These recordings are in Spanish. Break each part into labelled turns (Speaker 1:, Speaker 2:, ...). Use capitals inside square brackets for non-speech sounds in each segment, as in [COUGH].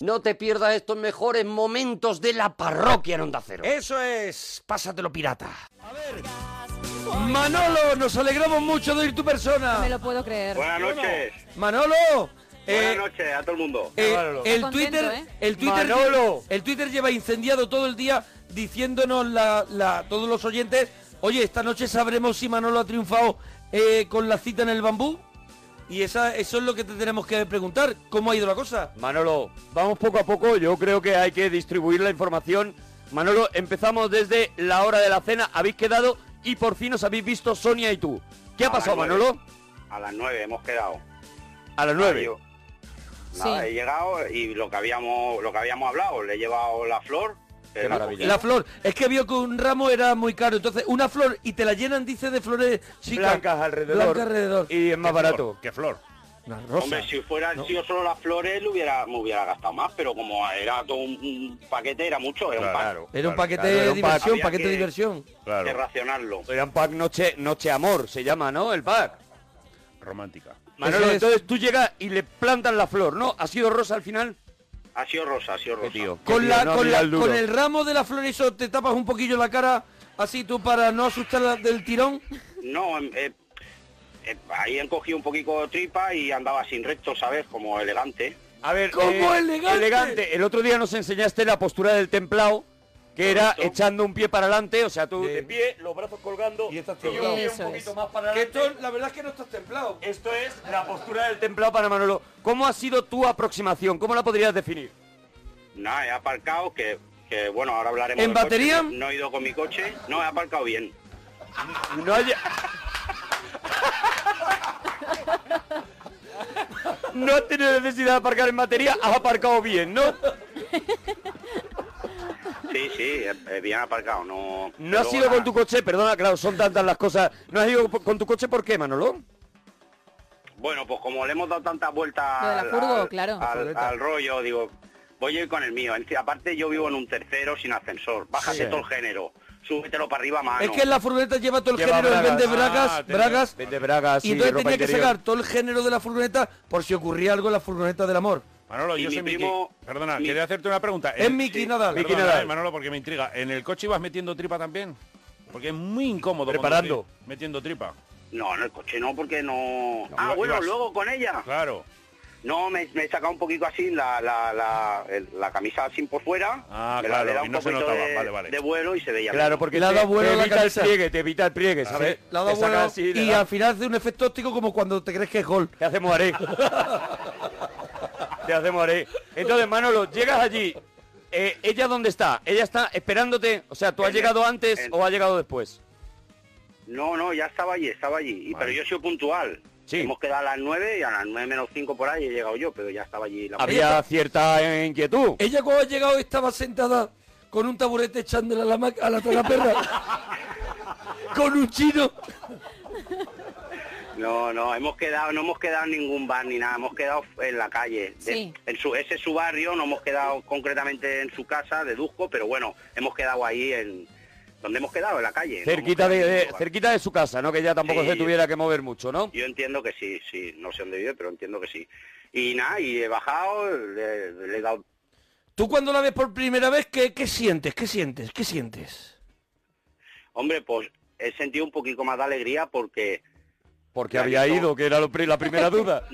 Speaker 1: No te pierdas estos mejores momentos de la parroquia en Onda Cero.
Speaker 2: Eso es, pásatelo pirata. Manolo, nos alegramos mucho de ir tu
Speaker 3: No
Speaker 2: persona.
Speaker 3: me lo puedo creer.
Speaker 4: Buenas noches.
Speaker 2: Manolo, eh,
Speaker 4: Buenas noches a todo el mundo.
Speaker 2: eh, el,
Speaker 3: Está
Speaker 2: Twitter,
Speaker 3: contento, ¿eh?
Speaker 2: el Twitter,
Speaker 1: Manolo.
Speaker 2: el Twitter lleva incendiado todo el día diciéndonos la, la- todos los oyentes, oye, esta noche sabremos si Manolo ha triunfado eh, con la cita en el bambú. Y esa, eso es lo que te tenemos que preguntar. ¿Cómo ha ido la cosa?
Speaker 1: Manolo, vamos poco a poco. Yo creo que hay que distribuir la información. Manolo, empezamos desde la hora de la cena. Habéis quedado y por fin os habéis visto Sonia y tú. ¿Qué ha
Speaker 4: A las
Speaker 1: pasado,
Speaker 4: nueve.
Speaker 1: Manolo?
Speaker 4: A las nueve hemos quedado.
Speaker 1: A las nueve.
Speaker 4: Adiós. Nada,
Speaker 3: Sí.
Speaker 4: he llegado y lo que habíamos lo que habíamos hablado, le he llevado la flor. que
Speaker 1: Qué
Speaker 4: la
Speaker 1: maravilla.
Speaker 2: La flor. Es que vio que un ramo era muy caro. Entonces, una flor y te la llenan, dice, de flores chicas.
Speaker 1: Blancas alrededor.
Speaker 2: Blancas alrededor.
Speaker 1: Y es más barato.
Speaker 5: Qué flor.
Speaker 2: Una
Speaker 4: cogí.
Speaker 2: rosa.
Speaker 4: Hombre, si fuera
Speaker 2: No.
Speaker 4: sido solo las flores, le hubiera, me hubiera gastado más, pero como era todo un, un paquete, era mucho, era un pack.
Speaker 2: Era un paquete
Speaker 1: claro, era
Speaker 2: de
Speaker 1: un pack.
Speaker 2: diversión,
Speaker 4: Había
Speaker 2: paquete de
Speaker 4: que-
Speaker 2: diversión.
Speaker 4: Hay que
Speaker 5: Claro,
Speaker 4: racionarlo.
Speaker 1: Era un pack noche, noche amor, se llama, ¿no? El pack.
Speaker 5: romántica.
Speaker 1: Manolo,
Speaker 2: Eso es.
Speaker 1: entonces tú llegas y le plantas la flor, ¿no? ¿Ha sido rosa al final?
Speaker 4: Ha sido rosa, ha sido rosa.
Speaker 2: Con, la,
Speaker 1: no
Speaker 2: con, la-
Speaker 1: digas duro.
Speaker 2: con el ramo de la flor eso te tapas un poquillo la cara, así tú para no asustarla del tirón.
Speaker 4: No, em, eh, eh, ahí han cogido un poquito de tripa y andaba sin recto, ¿sabes? Como elegante.
Speaker 1: A ver, eh,
Speaker 2: ¡Cómo elegante!
Speaker 1: elegante. El otro día nos enseñaste la postura del templado, que era
Speaker 4: Correcto.
Speaker 1: echando un pie para adelante, o sea, tú
Speaker 2: Bien.
Speaker 1: de pie, los brazos colgando
Speaker 2: Y estás
Speaker 1: un
Speaker 2: templado.
Speaker 1: pie
Speaker 3: Eso
Speaker 1: un poquito
Speaker 3: es.
Speaker 1: más para
Speaker 2: Que
Speaker 1: adelante.
Speaker 2: esto, la verdad es que no estás templado.
Speaker 1: Esto es la postura del
Speaker 2: [LAUGHS]
Speaker 1: templado para Manolo. ¿Cómo ha sido tu aproximación? ¿Cómo la podrías definir?
Speaker 4: Nada, he aparcado que, que, bueno, ahora hablaremos.
Speaker 2: ¿En
Speaker 4: del coche.
Speaker 2: batería?
Speaker 4: No, no he ido con mi coche. No, he aparcado bien.
Speaker 1: No ha, lle- no has tenido necesidad de aparcar en batería, has aparcado bien, ¿no?
Speaker 4: Sí, sí, eh, eh, bien aparcado. No,
Speaker 1: No has ido con tu coche, perdona, claro, son tantas las cosas. ¿No has ido po- con tu coche por qué, Manolo?
Speaker 4: Bueno, pues como le hemos dado tantas vueltas
Speaker 3: Lo de la
Speaker 4: al,
Speaker 3: furgo,
Speaker 4: al-
Speaker 3: claro.
Speaker 4: al- al rollo, digo, voy a ir con el mío. En- Aparte yo vivo en un tercero sin ascensor. Bájate
Speaker 1: Sí.
Speaker 4: todo el género. Súbetelo para arriba a mano.
Speaker 2: Es que la furgoneta lleva todo el
Speaker 1: Ah, Lleva
Speaker 2: género en vez de
Speaker 1: bragas.
Speaker 2: bragas,
Speaker 5: Ah, tenía-
Speaker 2: bragas.
Speaker 1: Vende bragas
Speaker 2: y entonces tenía que sacar todo el género de la furgoneta por si ocurría algo en la furgoneta del amor.
Speaker 5: Manolo,
Speaker 4: Y
Speaker 5: yo
Speaker 4: mi
Speaker 5: soy Miki.
Speaker 4: primo-
Speaker 5: Perdona,
Speaker 4: mi-
Speaker 5: quería hacerte una pregunta.
Speaker 2: Es Miki Nadal.
Speaker 5: Perdona,
Speaker 1: Miki Nadal.
Speaker 5: eh, Manolo, porque me intriga. ¿En el coche ibas metiendo tripa también? Porque es muy incómodo.
Speaker 1: Preparando.
Speaker 5: conducir Metiendo tripa.
Speaker 4: No, en el coche no, porque no... ah,
Speaker 5: iba-
Speaker 4: bueno,
Speaker 5: ibas-
Speaker 4: luego con ella.
Speaker 5: Claro.
Speaker 4: No, me, me he sacado un poquito así la, la, la, el- la camisa sin por fuera.
Speaker 5: Ah,
Speaker 4: me la-
Speaker 5: claro,
Speaker 4: le da
Speaker 5: y
Speaker 4: un
Speaker 5: no se
Speaker 4: poquito
Speaker 5: notaba.
Speaker 4: De,
Speaker 5: Vale, vale.
Speaker 4: de vuelo y se veía.
Speaker 1: Claro,
Speaker 4: bien.
Speaker 1: porque
Speaker 2: Le ha dado
Speaker 1: te-
Speaker 2: vuelo
Speaker 1: te
Speaker 2: la
Speaker 1: evita el
Speaker 2: cabeza.
Speaker 1: pliegue, te evita el pliegue, ¿sabes?
Speaker 2: Sí, la ha dado
Speaker 1: Te saca
Speaker 2: vuelo
Speaker 1: así, le
Speaker 2: y
Speaker 1: da-
Speaker 2: al final hace un efecto óptico como cuando te crees que es gol.
Speaker 1: Te hacemos
Speaker 2: [LAUGHS]
Speaker 1: haré. Te hacemos haré. Entonces, Manolo, llegas allí. Eh, ¿Ella dónde está? ¿Ella está esperándote? O sea, ¿tú has
Speaker 4: En-
Speaker 1: llegado antes
Speaker 4: en-
Speaker 1: o has llegado después?
Speaker 4: No, no, ya estaba allí, estaba allí. Y-
Speaker 5: Vale.
Speaker 4: Pero yo soy puntual.
Speaker 1: Sí.
Speaker 4: Hemos quedado a las 9 y a las 9 menos 5 por ahí he llegado yo, pero ya estaba allí. La
Speaker 1: Había cierta eh, inquietud.
Speaker 2: Ella cuando ha llegado estaba sentada con un taburete echándole a la, ma- a la
Speaker 1: [LAUGHS]
Speaker 2: tragaperra. con un chino.
Speaker 4: No, no, hemos quedado, no hemos quedado en ningún bar ni nada, hemos quedado en la calle. De-
Speaker 3: Sí.
Speaker 4: en su, ese es su barrio, no hemos quedado concretamente en su casa, deduzco, pero bueno, hemos quedado ahí en... ¿Dónde hemos quedado? En la calle. no hemos
Speaker 1: Cerquita
Speaker 4: quedado
Speaker 1: de,
Speaker 4: en
Speaker 1: de-
Speaker 4: ningún bar.
Speaker 1: cerquita de su casa, ¿no? Que ya tampoco
Speaker 4: Sí.
Speaker 1: se tuviera que mover mucho, ¿no?
Speaker 4: Yo entiendo que sí, sí, no sé dónde vive, pero entiendo que sí. Y nada, y he bajado, le, le he dado...
Speaker 2: Tú cuando la ves por primera vez, ¿qué, qué sientes? ¿Qué sientes? ¿Qué sientes?
Speaker 4: Hombre, pues he sentido un poquito más de alegría porque,
Speaker 1: Porque
Speaker 4: Ya
Speaker 1: había
Speaker 4: visto.
Speaker 1: ido, que era lo pri- la
Speaker 2: [LAUGHS]
Speaker 1: primera duda.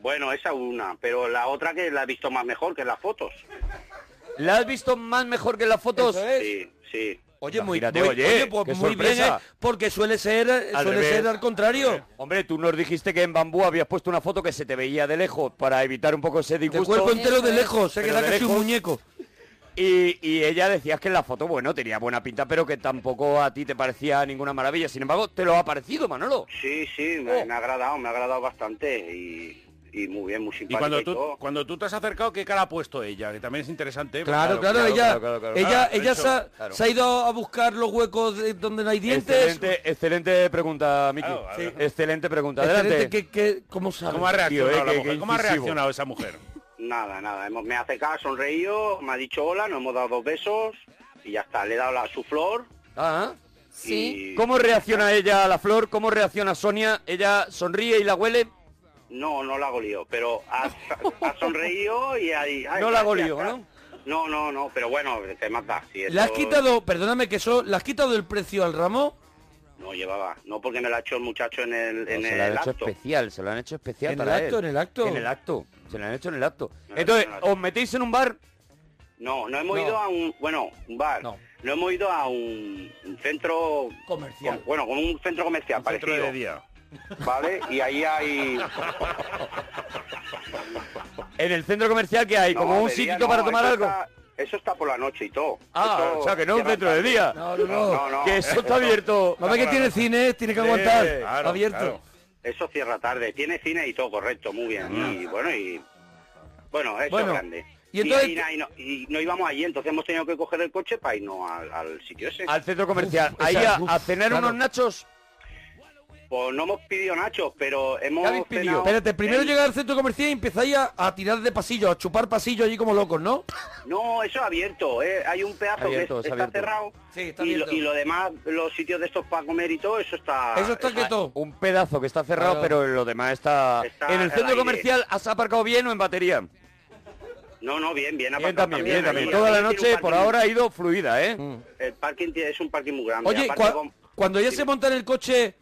Speaker 4: bueno, esa una, pero la otra que la he visto más mejor que en las fotos.
Speaker 1: ¿La has visto más mejor que en las fotos?
Speaker 2: Eso es.
Speaker 4: Sí, sí.
Speaker 2: Oye, muy,
Speaker 1: Imagínate,
Speaker 2: muy-
Speaker 1: oye,
Speaker 2: oye, pues
Speaker 1: qué
Speaker 2: muy bien,
Speaker 1: sorpresa.
Speaker 2: ¿eh? porque suele ser eh,
Speaker 1: Al
Speaker 2: suele
Speaker 1: revés.
Speaker 2: ser al contrario.
Speaker 1: Hombre, tú nos dijiste que en bambú habías puesto una foto que se te veía de lejos para evitar un poco ese
Speaker 2: De
Speaker 1: disgusto.
Speaker 2: cuerpo entero
Speaker 3: Eso
Speaker 2: de
Speaker 3: es.
Speaker 2: lejos, se
Speaker 1: Pero
Speaker 2: queda
Speaker 1: de
Speaker 2: casi un
Speaker 1: lejos.
Speaker 2: muñeco.
Speaker 1: Y, y ella decías que en la foto, bueno, tenía buena pinta, pero que tampoco a ti te parecía ninguna maravilla. Sin embargo, te lo ha parecido, Manolo.
Speaker 4: Sí, sí,
Speaker 1: Oh.
Speaker 4: me, me ha agradado, me ha agradado bastante y, y muy bien, muy
Speaker 5: Y
Speaker 4: simpático.
Speaker 5: cuando tú,
Speaker 4: todo.
Speaker 5: cuando tú te has acercado, ¿qué cara ha puesto ella? Que también es interesante. pues,
Speaker 2: Claro, claro,
Speaker 1: claro,
Speaker 2: ella,
Speaker 1: claro, claro, claro.
Speaker 2: ella,
Speaker 5: Claro,
Speaker 2: ella
Speaker 5: eso,
Speaker 2: se, ha,
Speaker 1: claro.
Speaker 2: se ha ido a buscar los huecos de donde no hay dientes.
Speaker 1: Excelente, excelente pregunta, Miki.
Speaker 5: Claro, claro.
Speaker 1: Sí. Excelente pregunta.
Speaker 2: Excelente,
Speaker 1: Adelante.
Speaker 2: que- que- ¿Cómo sabe?
Speaker 5: ¿Cómo ha reaccionado
Speaker 1: Tío, eh,
Speaker 5: la
Speaker 1: qué-
Speaker 5: mujer?
Speaker 1: qué
Speaker 5: ¿Cómo ha
Speaker 1: incisivo.
Speaker 5: reaccionado esa mujer?
Speaker 4: Nada, nada, hemos- me hace caso, sonreído, me ha dicho hola, nos hemos dado dos besos y ya está, le he dado la, su flor.
Speaker 1: Ah,
Speaker 3: Sí.
Speaker 4: y-
Speaker 1: ¿Cómo reacciona ella a la flor? ¿Cómo reacciona Sonia? Ella sonríe y la huele.
Speaker 4: No, no la hago lío, pero ha, ha sonreído y ahí... ay,
Speaker 1: No la hago
Speaker 4: gracias,
Speaker 1: lío, ¿no?
Speaker 4: gracias. No, no, no, pero bueno, te mata. Si
Speaker 2: ¿Le has
Speaker 4: eso
Speaker 2: quitado, perdóname que eso, le has quitado el precio al ramo?
Speaker 4: No llevaba, no porque me lo ha hecho el muchacho en el, en
Speaker 1: se
Speaker 4: el
Speaker 1: lo han hecho
Speaker 4: acto.
Speaker 1: especial, se lo han hecho especial
Speaker 2: En
Speaker 1: para
Speaker 2: el acto,
Speaker 1: él.
Speaker 2: en el acto.
Speaker 1: En el acto, se lo han hecho en el acto.
Speaker 4: No,
Speaker 1: Entonces,
Speaker 4: no, no, no.
Speaker 1: os metéis en un bar,
Speaker 4: No, no hemos
Speaker 2: No.
Speaker 4: ido a un, bueno, un bar.
Speaker 2: No.
Speaker 4: No, hemos ido a un, un centro
Speaker 2: Comercial.
Speaker 4: con- bueno, con un centro comercial
Speaker 5: Centro
Speaker 4: parecido,
Speaker 5: de día.
Speaker 4: ¿vale? Y
Speaker 5: [LAUGHS]
Speaker 4: ahí hay
Speaker 1: en el centro comercial que hay,
Speaker 4: No,
Speaker 1: como un
Speaker 4: de día
Speaker 1: sitio
Speaker 4: no,
Speaker 1: para tomar
Speaker 4: eso
Speaker 1: algo.
Speaker 4: está- eso está por la noche y todo.
Speaker 1: Ah,
Speaker 4: Eso
Speaker 1: o sea, que no es un
Speaker 4: lleva
Speaker 1: centro de
Speaker 4: tarde.
Speaker 1: día.
Speaker 2: No, no, no.
Speaker 4: No, no,
Speaker 1: que eso está abierto.
Speaker 2: Mamá que tiene cine, tiene que aguantar.
Speaker 5: claro,
Speaker 2: abierto.
Speaker 5: claro.
Speaker 4: Eso cierra tarde, tiene cine y todo correcto, muy bien.
Speaker 1: Mm.
Speaker 4: Y bueno, y bueno, eso
Speaker 2: Bueno,
Speaker 4: es grande.
Speaker 2: y entonces-
Speaker 4: ahí- ahí no, y no íbamos allí, entonces hemos tenido que coger el coche para irnos al, al sitio ese.
Speaker 1: Al centro comercial.
Speaker 2: Uf,
Speaker 1: Ahí
Speaker 2: esa-
Speaker 1: a,
Speaker 2: uf,
Speaker 1: a cenar
Speaker 2: claro.
Speaker 1: unos nachos.
Speaker 4: Pues no hemos pedido nachos, pero hemos
Speaker 1: Ya habéis pedido.
Speaker 4: cenado-
Speaker 2: Espérate, primero
Speaker 4: Eh,
Speaker 2: llegar al centro comercial y empezáis a, a tirar de pasillo, a chupar pasillo allí como locos, ¿no?
Speaker 4: No, eso es abierto, eh, hay un pedazo
Speaker 1: Abierto, es
Speaker 4: que es- está
Speaker 1: abierto.
Speaker 4: cerrado
Speaker 2: Sí, está
Speaker 4: y, lo,
Speaker 2: abierto.
Speaker 4: y lo demás, los sitios de estos para comer y todo, eso está...
Speaker 2: Eso está quieto.
Speaker 1: Un pedazo que está cerrado,
Speaker 2: Claro.
Speaker 1: pero lo demás está...
Speaker 4: Está
Speaker 1: En el
Speaker 4: al
Speaker 1: centro
Speaker 4: aire.
Speaker 1: comercial, ¿has aparcado bien o en batería?
Speaker 4: No, no, bien, bien.
Speaker 1: Bien
Speaker 4: aparcado
Speaker 1: también, bien también.
Speaker 4: ahí,
Speaker 1: Toda la
Speaker 4: ahí tiene un
Speaker 1: noche, por
Speaker 4: parking-
Speaker 1: ahora, ha ido fluida, ¿eh?
Speaker 4: El parking tiene- es un parking muy grande.
Speaker 2: Oye,
Speaker 4: aparte
Speaker 2: cua-
Speaker 4: con-
Speaker 2: cuando ella
Speaker 4: Sí.
Speaker 2: se monta en el coche,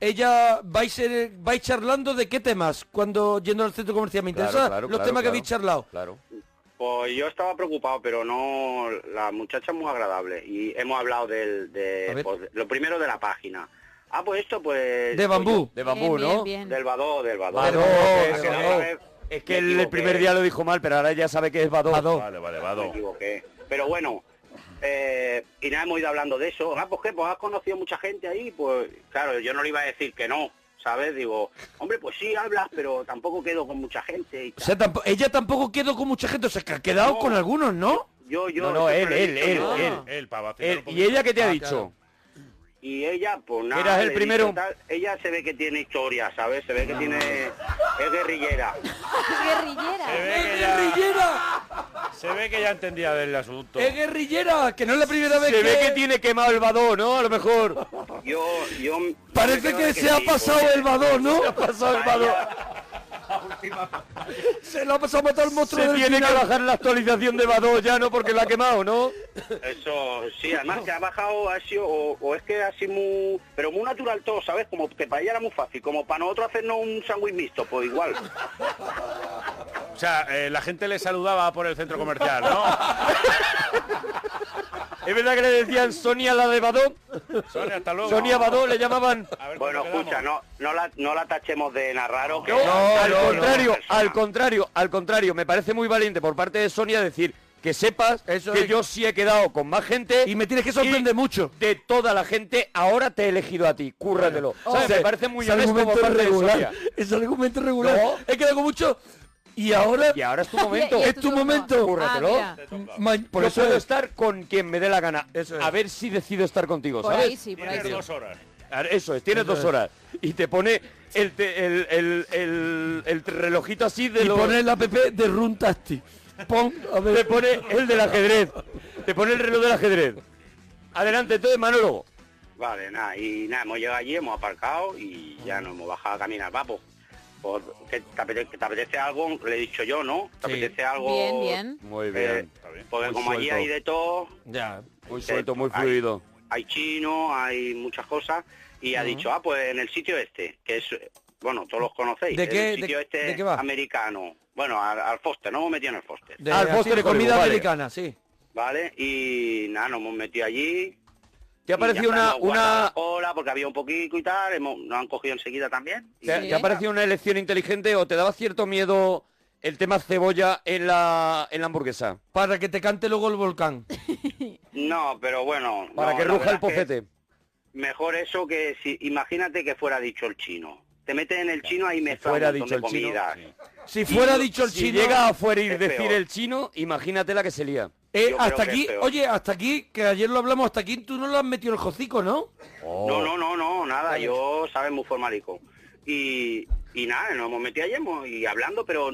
Speaker 2: ella vais, eh, vais charlando de qué temas cuando yendo al centro comercial. Me
Speaker 1: Claro,
Speaker 2: interesa
Speaker 1: claro,
Speaker 2: los
Speaker 1: claro,
Speaker 2: temas que
Speaker 1: claro.
Speaker 2: habéis charlado.
Speaker 1: Claro.
Speaker 4: Pues yo estaba preocupado, pero no, la muchacha es muy agradable y hemos hablado del,
Speaker 2: A
Speaker 4: de,
Speaker 2: ver.
Speaker 4: pues, de- lo primero de la página. Ah, pues esto, pues...
Speaker 2: De bambú.
Speaker 1: De bambú,
Speaker 3: Bien, bien,
Speaker 1: ¿no?
Speaker 3: bien.
Speaker 4: Del Badó, del Badó.
Speaker 1: Badó,
Speaker 4: Porque
Speaker 1: Badó.
Speaker 4: la otra vez
Speaker 1: Es
Speaker 4: me
Speaker 1: que él el
Speaker 4: equivoqué,
Speaker 1: primer día lo dijo mal, pero ahora ya sabe que es Badó.
Speaker 5: Vale, vale,
Speaker 4: Me
Speaker 5: vado.
Speaker 4: equivoqué. Pero bueno, eh, y nada, hemos ido hablando de eso. Ah, pues qué, pues has conocido mucha gente ahí. Pues claro, yo no le iba a decir que no, ¿sabes? Digo, hombre, pues sí hablas, pero tampoco quedo con mucha gente y
Speaker 2: O
Speaker 4: tal.
Speaker 2: sea, tampo- ella tampoco quedó con mucha gente, o sea, que ha quedado
Speaker 4: No.
Speaker 2: con algunos, ¿no?
Speaker 4: Yo, yo...
Speaker 1: No, no, él,
Speaker 4: eso se lo he
Speaker 1: él,
Speaker 4: dicho,
Speaker 1: él,
Speaker 4: ¿no?
Speaker 1: él.
Speaker 5: Él, para vacilar
Speaker 1: Él-
Speaker 5: un
Speaker 1: ¿Y
Speaker 5: poquito.
Speaker 1: ella qué te ha
Speaker 2: Ah,
Speaker 1: dicho?
Speaker 4: Y ella, pues nada.
Speaker 1: Eras el
Speaker 4: le dice
Speaker 1: primero. Ah.
Speaker 4: tal, ella se ve que tiene historia, ¿sabes? Se ve que tiene... Es guerrillera.
Speaker 5: Se
Speaker 3: Guerrillera.
Speaker 5: ve
Speaker 2: ¡Es
Speaker 5: que ya,
Speaker 2: guerrillera!
Speaker 5: se ve que ya entendía del asunto.
Speaker 2: ¡Es guerrillera! Que no es la primera vez
Speaker 1: Se
Speaker 2: que...
Speaker 1: ve que tiene quemado el Badó, ¿no? A
Speaker 2: [LAUGHS]
Speaker 1: lo mejor.
Speaker 4: Yo, yo...
Speaker 2: Parece
Speaker 4: yo
Speaker 2: que
Speaker 4: creo
Speaker 2: se ha
Speaker 4: sí, pues,
Speaker 2: pasado
Speaker 4: porque
Speaker 2: el badón, ¿no?
Speaker 1: Se ha pasado el Badó.
Speaker 2: Se lo ha pasado a matar el monstruo
Speaker 1: Se
Speaker 2: del
Speaker 1: tiene que
Speaker 2: final.
Speaker 1: bajar la actualización de Badó ya, ¿no? Porque la ha quemado, ¿no?
Speaker 4: Eso, sí, además que ha bajado, ha sido, o, o es que ha sido muy... Pero muy natural todo, ¿sabes? Como que para ella era muy fácil. Como para nosotros hacernos un sándwich mixto, pues igual.
Speaker 5: O sea, eh, la gente le saludaba por el centro comercial,
Speaker 3: [LAUGHS]
Speaker 5: ¿no?
Speaker 1: ¿Es verdad que le decían Sonia la de Badó?
Speaker 5: [LAUGHS] Sonia, hasta luego.
Speaker 1: Sonia Badó le llamaban.
Speaker 5: A ver,
Speaker 4: Bueno,
Speaker 5: ¿cuándo
Speaker 4: escucha,
Speaker 5: quedamos?
Speaker 4: no, no, la, no la tachemos de narraro. que
Speaker 1: No,
Speaker 4: es una
Speaker 1: al
Speaker 4: persona.
Speaker 1: contrario, al contrario, al contrario. Me parece muy valiente por parte de Sonia decir que sepas
Speaker 2: Eso
Speaker 1: que
Speaker 2: es.
Speaker 1: yo sí he quedado con más gente.
Speaker 2: Y me tienes que sorprender
Speaker 1: y
Speaker 2: mucho.
Speaker 1: De toda la gente, ahora te he elegido a ti. Cúrratelo. ¿Sabes?
Speaker 2: Hombre,
Speaker 1: me parece muy
Speaker 2: ese
Speaker 1: honesto por parte de
Speaker 2: regular.
Speaker 1: Sonia.
Speaker 2: Es argumento regular.
Speaker 1: No.
Speaker 2: He quedado con mucho. Y ahora.
Speaker 1: Y ahora es tu momento.
Speaker 3: Y-
Speaker 2: [LAUGHS]
Speaker 3: y
Speaker 2: es tu
Speaker 3: turno.
Speaker 2: momento.
Speaker 3: Ah,
Speaker 1: Cúrratelo.
Speaker 3: mira.
Speaker 2: ma-
Speaker 1: Por
Speaker 2: yo
Speaker 1: eso
Speaker 2: puedo estar-
Speaker 1: puedo estar con quien me dé la gana.
Speaker 2: Eso es.
Speaker 1: A ver si decido estar contigo,
Speaker 3: Por
Speaker 1: ¿sabes?
Speaker 3: ahí sí, por ahí
Speaker 5: Tienes
Speaker 3: sí.
Speaker 5: dos horas.
Speaker 1: Ahora, Eso es, tienes dos
Speaker 2: es.
Speaker 1: horas. Y te pone el, te- el, el- el- el
Speaker 2: [LAUGHS]
Speaker 1: relojito así de
Speaker 2: Y
Speaker 1: los...
Speaker 2: poner el app de Run Tasty. Pon, a ver.
Speaker 1: Te pone el del ajedrez. Te pone el reloj del ajedrez. Adelante, entonces, Manolo.
Speaker 4: Vale, nada, y nada, hemos llegado allí, hemos aparcado y ya nos hemos bajado a caminar. Va, pues, pues, ¿qué te, apetece, que te apetece algo? Le he dicho yo, ¿no? ¿Te
Speaker 2: Sí.
Speaker 4: apetece algo?
Speaker 3: Bien, bien.
Speaker 1: Muy
Speaker 4: Eh, porque
Speaker 1: Muy
Speaker 4: como allí
Speaker 1: suelto.
Speaker 4: hay de todo,
Speaker 2: Ya.
Speaker 1: Muy
Speaker 4: suelto, muy fluido. hay chino, hay muchas cosas, y ha dicho, ah, pues en el sitio este, que es, bueno, todos los conocéis,
Speaker 2: ¿De
Speaker 4: el
Speaker 2: qué-
Speaker 4: sitio
Speaker 2: de-
Speaker 4: este
Speaker 2: de qué va?
Speaker 4: americano, bueno, al, al Foster, no hemos metido en el Foster,
Speaker 2: De,
Speaker 1: Al
Speaker 2: así,
Speaker 1: postre con
Speaker 2: comida
Speaker 1: Hollywood, vale.
Speaker 2: americana, sí.
Speaker 4: ¿vale? Y nada, nos hemos metido allí.
Speaker 1: ¿Te ha
Speaker 4: y
Speaker 1: parecido
Speaker 4: ya
Speaker 1: una,
Speaker 4: estamos guardando
Speaker 1: una,
Speaker 4: la cola porque había un poquito y tal, hemos- nos han cogido enseguida también. y-
Speaker 1: te,
Speaker 3: Sí.
Speaker 1: te ha parecido una elección inteligente o te daba cierto miedo el tema cebolla en la, en la hamburguesa?
Speaker 2: Para que te cante luego el volcán.
Speaker 4: No, pero bueno.
Speaker 1: Para
Speaker 4: no,
Speaker 1: que
Speaker 4: la
Speaker 1: ruja el
Speaker 4: verdad es que
Speaker 1: pocete.
Speaker 4: Mejor eso que si, imagínate que fuera dicho el chino. Te metes en el chino ahí me
Speaker 1: fuera
Speaker 4: un
Speaker 1: dicho
Speaker 4: montón de
Speaker 1: el chino,
Speaker 4: comidas.
Speaker 2: Si fuera
Speaker 4: Y-
Speaker 2: dicho el
Speaker 1: si
Speaker 2: chino.
Speaker 1: llega afuera y
Speaker 4: es
Speaker 1: decir
Speaker 4: peor.
Speaker 1: el chino, imagínate la que se lía.
Speaker 2: Eh,
Speaker 4: Yo creo
Speaker 2: hasta
Speaker 4: que
Speaker 2: aquí,
Speaker 4: es peor.
Speaker 2: oye, hasta aquí, que ayer lo hablamos, hasta aquí tú no lo has metido el hocico, ¿no?
Speaker 4: No, no, no, no, nada, yo, sabes, muy formalico. Y, y nada, nos hemos metido ayer hemos- y hablando, pero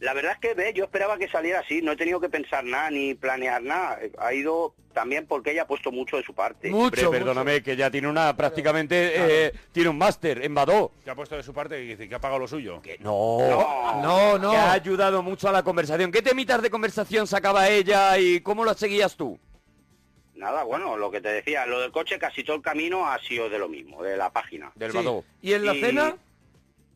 Speaker 4: La verdad es que ve, yo esperaba que saliera así, no he tenido que pensar nada ni planear nada. Ha ido también porque ella ha puesto mucho de su parte.
Speaker 1: Hombre, perdóname, que ya tiene una prácticamente, eh, tiene un máster en Badó.
Speaker 5: Que ha puesto de su parte y dice que ha pagado lo suyo.
Speaker 1: No,
Speaker 4: No.
Speaker 2: No, no.
Speaker 1: Que ha ayudado mucho a la conversación. ¿Qué temitas de conversación sacaba ella y cómo lo seguías tú?
Speaker 4: Nada, bueno, lo que te decía, lo del coche casi todo el camino ha sido de lo mismo, de la página.
Speaker 1: Del
Speaker 2: Sí.
Speaker 1: Badó.
Speaker 2: ¿Y en la
Speaker 4: Y-
Speaker 2: cena?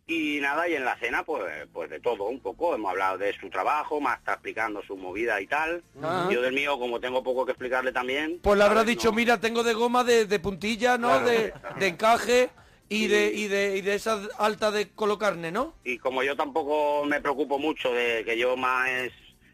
Speaker 4: Y nada, y en la cena pues, pues de todo un poco, hemos hablado de su trabajo, más está explicando su movida y tal.
Speaker 1: Ah.
Speaker 4: Yo del mío, como tengo poco que explicarle también...
Speaker 2: Pues le habrás
Speaker 4: ¿sabes?
Speaker 2: dicho,
Speaker 4: No.
Speaker 2: mira, tengo de goma, de, de puntilla, ¿no?
Speaker 4: Claro.
Speaker 2: de, de encaje y de, y de, y de esas altas de colocarne, ¿no?
Speaker 4: Y como yo tampoco me preocupo mucho de que yo más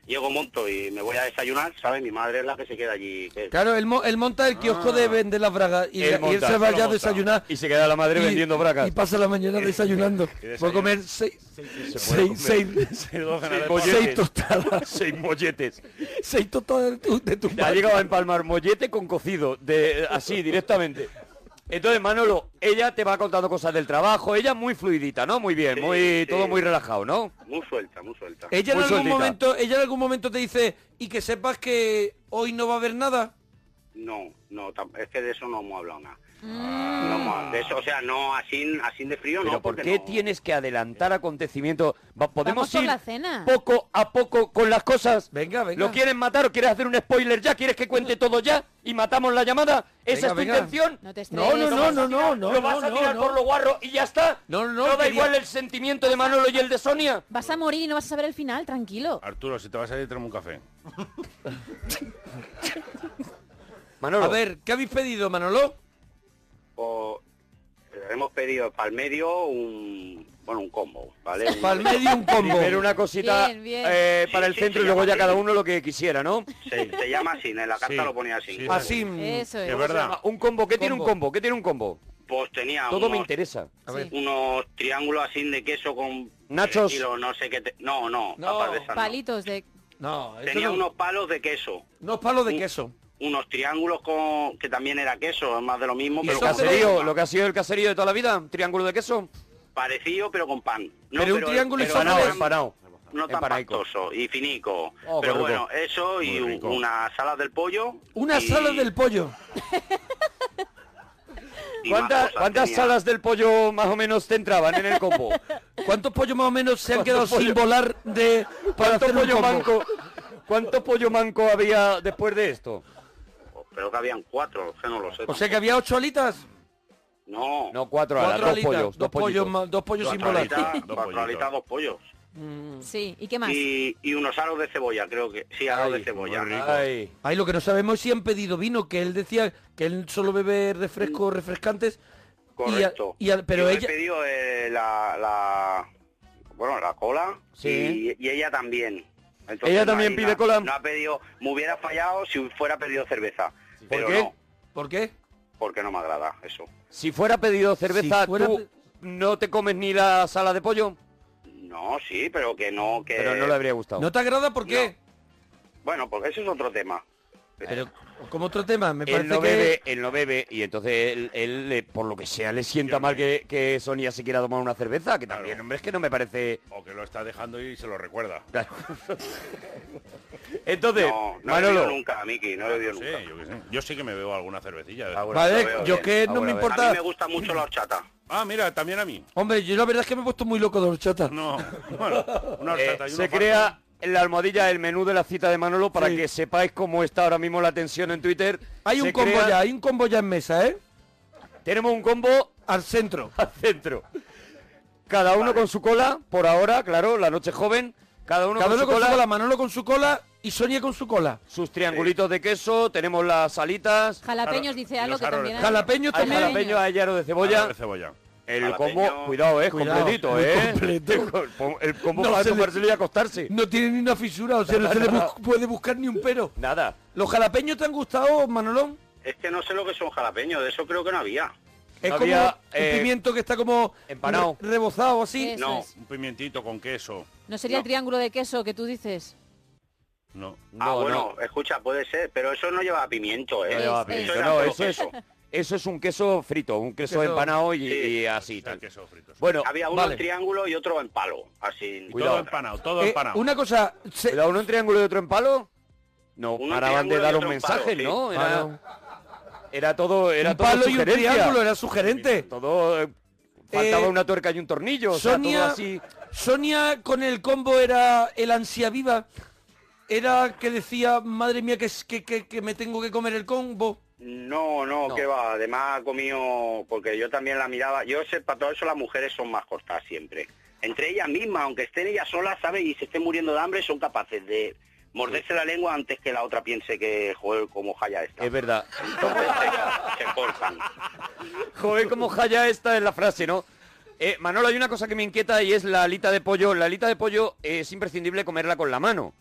Speaker 4: llego monto y me voy a desayunar, ¿sabes? Mi madre es la que se queda allí. que-
Speaker 2: Claro, él, mo- él monta el kiosco de vender las bragas y,
Speaker 1: Él
Speaker 2: la- y Ah. él
Speaker 1: monta,
Speaker 2: se va
Speaker 1: él lo
Speaker 2: ya a
Speaker 1: monta.
Speaker 2: desayunar.
Speaker 1: Y se queda la madre
Speaker 2: y-
Speaker 1: vendiendo bracas.
Speaker 2: Y pasa la [LAUGHS] mañana desayunando. Voy a comer seis, seis, [LAUGHS] seis,
Speaker 5: Seis
Speaker 2: [LAUGHS] seis
Speaker 1: molletes.
Speaker 2: tostadas,
Speaker 1: Seis molletes.
Speaker 2: seis tostadas de tu, de tu
Speaker 1: Ha
Speaker 2: padre.
Speaker 1: llegado a empalmar mollete con cocido, de, así directamente. Entonces, Manolo, ella te va contando cosas del trabajo, ella muy fluidita, ¿no? Muy bien,
Speaker 4: Sí,
Speaker 1: muy
Speaker 4: sí.
Speaker 1: todo muy relajado, ¿no?
Speaker 4: Muy suelta, muy suelta.
Speaker 2: Ella en
Speaker 1: muy
Speaker 2: algún
Speaker 1: sueltita.
Speaker 2: momento, ella en algún momento te dice y que sepas que hoy no va a haber nada.
Speaker 4: No, no, tam- es que de eso no hemos hablado nada.
Speaker 3: Mm.
Speaker 4: No hemos- de eso, o sea, no así, así de frío,
Speaker 1: Pero
Speaker 4: no.
Speaker 1: ¿por
Speaker 4: porque
Speaker 1: qué
Speaker 4: no-
Speaker 1: tienes que adelantar acontecimientos? Va-
Speaker 3: Vamos
Speaker 1: Podemos
Speaker 3: por
Speaker 1: ir
Speaker 3: la cena.
Speaker 1: poco a poco con las cosas.
Speaker 2: Venga, venga.
Speaker 1: ¿Lo quieren matar o quieres hacer un spoiler ya? ¿Quieres que cuente todo ya y matamos la llamada? ¿Esa
Speaker 2: Venga, venga.
Speaker 1: es tu intención?
Speaker 3: No te
Speaker 2: No,
Speaker 3: estreses.
Speaker 2: no, no, no, no, no.
Speaker 1: ¿Lo vas
Speaker 2: no,
Speaker 1: a tirar
Speaker 2: no.
Speaker 1: por lo guarro y ya está?
Speaker 2: No, no,
Speaker 1: ¿No da
Speaker 2: quería-
Speaker 1: igual el sentimiento de Manolo y el de Sonia?
Speaker 3: Vas a morir y no vas a saber el final, tranquilo.
Speaker 5: Arturo, si te vas a ir, tráeme un café.
Speaker 1: [LAUGHS] Manolo,
Speaker 2: A ver, ¿qué habéis pedido, Manolo?
Speaker 4: o- hemos pedido para el medio un, bueno, un combo, ¿vale? Un-
Speaker 2: Para el medio un combo.
Speaker 1: primero una cosita
Speaker 3: Bien, bien.
Speaker 1: eh,
Speaker 4: Sí,
Speaker 1: para el
Speaker 4: sí,
Speaker 1: centro
Speaker 4: sí,
Speaker 1: y luego ya
Speaker 4: sí.
Speaker 1: cada uno lo que quisiera, ¿no? mm,
Speaker 4: se, se llama así, en la carta
Speaker 5: Sí,
Speaker 4: lo ponía así.
Speaker 5: sí.
Speaker 2: Así.
Speaker 3: Eso es.
Speaker 5: Es verdad.
Speaker 1: Ah, Un combo, ¿qué tiene un
Speaker 2: Combo.
Speaker 1: combo? ¿Qué tiene un combo?
Speaker 4: Pues tenía
Speaker 1: Todo me
Speaker 4: unos,
Speaker 1: interesa.
Speaker 2: A ver.
Speaker 4: unos triángulos así de queso con
Speaker 1: Nachos.
Speaker 4: estilo no sé qué te- no no,
Speaker 2: No.
Speaker 4: papas de esas no.
Speaker 3: Palitos de...
Speaker 2: No, esto
Speaker 4: tenía
Speaker 2: no-
Speaker 4: unos palos de queso
Speaker 2: unos palos de queso.
Speaker 4: unos triángulos con que también era queso más de lo mismo
Speaker 2: ¿Y
Speaker 1: ¿El
Speaker 4: pero
Speaker 2: eso
Speaker 4: con-
Speaker 2: hace-
Speaker 1: caserío? ¿Lo que ha sido el caserío de toda la vida? ¿Triángulo de queso?
Speaker 4: parecido pero con pan No,
Speaker 2: Pero un triángulo y
Speaker 4: pero
Speaker 2: solo
Speaker 1: Empanado,
Speaker 2: Empanado.
Speaker 4: no,
Speaker 1: empanado.
Speaker 4: tan- no tan
Speaker 1: Empanaico.
Speaker 4: pastoso y finico
Speaker 1: Oh, qué
Speaker 4: pero
Speaker 1: rico.
Speaker 4: bueno eso y
Speaker 5: Muy
Speaker 4: un-
Speaker 5: rico.
Speaker 4: una sala del pollo
Speaker 2: Una
Speaker 4: y-
Speaker 2: sala del pollo.
Speaker 4: [LAUGHS] y más
Speaker 1: ¿Cuántas,
Speaker 4: cosas
Speaker 1: cuántas
Speaker 4: tenía.
Speaker 1: salas del pollo más o menos te entraban en el
Speaker 2: [LAUGHS]
Speaker 1: combo?
Speaker 2: ¿Cuántos pollos más o menos se han quedado
Speaker 1: ¿Cuántos
Speaker 2: sin
Speaker 1: pollos?
Speaker 2: volar de para
Speaker 1: ¿Cuánto
Speaker 2: hacer un
Speaker 1: pollo
Speaker 2: combo?
Speaker 1: manco? ¿Cuánto pollo manco había después de esto?
Speaker 4: pero que habían cuatro que no lo sé
Speaker 2: O sea que había ocho alitas.
Speaker 4: no
Speaker 1: No, cuatro alas,
Speaker 2: Cuatro
Speaker 1: dos
Speaker 2: alitas.
Speaker 1: pollos, dos
Speaker 2: pollos,
Speaker 1: pollitos.
Speaker 2: ma- dos pollos sin
Speaker 4: cuatro
Speaker 2: volar. [LAUGHS]
Speaker 5: Dos
Speaker 4: alitas, cuatro
Speaker 5: pollitos.
Speaker 4: alitas, dos pollos
Speaker 1: Mm.
Speaker 3: Sí, ¿y qué más?
Speaker 4: y, y unos aros de cebolla creo que sí aros
Speaker 1: Ay,
Speaker 4: de cebolla
Speaker 5: muy rico.
Speaker 1: Ay.
Speaker 2: Ahí lo que no sabemos es si han pedido vino, que él decía que él solo bebe refrescos refrescantes. y a-
Speaker 4: Correcto.
Speaker 2: y a- pero
Speaker 4: Yo
Speaker 2: ella-
Speaker 4: he pedido eh, la, la- bueno, la cola
Speaker 1: Sí.
Speaker 4: y, y ella también. Entonces,
Speaker 1: ¿Ella también
Speaker 4: no hay
Speaker 1: pide
Speaker 4: nada.
Speaker 1: cola?
Speaker 4: No ha pedido, me hubiera fallado si fuera pedido cerveza. Pero
Speaker 1: qué?
Speaker 4: no,
Speaker 2: ¿Por qué?
Speaker 4: porque no me agrada eso.
Speaker 1: Si fuera pedido cerveza,
Speaker 2: Si fuera
Speaker 1: ¿tú
Speaker 2: pe-
Speaker 1: no te comes ni la sala de pollo?
Speaker 4: No, sí, pero que no, que
Speaker 1: Pero no le habría gustado.
Speaker 2: ¿No te agrada por qué?
Speaker 4: Bueno, porque eso es otro tema.
Speaker 2: Pero como otro tema, me
Speaker 1: él
Speaker 2: parece
Speaker 1: no
Speaker 2: que
Speaker 1: bebe, él no bebe y entonces él, él, eh, por lo que sea, le sienta mal que, que Sonia se quiera tomar una cerveza, que también,
Speaker 5: Claro.
Speaker 1: hombre, es que no me parece...
Speaker 5: O que lo está dejando y se lo recuerda. [LAUGHS]
Speaker 1: Claro. entonces,
Speaker 4: No, no he
Speaker 1: Manolo,
Speaker 4: bebido nunca, Miki, no he bebido
Speaker 5: No
Speaker 4: nunca.
Speaker 5: sé, yo qué sé. Yo sí que me bebo alguna cervecilla. ¿eh?
Speaker 1: Ah, bueno.
Speaker 2: Vale,
Speaker 4: lo veo
Speaker 2: yo
Speaker 4: bien.
Speaker 2: que
Speaker 1: Ah,
Speaker 2: no me
Speaker 1: bueno, a ver.
Speaker 4: A mí
Speaker 2: importa.
Speaker 4: me gusta mucho la horchata.
Speaker 5: Ah, mira, también a mí.
Speaker 2: Hombre, yo la verdad es que me he puesto muy loco de horchata.
Speaker 5: No, bueno, una
Speaker 1: eh,
Speaker 5: horchata y
Speaker 1: se
Speaker 5: una
Speaker 1: crea en la almohadilla el menú de la cita de Manolo para
Speaker 2: Sí.
Speaker 1: que sepáis cómo está ahora mismo la tensión en Twitter.
Speaker 2: Hay un
Speaker 1: Se
Speaker 2: combo
Speaker 1: crea-
Speaker 2: ya, hay un combo ya en mesa, ¿eh?
Speaker 1: Tenemos un combo
Speaker 2: Al centro.
Speaker 1: [LAUGHS] al centro. Cada uno con su cola, por ahora, claro, la noche joven. Cada uno,
Speaker 2: Cada
Speaker 1: con,
Speaker 2: uno
Speaker 1: su
Speaker 2: con su
Speaker 1: cola,
Speaker 2: cola, Manolo con su cola y Sonia con su cola.
Speaker 1: sus triangulitos de queso, tenemos las salitas,
Speaker 3: Jalapeños
Speaker 5: Claro,
Speaker 3: dice
Speaker 5: y
Speaker 3: algo
Speaker 5: los
Speaker 3: que
Speaker 5: árboles.
Speaker 3: también... hay.
Speaker 2: Jalapeños
Speaker 1: hay
Speaker 2: también.
Speaker 1: jalapeño, hay llaro de
Speaker 5: pata-
Speaker 1: cebolla.
Speaker 5: de cebolla.
Speaker 1: El
Speaker 4: Jalapeño.
Speaker 1: combo, cuidado, es
Speaker 2: Cuidado,
Speaker 1: completito,
Speaker 2: muy
Speaker 1: ¿eh?
Speaker 2: completo.
Speaker 1: [LAUGHS] El co- El combo
Speaker 2: No
Speaker 1: para
Speaker 2: se le-
Speaker 1: tomárselo y acostarse.
Speaker 2: No tiene ni una fisura, o sea, no se le bu- puede buscar ni un pero.
Speaker 1: Nada.
Speaker 2: ¿Los jalapeños te han gustado, Manolón?
Speaker 4: Es que no sé lo que son jalapeños, de eso creo que no había.
Speaker 2: Es
Speaker 1: No
Speaker 2: como
Speaker 1: había,
Speaker 2: un
Speaker 1: eh,
Speaker 2: pimiento que está como
Speaker 1: empanado.
Speaker 2: re- rebozado así.
Speaker 3: Eso
Speaker 4: no.
Speaker 3: es.
Speaker 5: Un pimientito con queso.
Speaker 3: ¿No sería el
Speaker 4: No.
Speaker 3: triángulo de queso que tú dices?
Speaker 5: No.
Speaker 1: No, no.
Speaker 4: ah,
Speaker 1: Ah,
Speaker 4: bueno, escucha, puede ser, pero eso no lleva pimiento, ¿eh?
Speaker 1: No
Speaker 3: Es-
Speaker 1: lleva
Speaker 3: es-
Speaker 1: pimiento,
Speaker 4: Eso era
Speaker 1: no,
Speaker 4: todo
Speaker 1: eso es
Speaker 3: [LAUGHS]
Speaker 4: queso.
Speaker 1: Eso es un queso frito, un queso,
Speaker 5: Queso-
Speaker 1: empanado y,
Speaker 4: Sí.
Speaker 1: y así.
Speaker 5: El
Speaker 1: Tal.
Speaker 5: queso frito. sí.
Speaker 1: Bueno,
Speaker 4: Había uno
Speaker 1: vale.
Speaker 4: en triángulo y otro en palo. Así.
Speaker 5: Y
Speaker 1: cuidado.
Speaker 5: Todo empanado, todo
Speaker 2: Eh,
Speaker 5: empanado.
Speaker 2: una cosa, se-
Speaker 1: ¿Era uno en triángulo y otro en palo? No,
Speaker 4: Uno en
Speaker 1: ahora van de
Speaker 4: triángulo y
Speaker 1: dar
Speaker 4: otro
Speaker 1: un
Speaker 4: en palo,
Speaker 1: mensaje,
Speaker 4: sí.
Speaker 1: ¿no?
Speaker 2: Palo.
Speaker 1: Era, era todo, era
Speaker 2: un
Speaker 1: todo
Speaker 2: palo y un
Speaker 1: sugerencia.
Speaker 2: triángulo era sugerente.
Speaker 1: Todo eh, faltaba
Speaker 2: Eh,
Speaker 1: una tuerca y un tornillo, o sea,
Speaker 2: Sonia,
Speaker 1: todo así.
Speaker 2: Sonia con el combo era el ansia viva. Era que decía, madre mía, que, es- que, que- que me tengo que comer el combo.
Speaker 4: No, no,
Speaker 1: No.
Speaker 4: que va. Además ha comido, porque yo también la miraba. Yo sé, para todo eso las mujeres son más cortas siempre. Entre ellas mismas, aunque estén ellas solas, ¿sabes? Y se estén muriendo de hambre, son capaces de morderse la lengua antes que la otra piense que, joder, como jaya está.
Speaker 1: Es verdad.
Speaker 4: Entonces ellas se cortan.
Speaker 1: Joder, como jaya esta es la frase, ¿no? Eh, Manolo, hay una cosa que me inquieta y es la alita de pollo. La alita de pollo eh, es imprescindible comerla con la mano.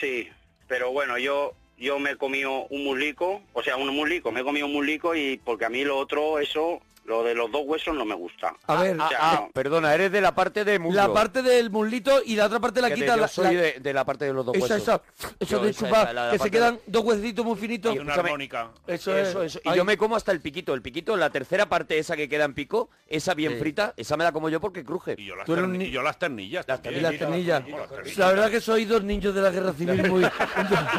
Speaker 4: Sí, pero bueno, yo yo me he comido un muslico, o sea, un muslico, me he comido un muslico y porque a mí lo otro, eso, lo de los dos huesos no me gusta.
Speaker 2: A ver,
Speaker 4: Ah,
Speaker 1: Ah, perdona, eres de la parte de muslo.
Speaker 2: la parte del muslito y la otra parte la
Speaker 1: Que de-
Speaker 2: quita
Speaker 1: yo
Speaker 2: la,
Speaker 1: soy
Speaker 2: la-
Speaker 1: de, de la parte de los dos
Speaker 2: esa,
Speaker 1: huesos.
Speaker 2: esa, esa
Speaker 1: Yo,
Speaker 2: de
Speaker 1: esa,
Speaker 2: chupar,
Speaker 1: esa, la- la
Speaker 2: que se
Speaker 1: parte de-
Speaker 2: quieran dos huesecitos muy finitos.
Speaker 5: y una
Speaker 1: escúchame.
Speaker 5: armónica.
Speaker 2: Eso es.
Speaker 1: Eso, eso. Y
Speaker 2: Ay,
Speaker 1: yo me como hasta el piquito. El piquito, la tercera parte esa que queda en pico, esa bien
Speaker 2: Sí.
Speaker 1: frita, esa me la como yo porque cruje.
Speaker 5: Y yo las,
Speaker 2: Tú eres un
Speaker 5: terni-
Speaker 2: ni-
Speaker 5: y yo las ternillas.
Speaker 1: Las
Speaker 5: también.
Speaker 2: y las ternillas.
Speaker 5: Las ternillas.
Speaker 2: La verdad que sois dos niños de la guerra civil
Speaker 4: [LAUGHS]
Speaker 2: muy...
Speaker 1: [LAUGHS]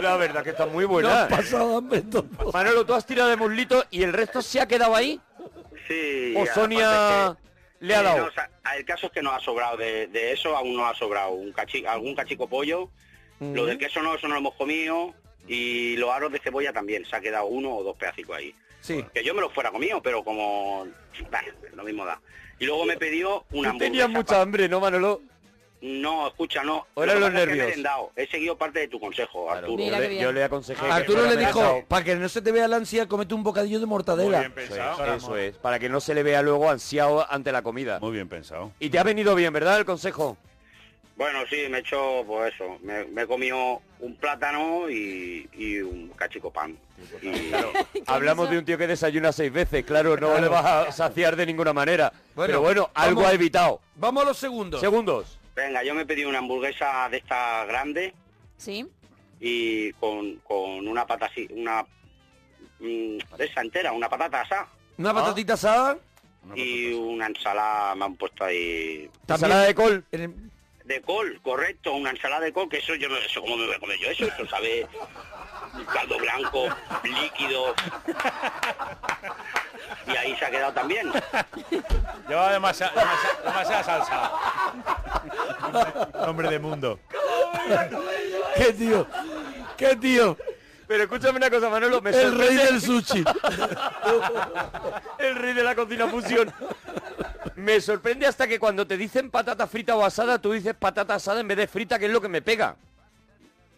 Speaker 1: La verdad que está muy
Speaker 2: No
Speaker 1: buena.
Speaker 2: han pasado hambre todos.
Speaker 1: Manolo, tú has tirado de muslito y el resto se ha quedado ahí.
Speaker 4: Sí.
Speaker 1: o
Speaker 4: aparte
Speaker 1: Sonia
Speaker 4: que-
Speaker 1: le ha
Speaker 4: Sí,
Speaker 1: dado.
Speaker 4: no, o sea, el caso es que nos ha sobrado de, de eso, aún nos ha sobrado un cachi- algún cachico pollo. Lo
Speaker 1: Mm,
Speaker 4: del queso no, eso no lo hemos comido. Y los aros de cebolla también, se ha quedado uno o dos pedacicos ahí.
Speaker 2: Sí.
Speaker 4: Que yo me los fuera comido, pero como... bah, lo mismo da. Y luego me pidió una
Speaker 1: Tú tenías
Speaker 4: hamburguesa
Speaker 1: mucha hambre, ¿no, Manolo?
Speaker 4: No, escucha, no.
Speaker 1: Ahora
Speaker 4: Lo que
Speaker 1: los
Speaker 4: pasa es que he
Speaker 1: nervios.
Speaker 4: merendado. He seguido parte de tu consejo, Arturo.
Speaker 1: Yo
Speaker 3: Mira qué
Speaker 1: le,
Speaker 3: bien.
Speaker 1: yo le aconsejé. que
Speaker 2: Ah, Arturo
Speaker 1: fuera
Speaker 2: le dijo,
Speaker 1: merendado.
Speaker 2: para que no se te vea la ansia, comete un bocadillo de
Speaker 5: Muy
Speaker 2: mortadela.
Speaker 5: bien
Speaker 1: Eso
Speaker 5: pensado.
Speaker 1: es, eso es, para que no se le vea luego ansiado ante la comida.
Speaker 5: Muy bien pensado.
Speaker 1: Y te ha venido bien, ¿verdad, el consejo?
Speaker 4: Bueno, sí, me he hecho, pues eso, me, me he comido un plátano y, y un cachico pan.
Speaker 2: pues,
Speaker 4: Y- [LAUGHS]
Speaker 1: Hablamos
Speaker 3: eso?
Speaker 1: de un tío que desayuna seis veces, claro, no le vas a saciar de ninguna manera.
Speaker 2: Bueno,
Speaker 1: Pero bueno, algo
Speaker 2: vamos.
Speaker 1: ha evitado.
Speaker 2: Vamos a los segundos.
Speaker 1: Segundos.
Speaker 4: venga, yo me pedí una hamburguesa de esta grande
Speaker 3: Sí.
Speaker 4: y con, con una pata así, una mm, de esa entera, una patata asada
Speaker 2: Una patatita asada.
Speaker 5: Una
Speaker 4: y
Speaker 5: cosa
Speaker 4: una ensalada me han puesto ahí
Speaker 2: También-
Speaker 1: Ensalada de col.
Speaker 2: en el-
Speaker 4: de col, correcto, una ensalada de col, que eso yo no sé cómo me voy a comer yo eso, eso sabe un caldo blanco, líquido. Y ahí se ha quedado también.
Speaker 5: así. Lleva demasiada, demasiada, demasiada
Speaker 1: [LAUGHS]
Speaker 5: salsa. Hombre de mundo.
Speaker 2: [LAUGHS] ¿Qué tío? ¿Qué tío?
Speaker 1: Pero escúchame una cosa, Manolo, me
Speaker 2: El rey
Speaker 1: sorprende-
Speaker 2: del sushi.
Speaker 1: [LAUGHS] el rey de la cocina fusión. [LAUGHS] Me sorprende hasta que cuando te dicen patata frita o asada, tú dices patata asada en vez de frita, que es lo que me pega.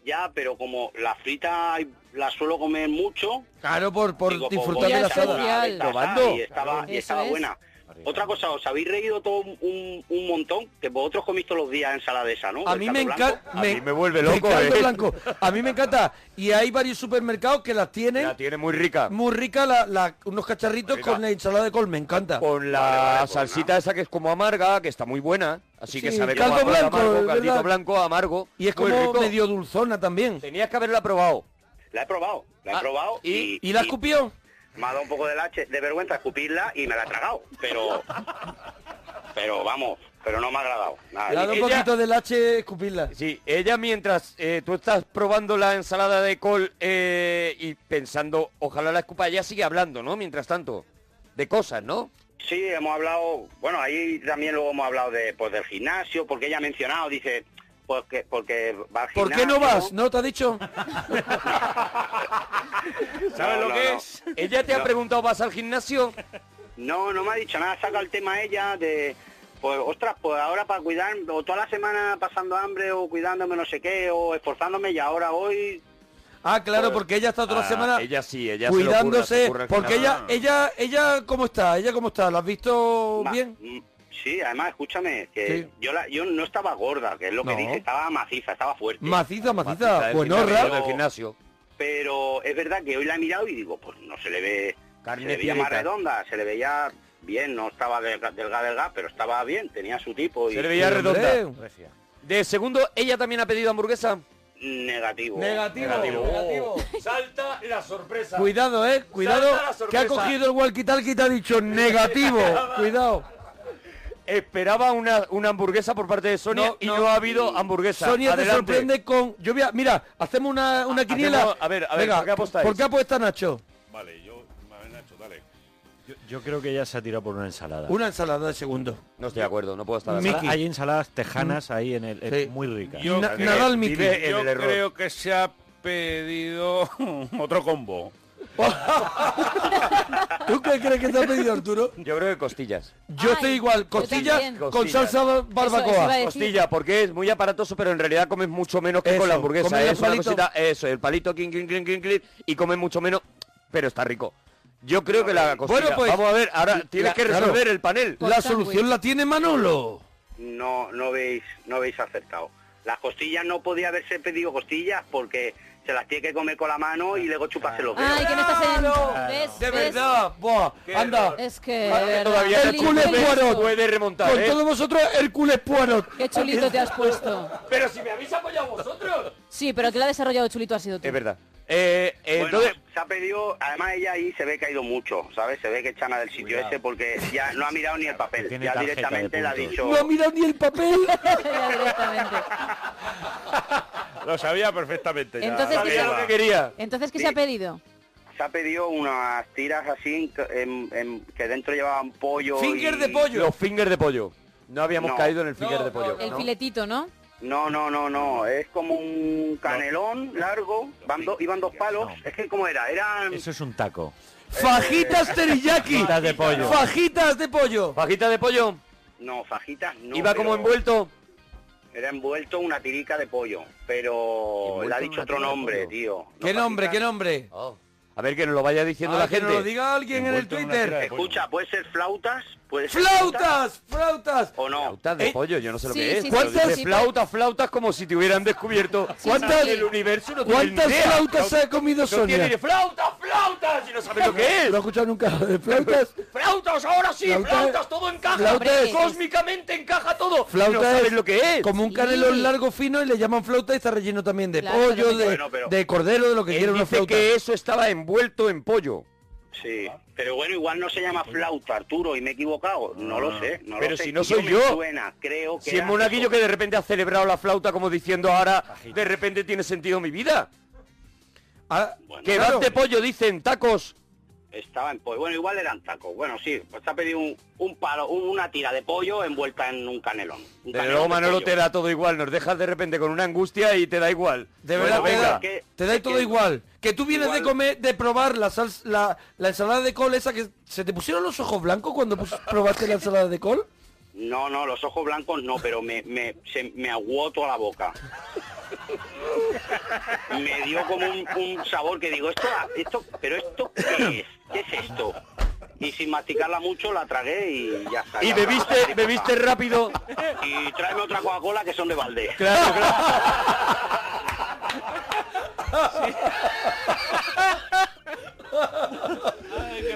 Speaker 4: Ya, pero como la frita la suelo comer mucho,
Speaker 2: Claro, por, por
Speaker 4: digo, pues
Speaker 2: disfrutar
Speaker 4: voy
Speaker 2: de
Speaker 4: a
Speaker 2: la
Speaker 4: hacer
Speaker 2: asada.
Speaker 4: una
Speaker 3: Especial.
Speaker 4: de estas
Speaker 1: Probando.
Speaker 4: asadas Y estaba, y
Speaker 3: Eso
Speaker 4: estaba
Speaker 3: es.
Speaker 4: buena. Otra cosa, os habéis reído todo un, un montón, que vosotros coméis todos los días ensalada de esa, ¿no?
Speaker 2: A
Speaker 4: Del
Speaker 2: mí
Speaker 4: caldo
Speaker 2: me
Speaker 4: blanco.
Speaker 2: encanta...
Speaker 1: A mí me vuelve loco, eh.
Speaker 2: blanco. A mí me encanta. Y hay varios supermercados que las tienen.
Speaker 1: La tiene muy rica.
Speaker 2: Muy rica la, la- unos cacharritos
Speaker 1: Rica.
Speaker 2: con la ensalada de col. Me encanta.
Speaker 1: Con la
Speaker 4: Vale, vale, pues
Speaker 1: salsita
Speaker 4: nada.
Speaker 1: esa que es como amarga, que está muy buena. Así que
Speaker 2: Sí,
Speaker 1: sabe
Speaker 2: caldo
Speaker 1: como a-
Speaker 2: blanco,
Speaker 1: amargo,
Speaker 2: es
Speaker 1: caldito
Speaker 2: verdad.
Speaker 1: blanco, amargo.
Speaker 2: Y es
Speaker 1: muy
Speaker 2: como
Speaker 1: rico.
Speaker 2: medio dulzona también.
Speaker 1: Tenías que haberla probado.
Speaker 4: La he probado, la he
Speaker 1: Ah,
Speaker 4: probado y,
Speaker 1: ¿y-
Speaker 2: ¿Y la escupió?
Speaker 4: Me ha dado un poco de, lache- de vergüenza escupirla y me la he tragado, pero... Pero vamos, pero no me ha agradado. Nada.
Speaker 2: Le ha dado un
Speaker 1: ella-
Speaker 2: poquito de lache escupirla.
Speaker 1: Sí, ella mientras eh, tú estás probando la ensalada de col eh, y pensando, ojalá la escupa, ella sigue hablando, ¿no? Mientras tanto, de cosas, ¿no?
Speaker 4: Sí, hemos hablado, bueno, ahí también luego hemos hablado de, pues, del gimnasio, porque ella ha mencionado, dice, pues que, porque va al
Speaker 2: ¿Por qué no
Speaker 4: gimnasio.
Speaker 2: vas? ¿No te ha dicho?
Speaker 5: ¿Sabes
Speaker 4: No,
Speaker 5: lo
Speaker 4: no,
Speaker 5: que
Speaker 4: no.
Speaker 5: es?
Speaker 1: Ella te ha preguntado, ¿vas al gimnasio?
Speaker 4: No, no me ha dicho nada, saca el tema ella de, pues, ostras, pues ahora para cuidar, o toda la semana pasando hambre, o cuidándome no sé qué, o esforzándome, y ahora hoy,
Speaker 2: Ah, claro, porque ella está toda la
Speaker 1: Ah,
Speaker 2: semana
Speaker 1: Ella sí, ella se le ocurre,
Speaker 2: cuidándose.
Speaker 1: se ocurre al
Speaker 2: porque
Speaker 1: gimnasio.
Speaker 2: ella, ella, ella, ¿cómo está? ¿Ella cómo está? ¿La has visto
Speaker 4: Ma-
Speaker 2: bien?
Speaker 4: mm, Sí, además, escúchame, que
Speaker 2: Sí.
Speaker 4: yo, la, yo no estaba gorda, que es lo que
Speaker 2: No.
Speaker 4: dice, estaba maciza, estaba fuerte.
Speaker 2: Maciza, maciza.
Speaker 1: Maciza del
Speaker 2: bueno,
Speaker 1: gimnasio,
Speaker 2: Ra-
Speaker 1: del gimnasio.
Speaker 4: pero es verdad que hoy la he mirado y digo, pues no se le ve,
Speaker 1: Carne
Speaker 4: se le veía más
Speaker 1: fileta.
Speaker 4: redonda, se le veía bien, no estaba delga- delgada, delgada, pero estaba bien, tenía su tipo. Y,
Speaker 1: Se le veía
Speaker 2: Hombre.
Speaker 1: redonda. De segundo, ella también ha pedido hamburguesa.
Speaker 4: Negativo.
Speaker 2: Negativo.
Speaker 5: Negativo.
Speaker 2: negativo.
Speaker 1: Salta la sorpresa.
Speaker 2: Cuidado, eh. Cuidado.
Speaker 1: Salta la sorpresa.
Speaker 2: Que ha cogido el walkie talkie y te ha dicho
Speaker 1: [LAUGHS]
Speaker 2: negativo. Cuidado.
Speaker 1: Esperaba una, una hamburguesa por parte de Sonia
Speaker 2: No,
Speaker 1: y
Speaker 2: no.
Speaker 1: no ha habido hamburguesa.
Speaker 2: Sonia te
Speaker 1: Adelante.
Speaker 2: sorprende con. Yo voy a- Mira, hacemos una, una quiniela.
Speaker 1: hacemos- a ver, a ver,
Speaker 2: Venga,
Speaker 1: ¿por qué apostáis?
Speaker 2: ¿Por qué apuesta Nacho?
Speaker 5: Vale, yo. A
Speaker 1: [LAUGHS]
Speaker 5: ver, Nacho, dale.
Speaker 6: Yo, yo creo que ya se ha tirado por una ensalada.
Speaker 2: Una ensalada de segundo.
Speaker 1: No estoy de acuerdo, no puedo estar de
Speaker 2: Mi-
Speaker 1: acuerdo.
Speaker 2: Miki.
Speaker 6: Hay ensaladas tejanas ahí en el.
Speaker 2: Sí.
Speaker 6: Muy ricas.
Speaker 5: Yo
Speaker 2: Na-
Speaker 5: creo-
Speaker 2: Nadal Miki.
Speaker 1: vive- en
Speaker 5: Yo
Speaker 1: el error.
Speaker 5: creo que se ha pedido [LAUGHS] otro combo.
Speaker 2: [LAUGHS] ¿Tú qué crees que te ha pedido Arturo?
Speaker 1: Yo creo que costillas.
Speaker 2: Yo
Speaker 3: Ay,
Speaker 2: estoy igual,
Speaker 3: yo
Speaker 2: costillas
Speaker 3: también.
Speaker 2: con
Speaker 1: Costillas.
Speaker 2: salsa ba-
Speaker 3: Eso- eso iba
Speaker 2: barbacoa.
Speaker 3: a decir.
Speaker 1: Costilla, porque es muy aparatoso, pero en realidad comes mucho menos que
Speaker 2: Eso,
Speaker 1: con la hamburguesa.
Speaker 2: comes
Speaker 1: ¿eh?
Speaker 2: el
Speaker 1: Es una
Speaker 2: palito.
Speaker 1: cosita, eso, el palito, clink, clink, clink, clink, clink, y comes mucho menos, pero está rico. Yo creo que la costilla.
Speaker 2: Bueno, pues,
Speaker 1: Vamos a ver, ahora tienes
Speaker 2: la-
Speaker 1: que
Speaker 2: claro.
Speaker 1: resolver el panel.
Speaker 3: Con
Speaker 2: la
Speaker 3: sándwich.
Speaker 2: solución la tiene Manolo.
Speaker 4: No, no veis, no veis acertado. Las costillas no podía haberse pedido costillas porque se las tiene que comer con la mano y luego chuparse los dedos.
Speaker 3: Ay, que no estás en...
Speaker 2: Claro.
Speaker 3: ¿Ves?
Speaker 2: De
Speaker 3: ¿Ves?
Speaker 2: verdad, buah, anda.
Speaker 3: Es que... de
Speaker 1: Ahora que
Speaker 3: verdad.
Speaker 1: todavía
Speaker 2: El
Speaker 1: te
Speaker 2: culo es
Speaker 1: puede-
Speaker 2: Poirot.
Speaker 1: puede remontar,
Speaker 2: Con
Speaker 1: ¿eh?
Speaker 2: todos vosotros, Hércules Poirot.
Speaker 1: [LAUGHS]
Speaker 3: Qué chulito te has puesto.
Speaker 1: Pero si me habéis apoyado vosotros.
Speaker 3: Sí, pero que lo ha desarrollado chulito ha sido tú.
Speaker 1: Es verdad. Eh, eh,
Speaker 4: Bueno,
Speaker 1: entonces,
Speaker 4: se ha pedido, además ella ahí se ve que ha ido mucho, ¿sabes? Se ve que chana del sitio ese porque ya no ha mirado ni el papel,
Speaker 6: tiene
Speaker 4: ya
Speaker 6: tarjeta de
Speaker 4: directamente le ha
Speaker 6: puntos.
Speaker 4: dicho...
Speaker 2: No ha mirado ni el papel.
Speaker 3: Ya directamente.
Speaker 5: Lo sabía perfectamente. ya.
Speaker 3: Entonces,
Speaker 5: Sabía
Speaker 3: ¿qué
Speaker 1: sabía
Speaker 3: se-
Speaker 1: lo que
Speaker 5: la-
Speaker 1: quería.
Speaker 3: Entonces, ¿qué
Speaker 4: Sí.
Speaker 3: se ha pedido?
Speaker 4: se ha pedido unas tiras así en- en- en- que dentro llevaban pollo.
Speaker 2: Finger
Speaker 4: y-
Speaker 2: de pollo.
Speaker 1: Los fingers de pollo. No habíamos
Speaker 4: No.
Speaker 1: caído en el finger
Speaker 2: No,
Speaker 1: de
Speaker 2: no,
Speaker 1: pollo.
Speaker 2: no.
Speaker 3: El
Speaker 1: ¿no?
Speaker 3: filetito, ¿no?
Speaker 4: No, no, no, no. Es como un canelón largo. Van do- iban dos palos.
Speaker 6: No.
Speaker 4: Es que cómo era, eran.
Speaker 6: Eso es un taco.
Speaker 2: Fajitas teriyaki.
Speaker 6: Fajitas de pollo.
Speaker 2: Fajitas de pollo.
Speaker 1: Fajita de pollo.
Speaker 4: No, fajitas no.
Speaker 1: Iba
Speaker 4: pero
Speaker 1: como envuelto.
Speaker 4: Era envuelto una tirica de pollo. Pero
Speaker 6: Envuelto
Speaker 4: le ha
Speaker 6: en
Speaker 4: dicho
Speaker 6: una
Speaker 4: otro
Speaker 6: tira de
Speaker 4: nombre,
Speaker 6: pollo.
Speaker 4: tío.
Speaker 2: ¿Qué
Speaker 4: No,
Speaker 2: nombre, qué
Speaker 4: fajitas-
Speaker 2: nombre?
Speaker 1: Oh. A ver que nos lo vaya diciendo
Speaker 2: Ah,
Speaker 1: la
Speaker 2: que
Speaker 1: gente.
Speaker 2: nos lo diga alguien en el
Speaker 5: Envuelto en una tira
Speaker 2: Twitter.
Speaker 5: de-
Speaker 4: Escucha, puede ser flautas, puede ser.
Speaker 2: ¡Flautas! ¡Flautas!
Speaker 4: O no.
Speaker 1: Flautas de
Speaker 2: Eh,
Speaker 1: pollo, yo no sé lo
Speaker 3: sí,
Speaker 1: que es.
Speaker 3: sí,
Speaker 1: pero
Speaker 3: sí,
Speaker 1: dice
Speaker 3: sí, pues.
Speaker 1: flautas, flautas como si te hubieran descubierto.
Speaker 3: sí,
Speaker 1: ¿Cuántas
Speaker 3: sí.
Speaker 1: del universo no tienen
Speaker 2: ¿Cuántas
Speaker 1: idea?
Speaker 2: flautas se ha comido
Speaker 1: No tiene ni
Speaker 2: Sonia?
Speaker 1: flautas, flautas, y no sabe lo que es.
Speaker 2: No he escuchado nunca [LAUGHS] de flautas.
Speaker 1: Flautas, ahora sí,
Speaker 2: Flauta-
Speaker 1: flautas, todo encaja.
Speaker 2: flauta
Speaker 3: es-
Speaker 1: Cósmicamente encaja todo.
Speaker 2: Flauta
Speaker 1: [LAUGHS] no sabes
Speaker 2: es-
Speaker 1: lo que es.
Speaker 2: Como un
Speaker 3: Sí.
Speaker 2: canelón largo fino y le llaman flauta y está relleno también de
Speaker 3: Claro,
Speaker 2: pollo,
Speaker 3: pero-
Speaker 2: de,
Speaker 4: Bueno, pero-
Speaker 2: de cordero, de lo que
Speaker 1: Él
Speaker 2: quiera una
Speaker 1: dice
Speaker 2: flauta.
Speaker 1: que eso estaba envuelto en pollo.
Speaker 4: Sí. Pero bueno, igual no se llama flauta, Arturo, y me he equivocado. No
Speaker 5: Ah.
Speaker 4: lo sé. No lo
Speaker 1: Pero
Speaker 4: sé.
Speaker 1: si no soy
Speaker 4: me
Speaker 1: yo.
Speaker 4: Suena, creo que.
Speaker 1: Si es
Speaker 4: era
Speaker 1: monaguillo
Speaker 4: eso.
Speaker 1: que de repente ha celebrado la flauta como diciendo ahora, de repente tiene sentido mi vida.
Speaker 2: Ah,
Speaker 4: Bueno,
Speaker 1: Que
Speaker 2: claro.
Speaker 1: van de pollo, dicen tacos.
Speaker 4: Estaba en pollo. Bueno, igual eran tacos. Bueno, sí, pues te ha pedido un, un palo, un- una tira de pollo envuelta en un canelón. Un
Speaker 1: Desde
Speaker 4: canelón
Speaker 1: luego
Speaker 4: de
Speaker 1: Manolo
Speaker 4: pollo.
Speaker 1: te da todo igual, nos dejas de repente con una angustia y te da igual.
Speaker 2: De verdad,
Speaker 1: Bueno,
Speaker 2: te da-
Speaker 1: venga.
Speaker 2: te,
Speaker 4: que-
Speaker 2: da, todo
Speaker 4: que-
Speaker 2: igual. Que tú vienes de
Speaker 4: igual-
Speaker 2: comer, de probar la, sals- la, la ensalada de col esa que se te pusieron los ojos blancos cuando pus- probaste la ensalada de col.
Speaker 4: No, no, los ojos blancos no, pero me, me, se, me aguó toda la boca. me dio como un, un sabor que digo, esto, esto, pero esto qué es, qué es esto. Y sin masticarla mucho la tragué y ya está.
Speaker 1: Y
Speaker 4: ya
Speaker 1: bebiste,
Speaker 4: está.
Speaker 1: bebiste rápido.
Speaker 4: Y tráeme otra Coca-Cola que son de Valdés.
Speaker 1: Claro, claro.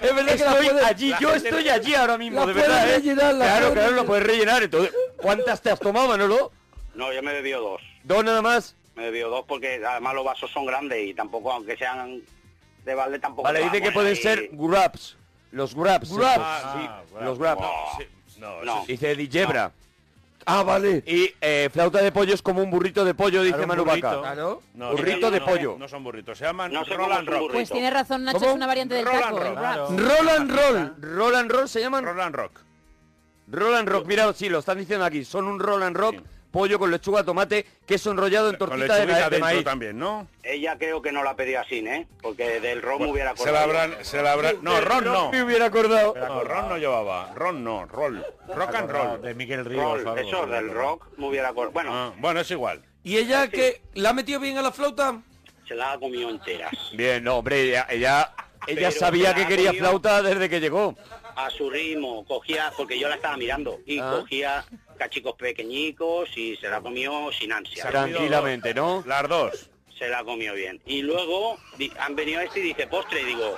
Speaker 2: Es verdad que la
Speaker 1: Estoy
Speaker 2: puedes-
Speaker 1: allí, yo estoy allí ahora mismo,
Speaker 2: la
Speaker 1: de verdad,
Speaker 2: puedes
Speaker 1: ¿eh?
Speaker 2: rellenar, la
Speaker 1: claro,
Speaker 2: puedes
Speaker 1: claro, la
Speaker 2: rellenar.
Speaker 1: puedes rellenar. Entonces, ¿cuántas te has tomado, Manolo?
Speaker 4: No, yo me bebió dos.
Speaker 1: Dos nada más.
Speaker 4: Me bebió dos porque además los vasos son grandes y tampoco, aunque sean de balde, tampoco.
Speaker 1: Vale,
Speaker 4: va,
Speaker 1: dice que
Speaker 4: bueno,
Speaker 1: pueden
Speaker 4: ahí-
Speaker 1: ser grabs. Los grabs.
Speaker 2: Grabs.
Speaker 5: Ah,
Speaker 1: sí,
Speaker 5: bravo.
Speaker 1: los grabs.
Speaker 5: No, sí, no,
Speaker 4: No.
Speaker 5: eso sí.
Speaker 1: Dice Dijebra.
Speaker 2: Ah, vale.
Speaker 1: Y eh, flauta de pollo es como un burrito de pollo, dice
Speaker 5: Claro, un
Speaker 1: Manu
Speaker 5: burrito.
Speaker 1: Vaca.
Speaker 2: Claro.
Speaker 5: No,
Speaker 1: Burrito
Speaker 5: no,
Speaker 1: de
Speaker 5: no,
Speaker 1: pollo.
Speaker 5: No son burritos, se llaman
Speaker 4: No sé cómo
Speaker 5: roll and
Speaker 4: es un
Speaker 5: roll.
Speaker 4: burrito.
Speaker 3: Pues tiene razón, Nacho,
Speaker 2: ¿Cómo?
Speaker 3: es una variante del
Speaker 5: Roll and
Speaker 3: taco. el
Speaker 5: roll,
Speaker 3: wrap.
Speaker 5: claro.
Speaker 2: Roll and roll.
Speaker 1: ¿Roll and roll se llaman?
Speaker 5: Roll and rock.
Speaker 1: Roll and rock, mira, sí, lo están diciendo aquí. Son un roll and rock, pollo con lechuga, tomate, queso enrollado en
Speaker 5: Con
Speaker 1: tortita de,
Speaker 5: lechuguita
Speaker 1: ma- de
Speaker 5: dentro
Speaker 1: maíz.
Speaker 5: también, ¿no?
Speaker 4: Ella creo que no la pedía así, ¿eh? Porque del ron hubiera
Speaker 5: Se la
Speaker 4: cortado.
Speaker 5: habrán, se la habrán. No, rock no.
Speaker 1: Me hubiera acordado.
Speaker 5: No, rock no llevaba. Rock no, roll. Rock and roll.
Speaker 6: De Miguel Ríos.
Speaker 4: Roll,
Speaker 6: o algo,
Speaker 4: eso
Speaker 6: sí,
Speaker 4: del
Speaker 6: algo.
Speaker 4: rock me hubiera cortado. Bueno,
Speaker 5: Ah, bueno, es igual.
Speaker 2: ¿Y ella que la ha metido bien a la flauta?
Speaker 4: se la ha comido enteras.
Speaker 1: Bien, no, hombre, ella, ella, ella
Speaker 4: Pero
Speaker 1: sabía
Speaker 4: la
Speaker 1: que
Speaker 4: ha
Speaker 1: quería
Speaker 4: comido.
Speaker 1: flauta desde que llegó.
Speaker 4: A su ritmo, cogía, porque yo la estaba mirando, y
Speaker 1: Ah.
Speaker 4: cogía cachicos pequeñicos y se la comió sin ansia.
Speaker 5: Se la-
Speaker 1: Tranquilamente, ¿no?
Speaker 5: Las dos.
Speaker 4: Se la comió bien. Y luego di- han venido este y dije postre, y digo,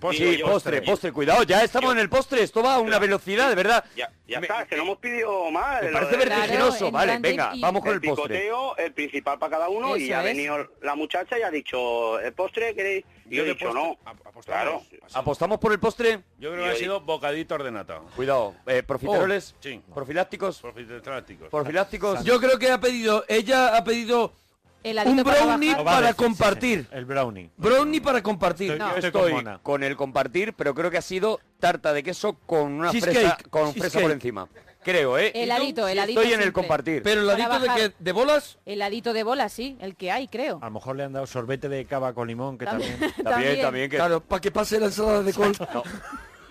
Speaker 5: postre.
Speaker 1: Sí, postre, postre, cuidado, ya estamos en el postre, esto va a una velocidad, de verdad.
Speaker 4: Ya, ya
Speaker 1: Me-
Speaker 4: está, es que no hemos pedido más.
Speaker 1: Me
Speaker 4: Lo
Speaker 1: parece
Speaker 4: del-
Speaker 1: vertiginoso,
Speaker 3: Claro,
Speaker 1: vale,
Speaker 3: entrante
Speaker 1: venga,
Speaker 3: y-
Speaker 1: vamos con
Speaker 4: el
Speaker 1: el postre.
Speaker 4: picoteo, el principal para cada uno, y
Speaker 3: Eso
Speaker 4: ha
Speaker 3: es.
Speaker 4: venido la muchacha y ha dicho, ¿el postre queréis? Y yo he
Speaker 5: de
Speaker 4: dicho,
Speaker 5: postre-
Speaker 4: no.
Speaker 5: ap-
Speaker 4: Claro.
Speaker 5: apostamos. Así.
Speaker 1: ¿Apostamos por el postre?
Speaker 5: Yo creo que ha
Speaker 4: Yo-
Speaker 5: sido bocadito ordenado.
Speaker 1: Cuidado, eh, profiteroles,
Speaker 5: Oh, sí.
Speaker 1: profilácticos,
Speaker 5: Profiterolácticos.
Speaker 1: profilácticos.
Speaker 2: Yo creo que ha pedido, ella ha pedido un brownie
Speaker 6: Lo
Speaker 3: bajar.
Speaker 6: va a
Speaker 2: para
Speaker 6: decir, sí, sí.
Speaker 2: compartir.
Speaker 6: El brownie.
Speaker 2: Brownie para compartir.
Speaker 6: No.
Speaker 1: Yo
Speaker 6: Yo estoy
Speaker 1: estoy
Speaker 6: con Mona.
Speaker 1: con el compartir, pero creo que ha sido tarta de queso con una fresa,
Speaker 2: Cheesecake,
Speaker 1: con fresa por
Speaker 2: cheesecake.
Speaker 1: encima. Creo, ¿eh?
Speaker 3: Heladito,
Speaker 1: Sí,
Speaker 3: heladito
Speaker 1: Estoy en el
Speaker 3: siempre.
Speaker 1: compartir.
Speaker 2: Pero el ladito
Speaker 3: Para
Speaker 2: de
Speaker 3: bajar.
Speaker 2: que de bolas,
Speaker 3: Heladito de bola, sí, el que hay, creo.
Speaker 6: A lo mejor le han dado sorbete de cava con limón, que también...
Speaker 3: [LAUGHS]
Speaker 1: también, también que
Speaker 2: claro, para que pase la ensalada de col.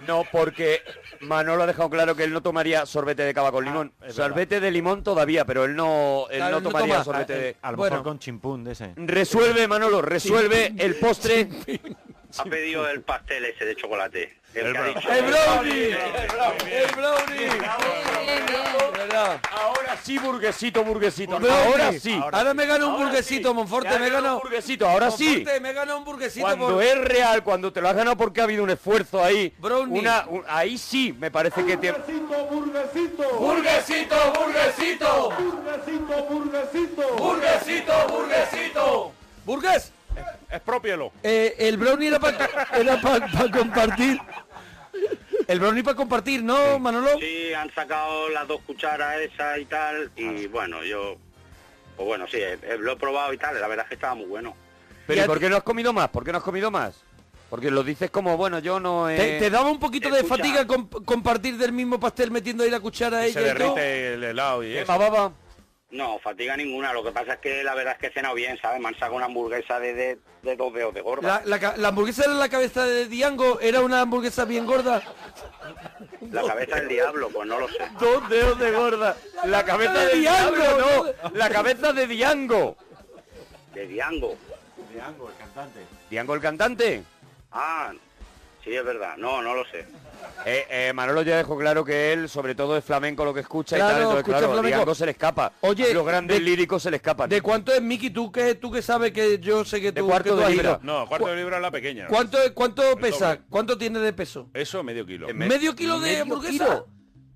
Speaker 1: no porque Manolo ha dejado claro que él no tomaría sorbete de cava con limón.
Speaker 6: Ah, es verdad.
Speaker 1: sorbete de limón todavía, pero él no él
Speaker 2: Claro,
Speaker 1: no
Speaker 2: él no
Speaker 1: tomaría
Speaker 2: toma.
Speaker 1: sorbete de
Speaker 6: eh, Ah, A lo
Speaker 2: Bueno.
Speaker 6: mejor con chimpún de ese.
Speaker 1: Resuelve Manolo, resuelve el postre.
Speaker 4: Ha pedido el pastel ese de chocolate. El, que ha dicho.
Speaker 2: ¡El [LAUGHS] brownie! ¡El brownie!
Speaker 3: Bien, bien.
Speaker 2: De verdad.
Speaker 1: Ahora sí burguesito, burguesito.
Speaker 2: Brownie.
Speaker 1: Ahora sí.
Speaker 2: Ahora me gano un burguesito, Monforte,
Speaker 1: Ya
Speaker 2: me he
Speaker 1: ganado
Speaker 2: ganado.
Speaker 1: un burguesito, ahora sí.
Speaker 2: Monforte, me he ganado un burguesito
Speaker 1: Cuando
Speaker 2: por-
Speaker 1: es
Speaker 2: [LAUGHS]
Speaker 1: real, cuando te lo has ganado porque ha habido un esfuerzo ahí.
Speaker 2: Brownie.
Speaker 1: Una, un- ahí sí, me parece que te.
Speaker 2: ¡Burguesito, burguesito! ¡Burguesito, burguesito! ¡Burguesito, burguesito! ¡Burgués!
Speaker 5: Expropielo.
Speaker 2: Eh, el brownie era para
Speaker 5: [LAUGHS]
Speaker 2: compartir. El brownie para compartir, ¿no, Manolo?
Speaker 4: Sí, han sacado las dos cucharas esas y tal,
Speaker 2: Ah.
Speaker 4: y bueno, yo... Pues bueno, sí, eh, eh, lo he probado y tal, la verdad es que estaba muy bueno.
Speaker 1: Pero
Speaker 2: Ya
Speaker 1: ¿y por
Speaker 2: te-
Speaker 1: qué no has comido más? ¿Por qué no has comido más? Porque lo dices como, bueno, yo no he...
Speaker 2: Te, te daba un poquito de
Speaker 4: escucha.
Speaker 2: fatiga comp- compartir del mismo pastel metiendo ahí la cuchara a
Speaker 5: Y se
Speaker 2: ella y tú.
Speaker 5: derrite el helado y
Speaker 1: ¿Eh,
Speaker 5: eso.
Speaker 1: bababa?
Speaker 4: No, fatiga ninguna, lo que pasa es que la verdad es que he cenado bien, ¿sabes? Me han sacado una hamburguesa de, de, de dos dedos de gorda.
Speaker 2: La, la ca- la hamburguesa era la cabeza de Diango, era una hamburguesa bien gorda.
Speaker 4: La cabeza del diablo, pues no lo sé.
Speaker 1: Dos dedos de gorda. La cabeza de Diango, no. La cabeza de Diango.
Speaker 4: De Diango.
Speaker 1: Diango el cantante.
Speaker 4: Ah, sí, es verdad. No, no lo sé.
Speaker 1: Eh, eh, Manolo ya dejó claro que él, sobre todo, es flamenco lo que escucha
Speaker 2: Claro,
Speaker 1: y tal. Entonces,
Speaker 2: escucha
Speaker 1: claro,
Speaker 2: flamenco.
Speaker 1: Diango se le escapa.
Speaker 2: Oye,
Speaker 1: los grandes
Speaker 2: de-
Speaker 1: líricos se le escapan.
Speaker 2: ¿De cuánto es Miki? ¿Tú que tú que sabes que yo sé que
Speaker 1: De
Speaker 2: tú,
Speaker 1: cuarto
Speaker 2: que tú
Speaker 1: de
Speaker 2: has
Speaker 1: libra.
Speaker 2: ido?
Speaker 5: No, cuarto de libra es la pequeña.
Speaker 2: ¿Cuánto, cuánto pesa?
Speaker 5: doble.
Speaker 2: ¿Cuánto tiene de peso?
Speaker 5: Eso, medio kilo.
Speaker 1: Eh, me-
Speaker 2: ¿Medio kilo de
Speaker 1: ¿Medio
Speaker 2: hamburguesa?
Speaker 1: kilo?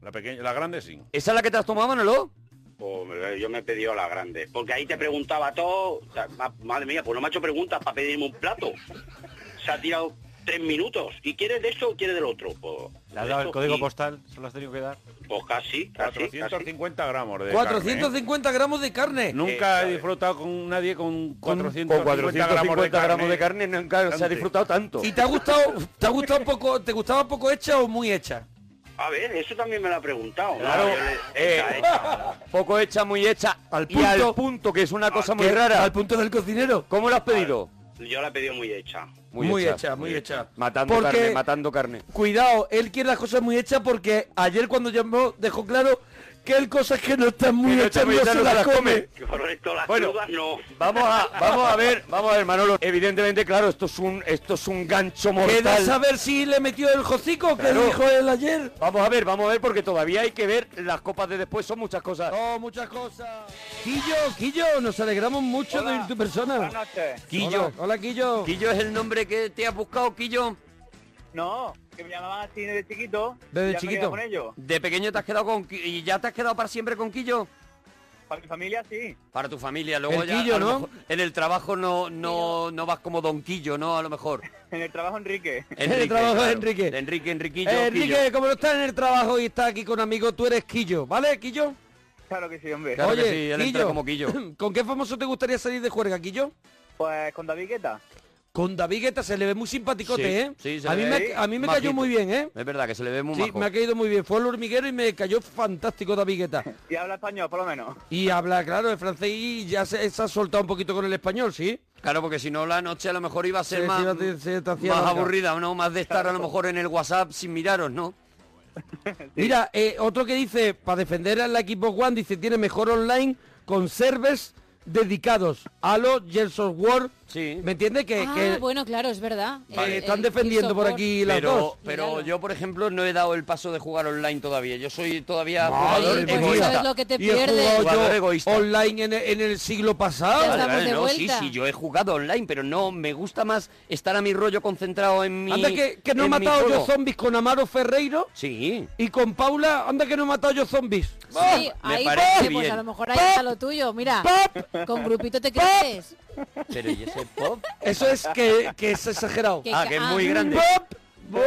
Speaker 5: La pequeña, la grande sí.
Speaker 1: ¿Esa es la que te has tomado, Manolo?
Speaker 4: Pues, eh, yo me he pedido la grande. Porque ahí te preguntaba todo. O sea, ma- Madre mía, pues no me ha hecho preguntas para pedirme un plato. Se ha tirado tres minutos. ¿Y quieres de esto o quieres del otro? Pues,
Speaker 6: ¿Le has
Speaker 4: de
Speaker 6: dado el
Speaker 4: esto
Speaker 6: código
Speaker 4: y-
Speaker 6: postal? ¿Se lo has tenido que dar?
Speaker 4: Pues casi, casi, casi.
Speaker 5: 450 gramos de carne,
Speaker 2: 450 gramos de
Speaker 5: ¿eh?
Speaker 2: carne.
Speaker 5: Nunca he disfrutado con nadie con 450,
Speaker 1: Con 450 gramos de carne, nunca se ha
Speaker 5: Bastante.
Speaker 1: disfrutado tanto.
Speaker 2: ¿Y te ha gustado, te ha gustado poco, te gustaba poco hecha o muy hecha?
Speaker 4: A ver, eso también me lo ha preguntado. ¿no?
Speaker 1: Claro,
Speaker 4: Yo le-
Speaker 1: eh,
Speaker 4: Está hecha.
Speaker 1: Poco hecha, muy hecha.
Speaker 2: Al
Speaker 1: Y al
Speaker 2: punto-
Speaker 1: punto, que es una cosa muy
Speaker 2: ¿Qué?
Speaker 1: rara.
Speaker 2: Al punto del cocinero.
Speaker 1: ¿Cómo lo has pedido?
Speaker 4: Yo la he pedido muy hecha.
Speaker 2: Muy, hecha, muy hecha.
Speaker 1: Matando
Speaker 2: Porque-
Speaker 1: carne, matando carne.
Speaker 2: Cuidado, él quiere las cosas muy hechas porque ayer cuando llamó dejó claro que él cosas que no están muy
Speaker 1: Que no
Speaker 2: hechas
Speaker 1: están muy
Speaker 2: no
Speaker 1: hechas
Speaker 2: se las come.
Speaker 4: Correcto, las
Speaker 1: Bueno.
Speaker 4: crudas no.
Speaker 1: Vamos a, vamos a ver, vamos a ver, Manolo. Evidentemente, claro, esto es un, esto es un gancho
Speaker 2: Queda
Speaker 1: mortal.
Speaker 2: saber si le metió el hocico que
Speaker 1: Claro.
Speaker 2: dijo él ayer.
Speaker 1: Vamos a ver, vamos a ver, porque todavía hay que ver las copas de después, Pues son muchas cosas.
Speaker 2: No, muchas cosas. Quillo, Quillo, nos alegramos mucho de tu persona.
Speaker 7: noches.
Speaker 1: Quillo.
Speaker 2: Hola, hola, Quillo.
Speaker 1: Quillo es el nombre que te has buscado, Quillo.
Speaker 7: No, que me llamaban así Ah, desde chiquito.
Speaker 2: Desde
Speaker 7: y ya me
Speaker 2: chiquito.
Speaker 7: quedé con ellos.
Speaker 1: De pequeño te has quedado con Qui- y ya te has quedado para siempre con Quillo.
Speaker 7: Para mi familia sí.
Speaker 1: Para tu familia, luego
Speaker 2: El
Speaker 1: ya
Speaker 2: Quillo,
Speaker 1: a lo
Speaker 2: ¿no?
Speaker 1: mejor en el trabajo no no no vas como Don Quillo, ¿no? A lo mejor.
Speaker 7: [LAUGHS] En el trabajo Enrique.
Speaker 1: En
Speaker 2: trabajo de Enrique.
Speaker 1: Enrique, Enriquillo.
Speaker 2: Eh, Enrique,
Speaker 1: Quillo.
Speaker 2: como no estás en el trabajo y estás aquí con amigos, tú eres Quillo, ¿vale, Quillo?
Speaker 7: Claro que sí, hombre.
Speaker 1: Claro que
Speaker 2: Oye,
Speaker 1: sí, él entra
Speaker 2: Quillo.
Speaker 1: como Quillo.
Speaker 2: [CLEARS THROAT] ¿Con qué famoso te gustaría salir de juerga, Quillo?
Speaker 7: Pues con David Guetta.
Speaker 2: Con David Guetta se le ve muy simpaticote,
Speaker 1: Sí,
Speaker 2: ¿eh?
Speaker 1: sí, se
Speaker 2: a,
Speaker 1: le
Speaker 2: mí
Speaker 1: ve
Speaker 2: me, a mí me
Speaker 1: majito.
Speaker 2: cayó muy bien, ¿eh?
Speaker 1: Es verdad que se le ve muy
Speaker 2: Sí,
Speaker 1: majo.
Speaker 2: me ha caído muy bien. Fue al hormiguero y me cayó fantástico David Guetta.
Speaker 7: Y [LAUGHS] habla español, por lo menos.
Speaker 2: Y habla, claro, el francés y ya se, se ha soltado un poquito con el español, ¿sí?
Speaker 1: Claro, porque si no la noche a lo mejor iba a ser
Speaker 2: Se-
Speaker 1: más,
Speaker 2: se iba a- se te hacía
Speaker 1: más
Speaker 2: larga.
Speaker 1: aburrida, ¿no? Más de estar a lo mejor en el WhatsApp sin miraros, ¿no?
Speaker 2: Mira, eh, otro que dice, para defender al equipo One, dice, tiene mejor online con servers dedicados. Halo, Gears of War,
Speaker 1: Sí.
Speaker 2: ¿Me entiendes?
Speaker 1: Eh,
Speaker 2: Que,
Speaker 3: ah,
Speaker 2: que-
Speaker 3: bueno, claro, es verdad.
Speaker 2: que
Speaker 3: El-
Speaker 2: están
Speaker 3: el
Speaker 2: defendiendo por
Speaker 3: softball.
Speaker 2: aquí las dos.
Speaker 1: Pero, pero
Speaker 3: Claro.
Speaker 1: yo, por ejemplo, no he dado el paso de jugar online todavía. Yo soy todavía
Speaker 2: Madre
Speaker 1: jugador
Speaker 2: mía.
Speaker 3: pues eso
Speaker 1: egoísta.
Speaker 3: es lo que te
Speaker 2: y he
Speaker 3: pierdes.
Speaker 2: jugado
Speaker 1: Jugador
Speaker 2: yo
Speaker 1: egoísta.
Speaker 2: online en el, en el siglo
Speaker 3: Ya
Speaker 2: pasado.
Speaker 3: está. estamos de
Speaker 1: Ah, no, sí,
Speaker 3: vuelta.
Speaker 1: sí, yo he jugado online, pero no, me gusta más estar a mi rollo concentrado en mi...
Speaker 2: Anda que, que no he
Speaker 1: en mi
Speaker 2: matado yo
Speaker 1: juego.
Speaker 2: zombies con Amaro Ferreiro
Speaker 1: Sí,
Speaker 2: y con Paula. Anda que no he matado yo zombies.
Speaker 3: Sí,
Speaker 1: Me
Speaker 3: ahí
Speaker 1: parece
Speaker 3: pues, pues
Speaker 1: bien.
Speaker 3: a lo mejor ahí está lo tuyo. Mira, con grupito te creces.
Speaker 1: pero ¿y ese pop?
Speaker 2: Eso es que, que es exagerado.
Speaker 3: Que-
Speaker 1: Ah, que es
Speaker 3: ah,
Speaker 1: muy
Speaker 3: mm.
Speaker 1: grande.
Speaker 2: Pop, bo,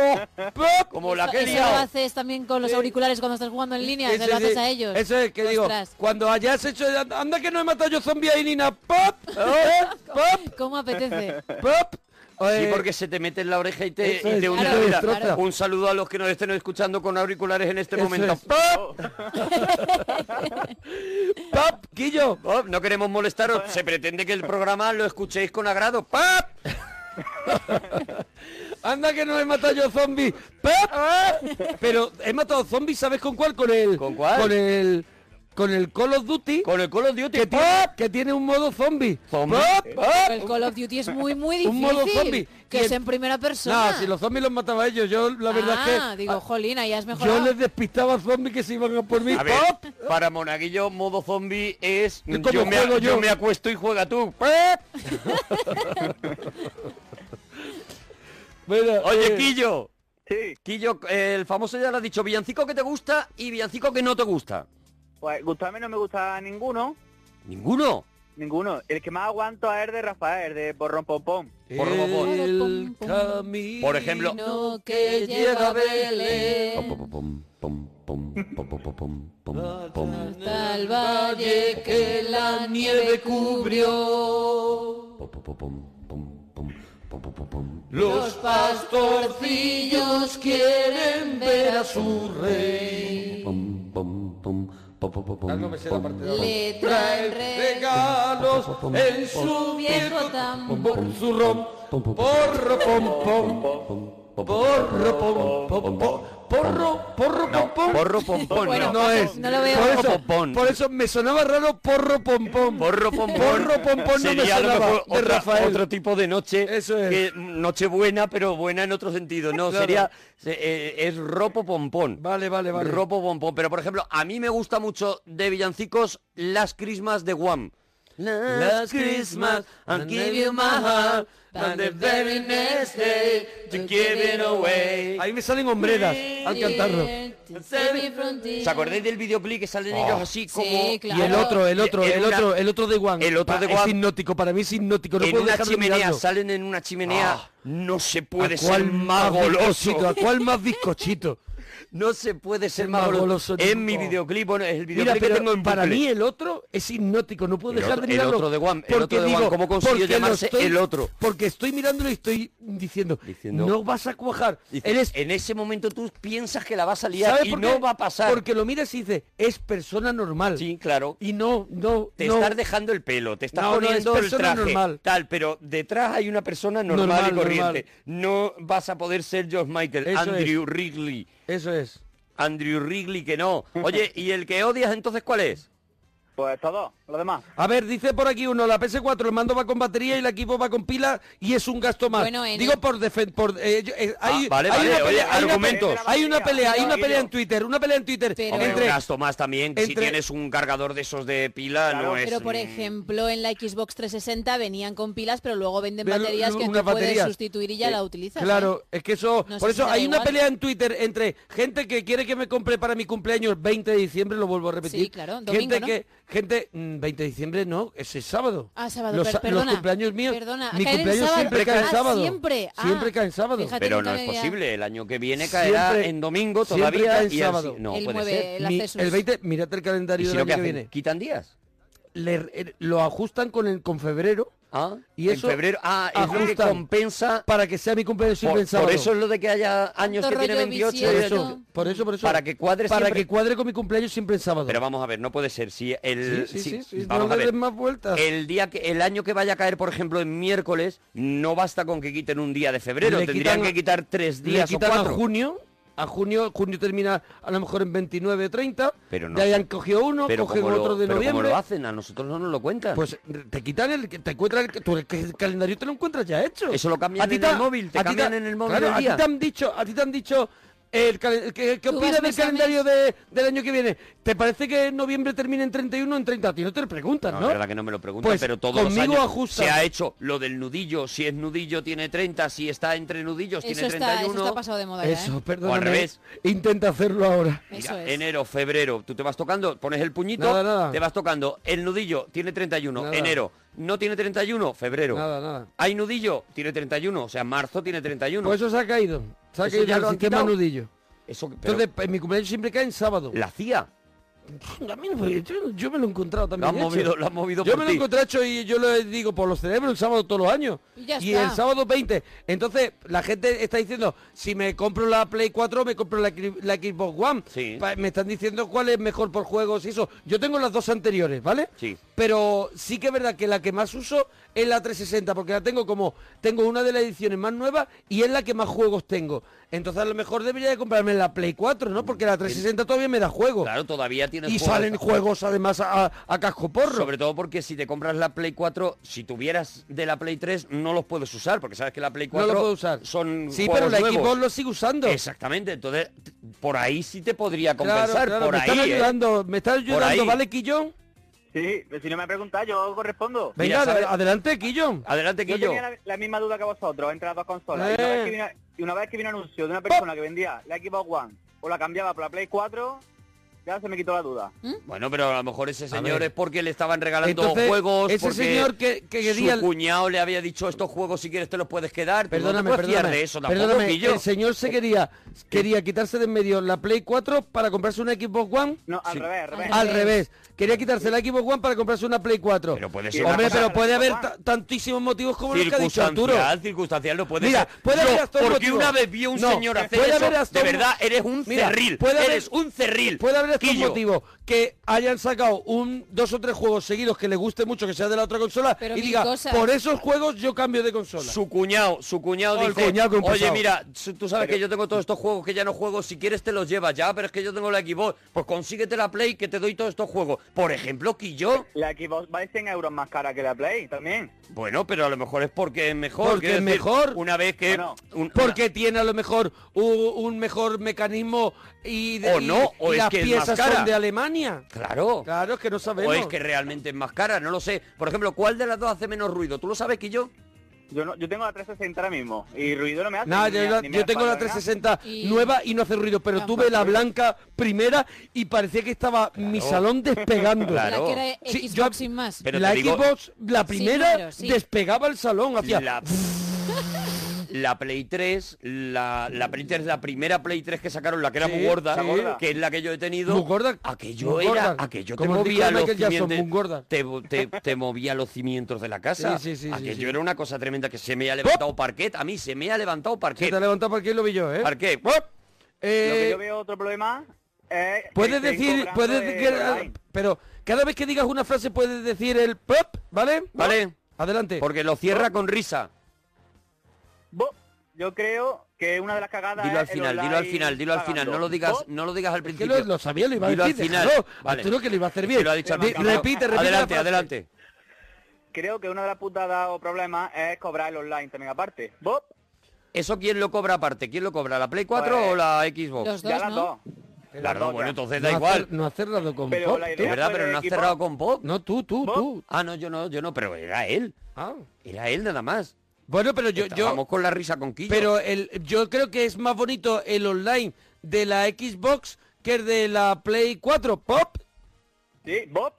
Speaker 2: pop.
Speaker 1: Como la
Speaker 3: Eso-
Speaker 1: que he
Speaker 3: eso
Speaker 1: liado.
Speaker 3: lo haces también con los auriculares cuando estás jugando en línea, se
Speaker 2: Ese
Speaker 3: lo haces
Speaker 2: sí,
Speaker 3: a ellos.
Speaker 2: Eso es que
Speaker 3: Ostras,
Speaker 2: digo, cuando hayas hecho... Anda que no he matado yo zombies ahí ni nada. Pop, [LAUGHS] pop, pop,
Speaker 3: [LAUGHS] ¿Cómo
Speaker 2: [LAUGHS]
Speaker 3: apetece?
Speaker 2: pop.
Speaker 1: Sí,
Speaker 2: Eh,
Speaker 1: porque se te mete en la oreja y te,
Speaker 2: eso
Speaker 1: y
Speaker 2: es,
Speaker 1: te hunde
Speaker 3: claro,
Speaker 1: la vida.
Speaker 2: claro.
Speaker 1: Un saludo a los que nos estén escuchando con auriculares en este
Speaker 2: Eso
Speaker 1: momento.
Speaker 2: es. Oh. pop, Guillo.
Speaker 1: [LAUGHS] Pop, Oh, no queremos molestaros. Se pretende que el programa lo escuchéis con agrado. ¡Pap!
Speaker 2: [LAUGHS] Anda que no he matado yo zombies.
Speaker 1: [LAUGHS]
Speaker 2: ¡Pap! Pero he matado zombies, ¿sabes con cuál? Con el.
Speaker 1: ¿Con cuál?
Speaker 2: Con el. Con el Call of Duty.
Speaker 1: Con el Call of Duty.
Speaker 2: que, tiene, que tiene un modo zombie.
Speaker 1: Zombie. Eh,
Speaker 2: ¡Pap! ¡Pap!
Speaker 3: El Call of Duty es muy, muy difícil.
Speaker 2: Un modo zombie.
Speaker 3: Que
Speaker 2: Y
Speaker 3: es
Speaker 2: el-
Speaker 3: en primera persona.
Speaker 2: Nah, si los zombies los mataba ellos, yo la verdad
Speaker 3: ah,
Speaker 2: es que.
Speaker 3: digo, jolín, ahí has mejorado.
Speaker 2: yo les despistaba zombies que se iban a por mí.
Speaker 1: A ver,
Speaker 2: ¡Pap!
Speaker 1: para Monaguillo, modo zombie es
Speaker 2: ¿Y cómo
Speaker 1: yo me,
Speaker 2: juego
Speaker 1: yo?
Speaker 2: yo?
Speaker 1: me acuesto y juega tú.
Speaker 2: ¡Pap! Mira,
Speaker 1: Oye,
Speaker 2: eh,
Speaker 1: Quillo.
Speaker 7: Sí,
Speaker 1: Quillo, eh, el famoso ya lo has dicho, villancico que te gusta y villancico que no te gusta.
Speaker 7: pues gustarme no me gusta ninguno.
Speaker 1: ¿Ninguno?
Speaker 7: Ninguno. El que más aguanto es el de Rafael, de Porrón Pompón.
Speaker 1: por favor.
Speaker 2: El
Speaker 3: Por
Speaker 2: camino.
Speaker 1: Por ejemplo,
Speaker 3: No, que llega a Belén hasta el valle que la nieve cubrió. Los pastorcillos quieren ver a su rey.
Speaker 2: Ah, no me sé la parte de ahora.
Speaker 3: Le
Speaker 2: Trae
Speaker 3: traen
Speaker 2: regalos en su
Speaker 3: viejo
Speaker 2: viejo
Speaker 3: tambor.
Speaker 2: zurrón. Porro pom pom. Porro pom pom. pom. Porro, porro pom pom.
Speaker 1: Porro pompón.
Speaker 3: Bueno,
Speaker 1: no.
Speaker 2: No es.
Speaker 3: No lo veo.
Speaker 2: Por eso,
Speaker 1: Porro pompón.
Speaker 2: por eso me sonaba raro porro pom pom.
Speaker 1: Porro pompón.
Speaker 2: Porro pompón no me
Speaker 1: Sería a lo
Speaker 2: sonaba,
Speaker 1: mejor
Speaker 2: de
Speaker 1: otra-
Speaker 2: Rafael.
Speaker 1: otro tipo de noche.
Speaker 2: Eso es.
Speaker 1: que, mm, noche buena, pero buena en otro sentido. No,
Speaker 2: Claro.
Speaker 1: sería... se- eh, es ropo pompón.
Speaker 2: Vale, vale, vale.
Speaker 1: Ropo pompón. Pero, por ejemplo, a mí me gusta mucho de villancicos las crismas de Guam.
Speaker 2: Last Christmas, I gave you my heart, and the very next day,
Speaker 1: you give it away.
Speaker 2: Ahí me salen hombreras al cantarlo.
Speaker 1: ¿Os acordáis del videoclip que salen ellos así como...
Speaker 2: Y el
Speaker 3: Oh. Claro.
Speaker 2: otro, el otro,
Speaker 1: En
Speaker 2: Oh. el
Speaker 1: una-
Speaker 2: otro, el otro de Juan.
Speaker 1: El otro de
Speaker 2: Es
Speaker 1: Juan.
Speaker 2: hipnótico, para mí es hipnótico. No
Speaker 1: en
Speaker 2: puedo
Speaker 1: una
Speaker 2: dejar de
Speaker 1: chimenea,
Speaker 2: mirarlo.
Speaker 1: salen en una chimenea,
Speaker 2: Ah.
Speaker 1: no se puede
Speaker 2: ¿A
Speaker 1: ser
Speaker 2: cuál
Speaker 1: más
Speaker 2: bizcochito? ¿A
Speaker 1: goloso.
Speaker 2: cuál más bizcochito?
Speaker 1: [LAUGHS] No se puede ser
Speaker 2: Ser
Speaker 1: más
Speaker 2: más
Speaker 1: goloso.
Speaker 2: goloso
Speaker 1: En mi
Speaker 2: nunca.
Speaker 1: videoclip, bueno, es el
Speaker 2: Mira,
Speaker 1: videoclip que tengo
Speaker 2: pero
Speaker 1: en
Speaker 2: para
Speaker 1: bucle.
Speaker 2: mí el otro es hipnótico, no puedo
Speaker 1: El
Speaker 2: dejar
Speaker 1: otro-
Speaker 2: de
Speaker 1: el
Speaker 2: mirarlo.
Speaker 1: otro de Juan, el
Speaker 2: porque
Speaker 1: otro de Juan,
Speaker 2: digo,
Speaker 1: ¿cómo consiguió
Speaker 2: porque lo
Speaker 1: llamarse
Speaker 2: estoy-
Speaker 1: el otro?
Speaker 2: Porque estoy mirándolo y estoy diciendo,
Speaker 1: Diciendo-
Speaker 2: no vas a cuajar.
Speaker 1: Dice,
Speaker 2: Eres
Speaker 1: En ese momento tú piensas que la vas a liar
Speaker 2: ¿sabes
Speaker 1: y
Speaker 2: por
Speaker 1: no
Speaker 2: qué?
Speaker 1: va a pasar.
Speaker 2: Porque lo miras y dices, es persona normal.
Speaker 1: Sí, claro.
Speaker 2: Y no, no,
Speaker 1: Te
Speaker 2: no.
Speaker 1: estás dejando el pelo, te estás
Speaker 2: No, no, es
Speaker 1: poniendo el
Speaker 2: persona
Speaker 1: traje,
Speaker 2: normal.
Speaker 1: tal, pero detrás hay una persona normal,
Speaker 2: Normal,
Speaker 1: y corriente. No vas a poder ser George Michael,
Speaker 2: Eso es.
Speaker 1: Andrew Wrigley,
Speaker 2: Eso es.
Speaker 1: Andrew Wrigley que no. Oye, ¿y el que odias entonces cuál es?
Speaker 7: Pues todos, los demás.
Speaker 2: A ver, dice por aquí uno, la PS4, el mando va con batería y el equipo va con pila y es un gasto más.
Speaker 3: Bueno, en
Speaker 2: Digo
Speaker 3: el-
Speaker 2: por defen- por eh, yo- eh,
Speaker 1: Ah,
Speaker 2: hay,
Speaker 1: vale,
Speaker 2: hay
Speaker 1: vale,
Speaker 2: una pelea,
Speaker 1: oye,
Speaker 2: hay una
Speaker 1: argumentos.
Speaker 2: pelea- hay una pelea, hay una pelea en Twitter, una pelea en Twitter
Speaker 3: Pero-
Speaker 1: Hombre,
Speaker 2: entre
Speaker 1: un gasto más también. Si
Speaker 2: entre-
Speaker 1: tienes un cargador de esos de pila, no
Speaker 7: Claro.
Speaker 1: es...
Speaker 3: Pero por
Speaker 1: mm,
Speaker 3: ejemplo en la Xbox 360 venían con pilas, pero luego venden
Speaker 2: Vean
Speaker 3: baterías que tú
Speaker 2: una batería.
Speaker 3: puedes sustituir y ya la utilizas. ¿eh?
Speaker 2: Claro, es que eso,
Speaker 3: No sé
Speaker 2: por
Speaker 3: si
Speaker 2: eso
Speaker 3: te da
Speaker 2: hay una
Speaker 3: igual.
Speaker 2: pelea en Twitter entre gente que quiere que me compre para mi cumpleaños 20 de diciembre, lo vuelvo a repetir.
Speaker 3: Sí, claro, domingo,
Speaker 2: gente
Speaker 3: ¿no?
Speaker 2: que gente mm, 20 de diciembre no, ese es sábado.
Speaker 3: Ah, sábado,
Speaker 2: Los,
Speaker 3: per-
Speaker 2: sa- los
Speaker 3: perdona.
Speaker 2: cumpleaños míos,
Speaker 3: Perdona,
Speaker 2: mi
Speaker 3: caer en
Speaker 2: cumpleaños
Speaker 3: sábado.
Speaker 2: siempre cae en
Speaker 3: Ah,
Speaker 2: sábado.
Speaker 3: siempre, ah.
Speaker 2: Siempre cae en sábado.
Speaker 3: Fíjate.
Speaker 1: Pero no
Speaker 3: nunca
Speaker 1: es
Speaker 3: me había-
Speaker 1: posible. El año que viene caerá
Speaker 2: Siempre-
Speaker 1: en domingo
Speaker 2: siempre
Speaker 1: todavía.
Speaker 2: cae en
Speaker 1: y así-
Speaker 2: sábado.
Speaker 1: No,
Speaker 3: Él
Speaker 1: puede
Speaker 3: mueve
Speaker 1: ser.
Speaker 3: el
Speaker 2: Mi-
Speaker 3: accesus.
Speaker 2: el 20, mirad el
Speaker 1: ¿Y
Speaker 2: calendario
Speaker 1: si
Speaker 2: del
Speaker 1: lo
Speaker 2: año
Speaker 1: que
Speaker 2: que
Speaker 1: hacen?
Speaker 2: viene.
Speaker 1: ¿Quitan días?
Speaker 2: Le- eh, lo ajustan con el con febrero
Speaker 1: ¿Ah?
Speaker 2: Y eso
Speaker 1: en febrero. Ah, es lo que
Speaker 2: ajustan.
Speaker 1: compensa...
Speaker 2: para que sea mi cumpleaños
Speaker 1: Por,
Speaker 2: siempre en sábado.
Speaker 1: por eso es lo de que haya años que
Speaker 3: Tanto
Speaker 1: tiene
Speaker 3: rollo
Speaker 1: 28 y
Speaker 2: por
Speaker 3: vicioso.
Speaker 1: otros-
Speaker 2: eso, por eso, por eso.
Speaker 1: Para que cuadre
Speaker 2: para
Speaker 1: siempre-
Speaker 2: que cuadre con mi cumpleaños siempre en sábado.
Speaker 1: Pero vamos a ver, no puede ser. Si el,
Speaker 2: sí, sí,
Speaker 1: si-
Speaker 2: sí, sí,
Speaker 1: vamos
Speaker 2: no
Speaker 1: a
Speaker 2: le
Speaker 1: ver.
Speaker 2: des más vueltas.
Speaker 1: El día que el año que vaya a caer, por ejemplo, en miércoles, no basta con que quiten un día de febrero,
Speaker 2: Le
Speaker 1: tendrían
Speaker 2: quitan-
Speaker 1: que quitar tres
Speaker 2: Le
Speaker 1: días o
Speaker 2: quitan a
Speaker 1: cuatro.
Speaker 2: junio a junio. Junio termina a lo mejor en 29, 30.
Speaker 1: Pero no
Speaker 2: de ahí
Speaker 1: sé.
Speaker 2: han cogido uno,
Speaker 1: Pero
Speaker 2: cogen
Speaker 1: como lo-
Speaker 2: otro de
Speaker 1: pero como
Speaker 2: noviembre.
Speaker 1: lo hacen, a nosotros no nos lo cuentan.
Speaker 2: Pues te quitan el, te encuentras el, tú el, el calendario te lo encuentras ya hecho.
Speaker 1: Eso lo cambian
Speaker 2: ti
Speaker 1: en
Speaker 2: te-
Speaker 1: el móvil, te
Speaker 2: a ti
Speaker 1: cambian en el móvil
Speaker 2: Claro,
Speaker 1: el
Speaker 2: a ti
Speaker 1: día.
Speaker 2: te han dicho, a ti te han dicho el, calen- el que- ¿Qué
Speaker 3: Tú
Speaker 2: opinas
Speaker 3: vas
Speaker 2: del
Speaker 3: mes a
Speaker 2: calendario de- del año que viene? ¿Te parece que en noviembre termine en 31 o en 30? A ti no te lo preguntan,
Speaker 1: No,
Speaker 2: ¿no?
Speaker 1: es verdad que no me lo preguntan,
Speaker 2: Pues
Speaker 1: pero todos los
Speaker 2: conmigo
Speaker 1: años
Speaker 2: ajusta.
Speaker 1: se ha hecho lo del nudillo. Si es nudillo tiene 30, si está entre nudillos
Speaker 3: Eso
Speaker 1: tiene
Speaker 3: está,
Speaker 1: 31.
Speaker 3: eso está pasado de moda ya, ¿eh?
Speaker 2: Eso, perdóname.
Speaker 1: revés.
Speaker 2: Intenta hacerlo ahora.
Speaker 1: Mira,
Speaker 3: Eso es.
Speaker 1: enero, febrero, tú te vas tocando, pones el puñito,
Speaker 2: Nada, nada.
Speaker 1: te vas tocando. El nudillo tiene 31,
Speaker 2: Nada.
Speaker 1: enero. No tiene 31, febrero.
Speaker 2: Nada, nada.
Speaker 1: Hay nudillo, tiene 31, o sea, marzo tiene 31.
Speaker 2: Pues eso se ha caído. Se ha
Speaker 1: Eso
Speaker 2: caído
Speaker 1: ya
Speaker 2: el
Speaker 1: lo han
Speaker 2: sistema
Speaker 1: quitado.
Speaker 2: nudillo.
Speaker 1: Eso que- pero
Speaker 2: Entonces, en mi cumpleaños siempre cae en sábado.
Speaker 1: la CIA
Speaker 2: A mí no, yo, yo me lo he encontrado
Speaker 1: lo
Speaker 2: también.
Speaker 1: han
Speaker 2: hecho.
Speaker 1: movido, lo han movido
Speaker 2: Yo
Speaker 1: por
Speaker 2: me lo
Speaker 1: ti.
Speaker 2: encontré hecho y yo le digo, por los celebro el sábado todos los años.
Speaker 3: Y ya
Speaker 2: y
Speaker 3: está.
Speaker 2: el sábado 20. Entonces, la gente está diciendo, si me compro la Play 4 me compro la, Cri- la Xbox One.
Speaker 1: Sí.
Speaker 2: Pa- Me están diciendo cuál es mejor por juegos y eso. Yo tengo las dos anteriores, ¿vale?
Speaker 1: Sí.
Speaker 2: Pero sí que es verdad que la que más uso es la 360, porque la tengo como, tengo una de las ediciones más nuevas y es la que más juegos tengo. Entonces a lo mejor debería de comprarme la Play 4, ¿no? Porque la 360 todavía me da juego.
Speaker 1: Claro, todavía tiene
Speaker 2: y salen juegos además a, a casco porro.
Speaker 1: Sobre todo porque si te compras la Play 4, si tuvieras de la Play 3, no los puedes usar, porque sabes que la Play 4
Speaker 2: no lo puedo usar.
Speaker 1: son
Speaker 2: sí,
Speaker 1: juegos
Speaker 2: pero la
Speaker 1: nuevos.
Speaker 2: Xbox lo sigue usando.
Speaker 1: Exactamente, entonces t- por ahí sí te podría
Speaker 2: Claro,
Speaker 1: compensar,
Speaker 2: claro,
Speaker 1: por
Speaker 2: me
Speaker 1: ahí.
Speaker 2: están
Speaker 1: ¿eh?
Speaker 2: ayudando, me están ayudando,
Speaker 1: ahí.
Speaker 2: ¿vale, Quillón?
Speaker 7: Sí, pero si no me preguntáis, yo correspondo.
Speaker 1: Mira,
Speaker 2: Venga,
Speaker 1: ¿sabes?
Speaker 2: adelante, Quillón.
Speaker 1: Adelante,
Speaker 7: Yo
Speaker 1: Quillo.
Speaker 7: tenía la, la misma duda que vosotros entre las dos consolas. Y, una
Speaker 2: Eh.
Speaker 7: vez que vino, y una vez que vino un anuncio de una persona que vendía la Xbox One o la cambiaba por la Play 4, ya se me quitó la duda.
Speaker 1: Bueno, pero a lo mejor ese señor
Speaker 2: ver.
Speaker 1: es porque le estaban regalando
Speaker 2: Entonces,
Speaker 1: juegos,
Speaker 2: ese
Speaker 1: porque
Speaker 2: señor que- que quería-
Speaker 1: su cuñado le había dicho estos juegos si quieres te los puedes quedar. Tú
Speaker 2: Perdóname,
Speaker 1: no te puedes fiar
Speaker 2: perdóname.
Speaker 1: de eso tampoco,
Speaker 2: perdóname,
Speaker 1: Quillo.
Speaker 2: el señor se quería quería quitarse de en medio la Play 4 para comprarse una Xbox One.
Speaker 7: No, al revés, al revés.
Speaker 3: Al revés.
Speaker 2: Al revés, quería quitarse la Xbox One para comprarse una Play 4.
Speaker 1: Pero puede ser una
Speaker 2: Hombre,
Speaker 1: cosa-
Speaker 2: pero puede haber ta- tantísimos motivos como los que ha dicho Arturo.
Speaker 1: Circunstancial, circunstancial no puede
Speaker 2: Mira,
Speaker 1: ser.
Speaker 2: puede
Speaker 1: Yo,
Speaker 2: haber hasta un
Speaker 1: porque
Speaker 2: motivo.
Speaker 1: una vez vi a un
Speaker 2: No,
Speaker 1: señor hacer
Speaker 2: puede
Speaker 1: eso,
Speaker 2: haber hasta
Speaker 1: de
Speaker 2: un-
Speaker 1: verdad, eres un
Speaker 2: Mira,
Speaker 1: cerril,
Speaker 2: puede haber-
Speaker 1: eres un cerril.
Speaker 2: Puede haber hasta un
Speaker 1: Quillo.
Speaker 2: motivo que hayan sacado un dos o tres juegos seguidos que le guste mucho, que sea de la otra consola,
Speaker 3: Pero
Speaker 2: y
Speaker 3: mil
Speaker 2: diga,
Speaker 3: cosas.
Speaker 2: por esos juegos yo cambio de consola.
Speaker 1: Su cuñado, su cuñado
Speaker 2: O el
Speaker 1: dice,
Speaker 2: cuñado que un
Speaker 1: oye,
Speaker 2: pesado".
Speaker 1: mira, su- tú sabes que yo tengo todos estos juegos que ya no juego, si quieres te los llevas ya, pero es que yo tengo la Xbox, pues consíguete la Play que te doy todos estos juegos. Por ejemplo, Quillo,
Speaker 7: La Xbox vale 100 euros más cara que la Play también.
Speaker 1: bueno, pero a lo mejor es porque es mejor.
Speaker 2: Porque
Speaker 1: quiero
Speaker 2: es
Speaker 1: decir,
Speaker 2: mejor.
Speaker 1: Una vez que...
Speaker 7: Bueno,
Speaker 1: un-
Speaker 2: Porque tiene a lo mejor u- un, mejor mecanismo y, de-
Speaker 1: O
Speaker 2: y-
Speaker 1: no, o
Speaker 2: y
Speaker 1: es
Speaker 2: las
Speaker 1: que es
Speaker 2: piezas
Speaker 1: más cara.
Speaker 2: son de Alemania.
Speaker 1: Claro.
Speaker 2: Claro, es que no sabemos.
Speaker 1: O es que realmente es más cara, no lo sé. Por ejemplo, ¿cuál de las dos hace menos ruido? ¿Tú lo sabes, Quillo?
Speaker 7: Yo no, yo tengo la 360 ahora mismo y ruido no me hace.
Speaker 2: Nada,
Speaker 7: ni
Speaker 2: yo,
Speaker 7: me-
Speaker 2: la-
Speaker 7: ni me
Speaker 2: yo
Speaker 7: da
Speaker 2: tengo la
Speaker 7: espalda, ni nada.
Speaker 2: 360
Speaker 3: Y-
Speaker 2: nueva y no hace ruido, pero
Speaker 3: Tampoco.
Speaker 2: tuve la blanca primera y parecía que estaba mi salón despegando.
Speaker 1: Claro.
Speaker 3: La que era
Speaker 2: Sí,
Speaker 3: Xbox
Speaker 2: yo-
Speaker 3: sin más.
Speaker 1: Pero
Speaker 2: la
Speaker 1: te digo-
Speaker 2: Xbox, la primera,
Speaker 3: números, sí.
Speaker 2: despegaba el salón, hacía...
Speaker 1: La, la Play 3, la, la Play 3, la primera Play 3 que sacaron, la que era
Speaker 2: Sí,
Speaker 1: muy gorda,
Speaker 2: sí.
Speaker 1: que es la que yo he tenido.
Speaker 2: Muy gorda,
Speaker 1: Aquello
Speaker 2: muy
Speaker 1: era,
Speaker 2: gorda.
Speaker 1: aquello te
Speaker 2: Como dijo
Speaker 1: movía los
Speaker 2: Michael Jackson,
Speaker 1: cimientos.
Speaker 2: muy gorda.
Speaker 1: Te, te- te movía los cimientos de la casa.
Speaker 2: Sí, sí, sí, sí,
Speaker 1: aquello
Speaker 2: sí.
Speaker 1: era una cosa tremenda que se me ha levantado parquet. A mí se me ha levantado
Speaker 2: Se
Speaker 1: parquet.
Speaker 2: te ha levantado porque lo vi yo, ¿eh?
Speaker 1: Parquet.
Speaker 2: Eh,
Speaker 7: Lo que yo veo otro problema es... que
Speaker 2: Puedes
Speaker 7: estén
Speaker 2: decir,
Speaker 7: cobrando
Speaker 2: puedes
Speaker 7: de-
Speaker 2: que-
Speaker 7: online.
Speaker 2: pero cada vez que digas una frase puedes decir el pop, ¿vale?
Speaker 1: ¿Vale?
Speaker 2: Adelante.
Speaker 1: Porque lo cierra con risa.
Speaker 7: Bo- Yo creo que una de las cagadas
Speaker 1: Dilo al
Speaker 7: es el
Speaker 1: final, dilo al
Speaker 7: online
Speaker 1: final, dilo al final. No
Speaker 7: pagando.
Speaker 1: lo digas,
Speaker 7: Bo-
Speaker 1: no lo digas al
Speaker 2: que
Speaker 1: principio.
Speaker 2: lo, lo sabía, lo iba a
Speaker 1: Dilo
Speaker 2: decir.
Speaker 1: al
Speaker 7: [LAUGHS]
Speaker 1: final.
Speaker 2: déjalo.
Speaker 1: Vale.
Speaker 2: Arturo, que lo iba a hacer
Speaker 1: Es que
Speaker 2: bien.
Speaker 1: lo ha dicho
Speaker 2: Di-
Speaker 1: Armando.
Speaker 2: repite, repite.
Speaker 1: Adelante,
Speaker 2: la frase.
Speaker 1: adelante.
Speaker 7: Creo que una de las putadas o problemas es cobrar el online también aparte. Bob,
Speaker 1: ¿Eso quién lo cobra aparte? ¿Quién lo cobra? ¿La Play 4
Speaker 7: Pues-
Speaker 1: o la Xbox?
Speaker 3: Los
Speaker 7: ya
Speaker 3: dos,
Speaker 7: las
Speaker 3: ¿no?
Speaker 7: dos.
Speaker 1: Claro,
Speaker 7: dos,
Speaker 1: bueno,
Speaker 7: ya.
Speaker 1: entonces da
Speaker 2: No ha
Speaker 1: igual.
Speaker 2: cer- no ha cerrado con
Speaker 7: Pero
Speaker 2: pop,
Speaker 7: la
Speaker 2: tú.
Speaker 1: De
Speaker 7: idea-
Speaker 1: verdad,
Speaker 7: fue
Speaker 1: pero
Speaker 7: de
Speaker 1: no has
Speaker 7: equipo.
Speaker 1: cerrado con Pop.
Speaker 2: No, tú, tú,
Speaker 7: ¿Vos?
Speaker 2: tú.
Speaker 1: Ah, no, yo no, yo no, pero era él.
Speaker 2: Ah.
Speaker 1: Era él nada más.
Speaker 2: Bueno, pero yo,
Speaker 1: Estábamos
Speaker 2: yo,
Speaker 1: con la risa con Quillo.
Speaker 2: pero el, yo creo que es más bonito el online de la Xbox que el de la Play 4. Pop.
Speaker 7: Sí, Bob.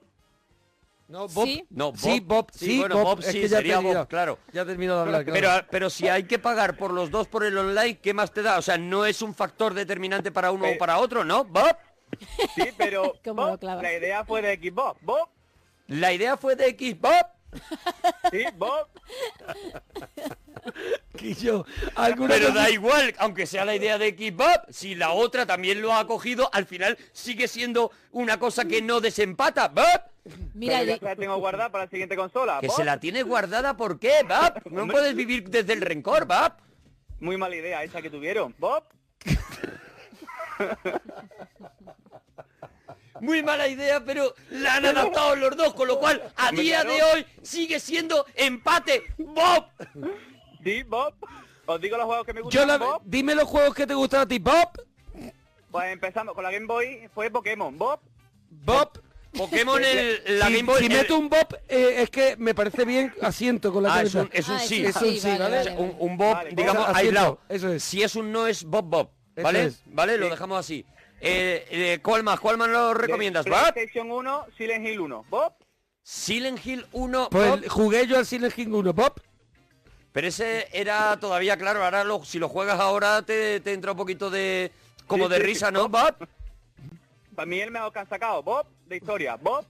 Speaker 2: No, Bob.
Speaker 3: Sí.
Speaker 1: No, Bob.
Speaker 2: Sí, Bob.
Speaker 1: Sí,
Speaker 2: Sí,
Speaker 1: bueno, Bob
Speaker 2: Es
Speaker 1: sí,
Speaker 2: que ya
Speaker 1: sería
Speaker 2: termina-
Speaker 1: Bob, claro.
Speaker 2: Ya termino de hablar. claro.
Speaker 1: Pero, pero si hay que pagar por los dos por el online, ¿qué más te da? O sea, no es un factor determinante para uno o
Speaker 7: Pero-
Speaker 1: para otro, ¿no? Bob.
Speaker 7: Sí, pero
Speaker 3: [LAUGHS] ¿Cómo lo
Speaker 7: Bob,
Speaker 3: clavas?
Speaker 7: la idea fue de Xbox. Bob,
Speaker 1: La idea fue de Xbox.
Speaker 7: sí, Bob.
Speaker 2: Que yo, alguna
Speaker 1: Pero
Speaker 2: vez-
Speaker 1: da igual, aunque sea la idea de Kebab, si la otra también lo ha cogido, al final sigue siendo una cosa que no desempata. ¿Bab?
Speaker 3: Mira,
Speaker 7: pero ya
Speaker 3: yo-
Speaker 7: se la tengo guardada para la siguiente consola.
Speaker 1: Que
Speaker 7: Bob.
Speaker 1: se la tiene guardada, ¿por qué, Bab?
Speaker 7: [LAUGHS]
Speaker 1: No puedes vivir desde el rencor, Bab. [LAUGHS]
Speaker 7: Muy mala idea esa que tuvieron. Bob.
Speaker 2: Muy mala idea, pero la han adaptado los dos, con lo cual a día de hoy sigue siendo empate. ¡Bob!
Speaker 7: Sí, Bob. Os digo los juegos que me
Speaker 2: Yo
Speaker 7: gustan.
Speaker 2: la-
Speaker 7: Bob.
Speaker 2: Dime los juegos que te gustan a ti, Bob.
Speaker 7: Pues empezamos con la Game Boy, fue Pokémon. Pues, Bob.
Speaker 2: Bob.
Speaker 1: Pokémon el, la
Speaker 2: Eh, si,
Speaker 1: Game Boy.
Speaker 2: si
Speaker 1: el-
Speaker 2: meto un Bob, eh, es que me parece bien asiento con la
Speaker 1: Ah, es
Speaker 2: cabeza.
Speaker 1: un, es un
Speaker 3: Ah, es
Speaker 1: sí.
Speaker 3: un
Speaker 2: Es un sí, ¿vale?
Speaker 1: O sea, un, un Bob,
Speaker 7: Vale,
Speaker 1: digamos,
Speaker 2: o sea, asiento,
Speaker 1: aislado.
Speaker 2: eso es.
Speaker 1: Si es un no es Bob Bob.
Speaker 2: Eso
Speaker 1: ¿Vale?
Speaker 2: es.
Speaker 1: ¿Vale? Lo dejamos así. Eh, eh, ¿Cuál más? ¿Cuál más lo recomiendas?
Speaker 7: De
Speaker 1: ¿Bob?
Speaker 7: PlayStation 1, Silent Hill 1. Bob.
Speaker 1: Silent Hill 1.
Speaker 2: Pues
Speaker 1: Bob.
Speaker 2: jugué yo al Silent King 1, Bob.
Speaker 1: Pero ese era todavía claro. Ahora lo- si lo juegas ahora te, te entra un poquito de. como
Speaker 7: Sí,
Speaker 1: de
Speaker 7: sí,
Speaker 1: risa, ¿no, Bob?
Speaker 7: Para mí el mejor que han sacado. Bob de historia. Bob.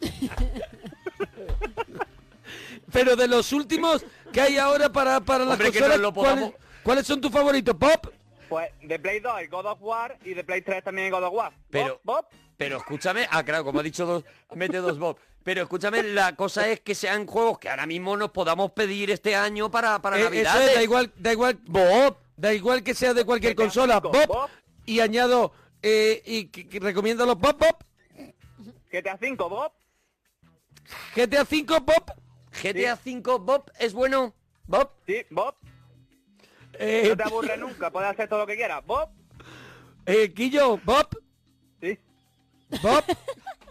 Speaker 2: [LAUGHS] Pero de los últimos que hay ahora para, para las
Speaker 1: Hombre, que
Speaker 2: consolas,
Speaker 1: no lo
Speaker 2: ¿cuáles-
Speaker 1: podamos-
Speaker 2: ¿cuáles son tus favoritos, Bob?
Speaker 7: Pues de Play 2, el God of War y de Play 3 también el God of War. Bob,
Speaker 1: Pero-
Speaker 7: Bob.
Speaker 1: Pero escúchame, ah, claro, como ha dicho dos, mete dos Bob. Pero escúchame, la cosa es que sean juegos que ahora mismo nos podamos pedir este año para, para
Speaker 2: Eh, eso es,
Speaker 1: Navidad.
Speaker 2: da igual, da igual, Bob, da igual que sea de cualquier
Speaker 7: Que te
Speaker 2: consola,
Speaker 7: asco,
Speaker 2: Bob,
Speaker 7: Bob.
Speaker 2: y añado, eh, y que- que recomiendo los Bob, Bob,
Speaker 7: GTA 5, Bob.
Speaker 2: GTA 5 Bob,
Speaker 1: GTA V, Bob, ¿es bueno? ¿Bob?
Speaker 7: Sí, Bob.
Speaker 2: eh,
Speaker 7: No te aburres nunca, puedes hacer todo lo que quieras. Bob.
Speaker 2: eh, Quillo, Bob,
Speaker 7: Sí. [LAUGHS]
Speaker 2: Bob,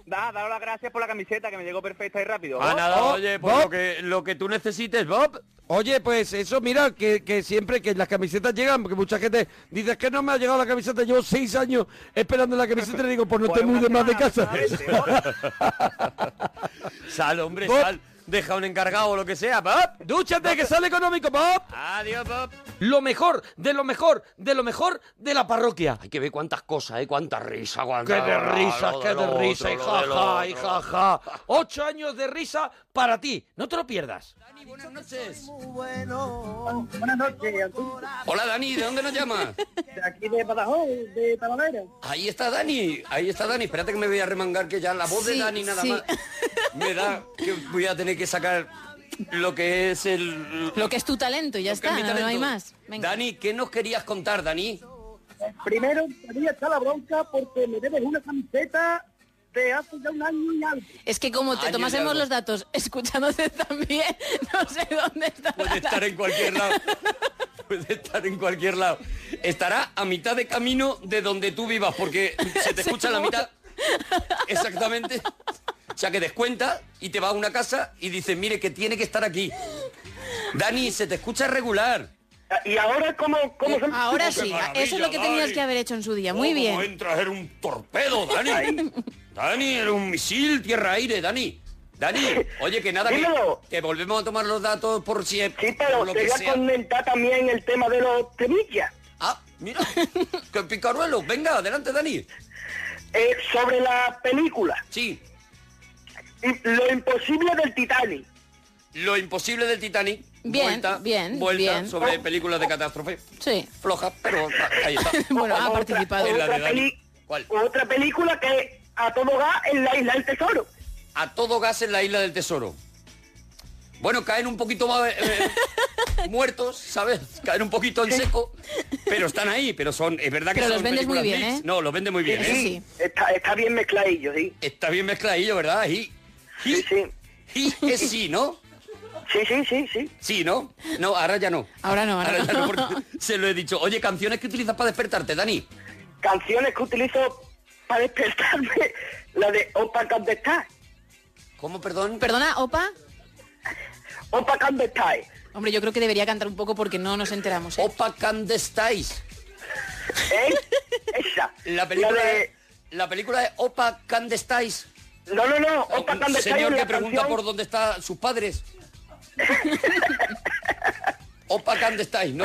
Speaker 7: Da, daros las gracias por la camiseta que me llegó perfecta y rápido.
Speaker 1: Ah,
Speaker 7: Bob.
Speaker 1: nada,
Speaker 2: Bob,
Speaker 1: oye, pues
Speaker 2: Bob.
Speaker 1: lo que, lo que tú necesites, Bob.
Speaker 2: Oye, pues eso, mira, que, que siempre que las camisetas llegan, porque mucha gente dice "Es que no me ha llegado la camiseta, llevo seis años esperando la camiseta y le digo, pues no
Speaker 7: Pues
Speaker 2: te
Speaker 7: una
Speaker 2: mudes más de
Speaker 7: semana,
Speaker 2: casa.
Speaker 7: aproximadamente, Bob.
Speaker 1: [LAUGHS] Sal, hombre,
Speaker 2: Bob.
Speaker 1: sal. Deja un encargado o lo que sea, Bob.
Speaker 2: Dúchate, que sale económico, Bob.
Speaker 1: Adiós, Bob.
Speaker 2: Lo mejor, de lo mejor, de lo mejor de la parroquia.
Speaker 1: Hay que ver cuántas cosas, ¿eh? Cuánta risa,
Speaker 2: ¡Qué
Speaker 1: cuánta...
Speaker 2: de risas, qué de risa!
Speaker 1: risas,
Speaker 2: ¡Y jaja, y jaja! Ocho años de risa para ti. No te lo pierdas.
Speaker 1: Buenas noches.
Speaker 7: Buenas noches,
Speaker 1: Hola, Dani, ¿de dónde nos llamas?
Speaker 7: aquí de Badajoz, de Talavera.
Speaker 1: Ahí está Dani, ahí está Dani. Espérate que me voy a remangar que ya la voz de
Speaker 3: Sí,
Speaker 1: Dani nada
Speaker 3: sí.
Speaker 1: más me da que voy a tener que sacar lo que es el...
Speaker 3: Lo que es tu talento y ya
Speaker 1: lo que es
Speaker 3: está,
Speaker 1: mi
Speaker 3: no, no hay
Speaker 1: talento.
Speaker 3: más. Venga.
Speaker 1: Dani, ¿qué nos querías contar, Dani?
Speaker 7: Primero, quería echar la bronca porque me debes una camiseta de hace ya un año y algo.
Speaker 3: Es que como te
Speaker 1: Años
Speaker 3: tomásemos
Speaker 1: largos.
Speaker 3: los datos [LAUGHS] escuchándote también, no sé dónde está.
Speaker 1: Puede estar en cualquier lado. Puede estar en cualquier lado. Estará a mitad de camino de donde tú vivas, porque se te escucha la mitad. Exactamente. O sea, que descuenta y te vas a una casa y dices, mire, que tiene que estar aquí. Dani, se te escucha regular.
Speaker 7: Y ahora, ¿cómo, cómo se
Speaker 3: Eh, Ahora
Speaker 1: Qué
Speaker 3: sí,
Speaker 1: maravilla,
Speaker 3: eso es lo que tenías
Speaker 1: Dani.
Speaker 3: que haber hecho en su día.
Speaker 1: Oh,
Speaker 3: Muy
Speaker 1: como
Speaker 3: bien.
Speaker 1: entras, era un torpedo,
Speaker 3: [LAUGHS]
Speaker 1: Dani. Dani, era un misil tierra-aire, Dani. Dani, oye, que nada, que,
Speaker 7: Dímelo.
Speaker 1: que volvemos a tomar los datos por si
Speaker 7: Sí,
Speaker 1: por
Speaker 7: pero
Speaker 1: lo
Speaker 7: te
Speaker 1: que
Speaker 7: voy a
Speaker 1: sea.
Speaker 7: comentar también el tema de los temillas.
Speaker 1: Ah, mira, que picaruelo. Venga, adelante, Dani.
Speaker 7: Eh, sobre la película,
Speaker 1: Sí,
Speaker 7: y lo imposible del Titanic.
Speaker 1: lo imposible del Titanic.
Speaker 3: Bien,
Speaker 1: vuelta,
Speaker 3: bien,
Speaker 1: Vuelta
Speaker 3: bien. Oh.
Speaker 1: sobre películas de catástrofe.
Speaker 3: Sí. [LAUGHS]
Speaker 1: Floja, pero ahí está.
Speaker 3: Bueno, ha
Speaker 7: Otra-
Speaker 3: participado.
Speaker 1: Es la de
Speaker 7: Otra,
Speaker 1: Dani.
Speaker 7: peli-
Speaker 1: ¿Cuál?
Speaker 7: otra película que a todo gas en la isla del tesoro.
Speaker 1: A todo gas en la isla del tesoro. Bueno, caen un poquito más eh,
Speaker 3: [LAUGHS]
Speaker 1: eh, muertos, ¿sabes? Caen un poquito en seco, pero están ahí, pero son, es verdad que
Speaker 3: Pero
Speaker 1: son
Speaker 3: los vendes muy
Speaker 1: películas
Speaker 3: bien,
Speaker 1: mix.
Speaker 3: ¿eh?
Speaker 1: No, los vende muy bien,
Speaker 3: Eso
Speaker 1: ¿eh?
Speaker 3: sí.
Speaker 7: Está, está bien mezcladillo, sí.
Speaker 1: Está bien mezcladillo, ¿verdad? Y,
Speaker 7: Sí, sí.
Speaker 1: es sí, ¿no?
Speaker 7: Sí, sí, sí, sí.
Speaker 1: Sí, ¿no? No, ahora ya no.
Speaker 3: Ahora Ah, no, ahora
Speaker 1: ya
Speaker 3: no.
Speaker 1: porque se lo he dicho. Oye, canciones que utilizas para despertarte, Dani.
Speaker 7: Canciones que utilizo para despertarme. [LAUGHS] La de Opa Candestai.
Speaker 1: ¿Cómo, perdón?
Speaker 3: Perdona, Opa.
Speaker 7: Opa Candestai.
Speaker 3: Hombre, yo creo que debería cantar un poco porque no nos enteramos. ¿eh?
Speaker 1: Opa Candestais.
Speaker 7: ¿Eh? Esa.
Speaker 1: La película,
Speaker 7: La
Speaker 1: es-
Speaker 7: de...
Speaker 1: la película es Opa Candestais.
Speaker 7: No, no, no. Opa
Speaker 1: Un
Speaker 7: Candestai.
Speaker 1: señor
Speaker 7: es
Speaker 1: que
Speaker 7: la
Speaker 1: pregunta
Speaker 7: canción-
Speaker 1: por dónde están sus
Speaker 7: [LAUGHS]
Speaker 1: padres. Opa, ¿qué dónde estáis,
Speaker 7: [LAUGHS]
Speaker 1: no?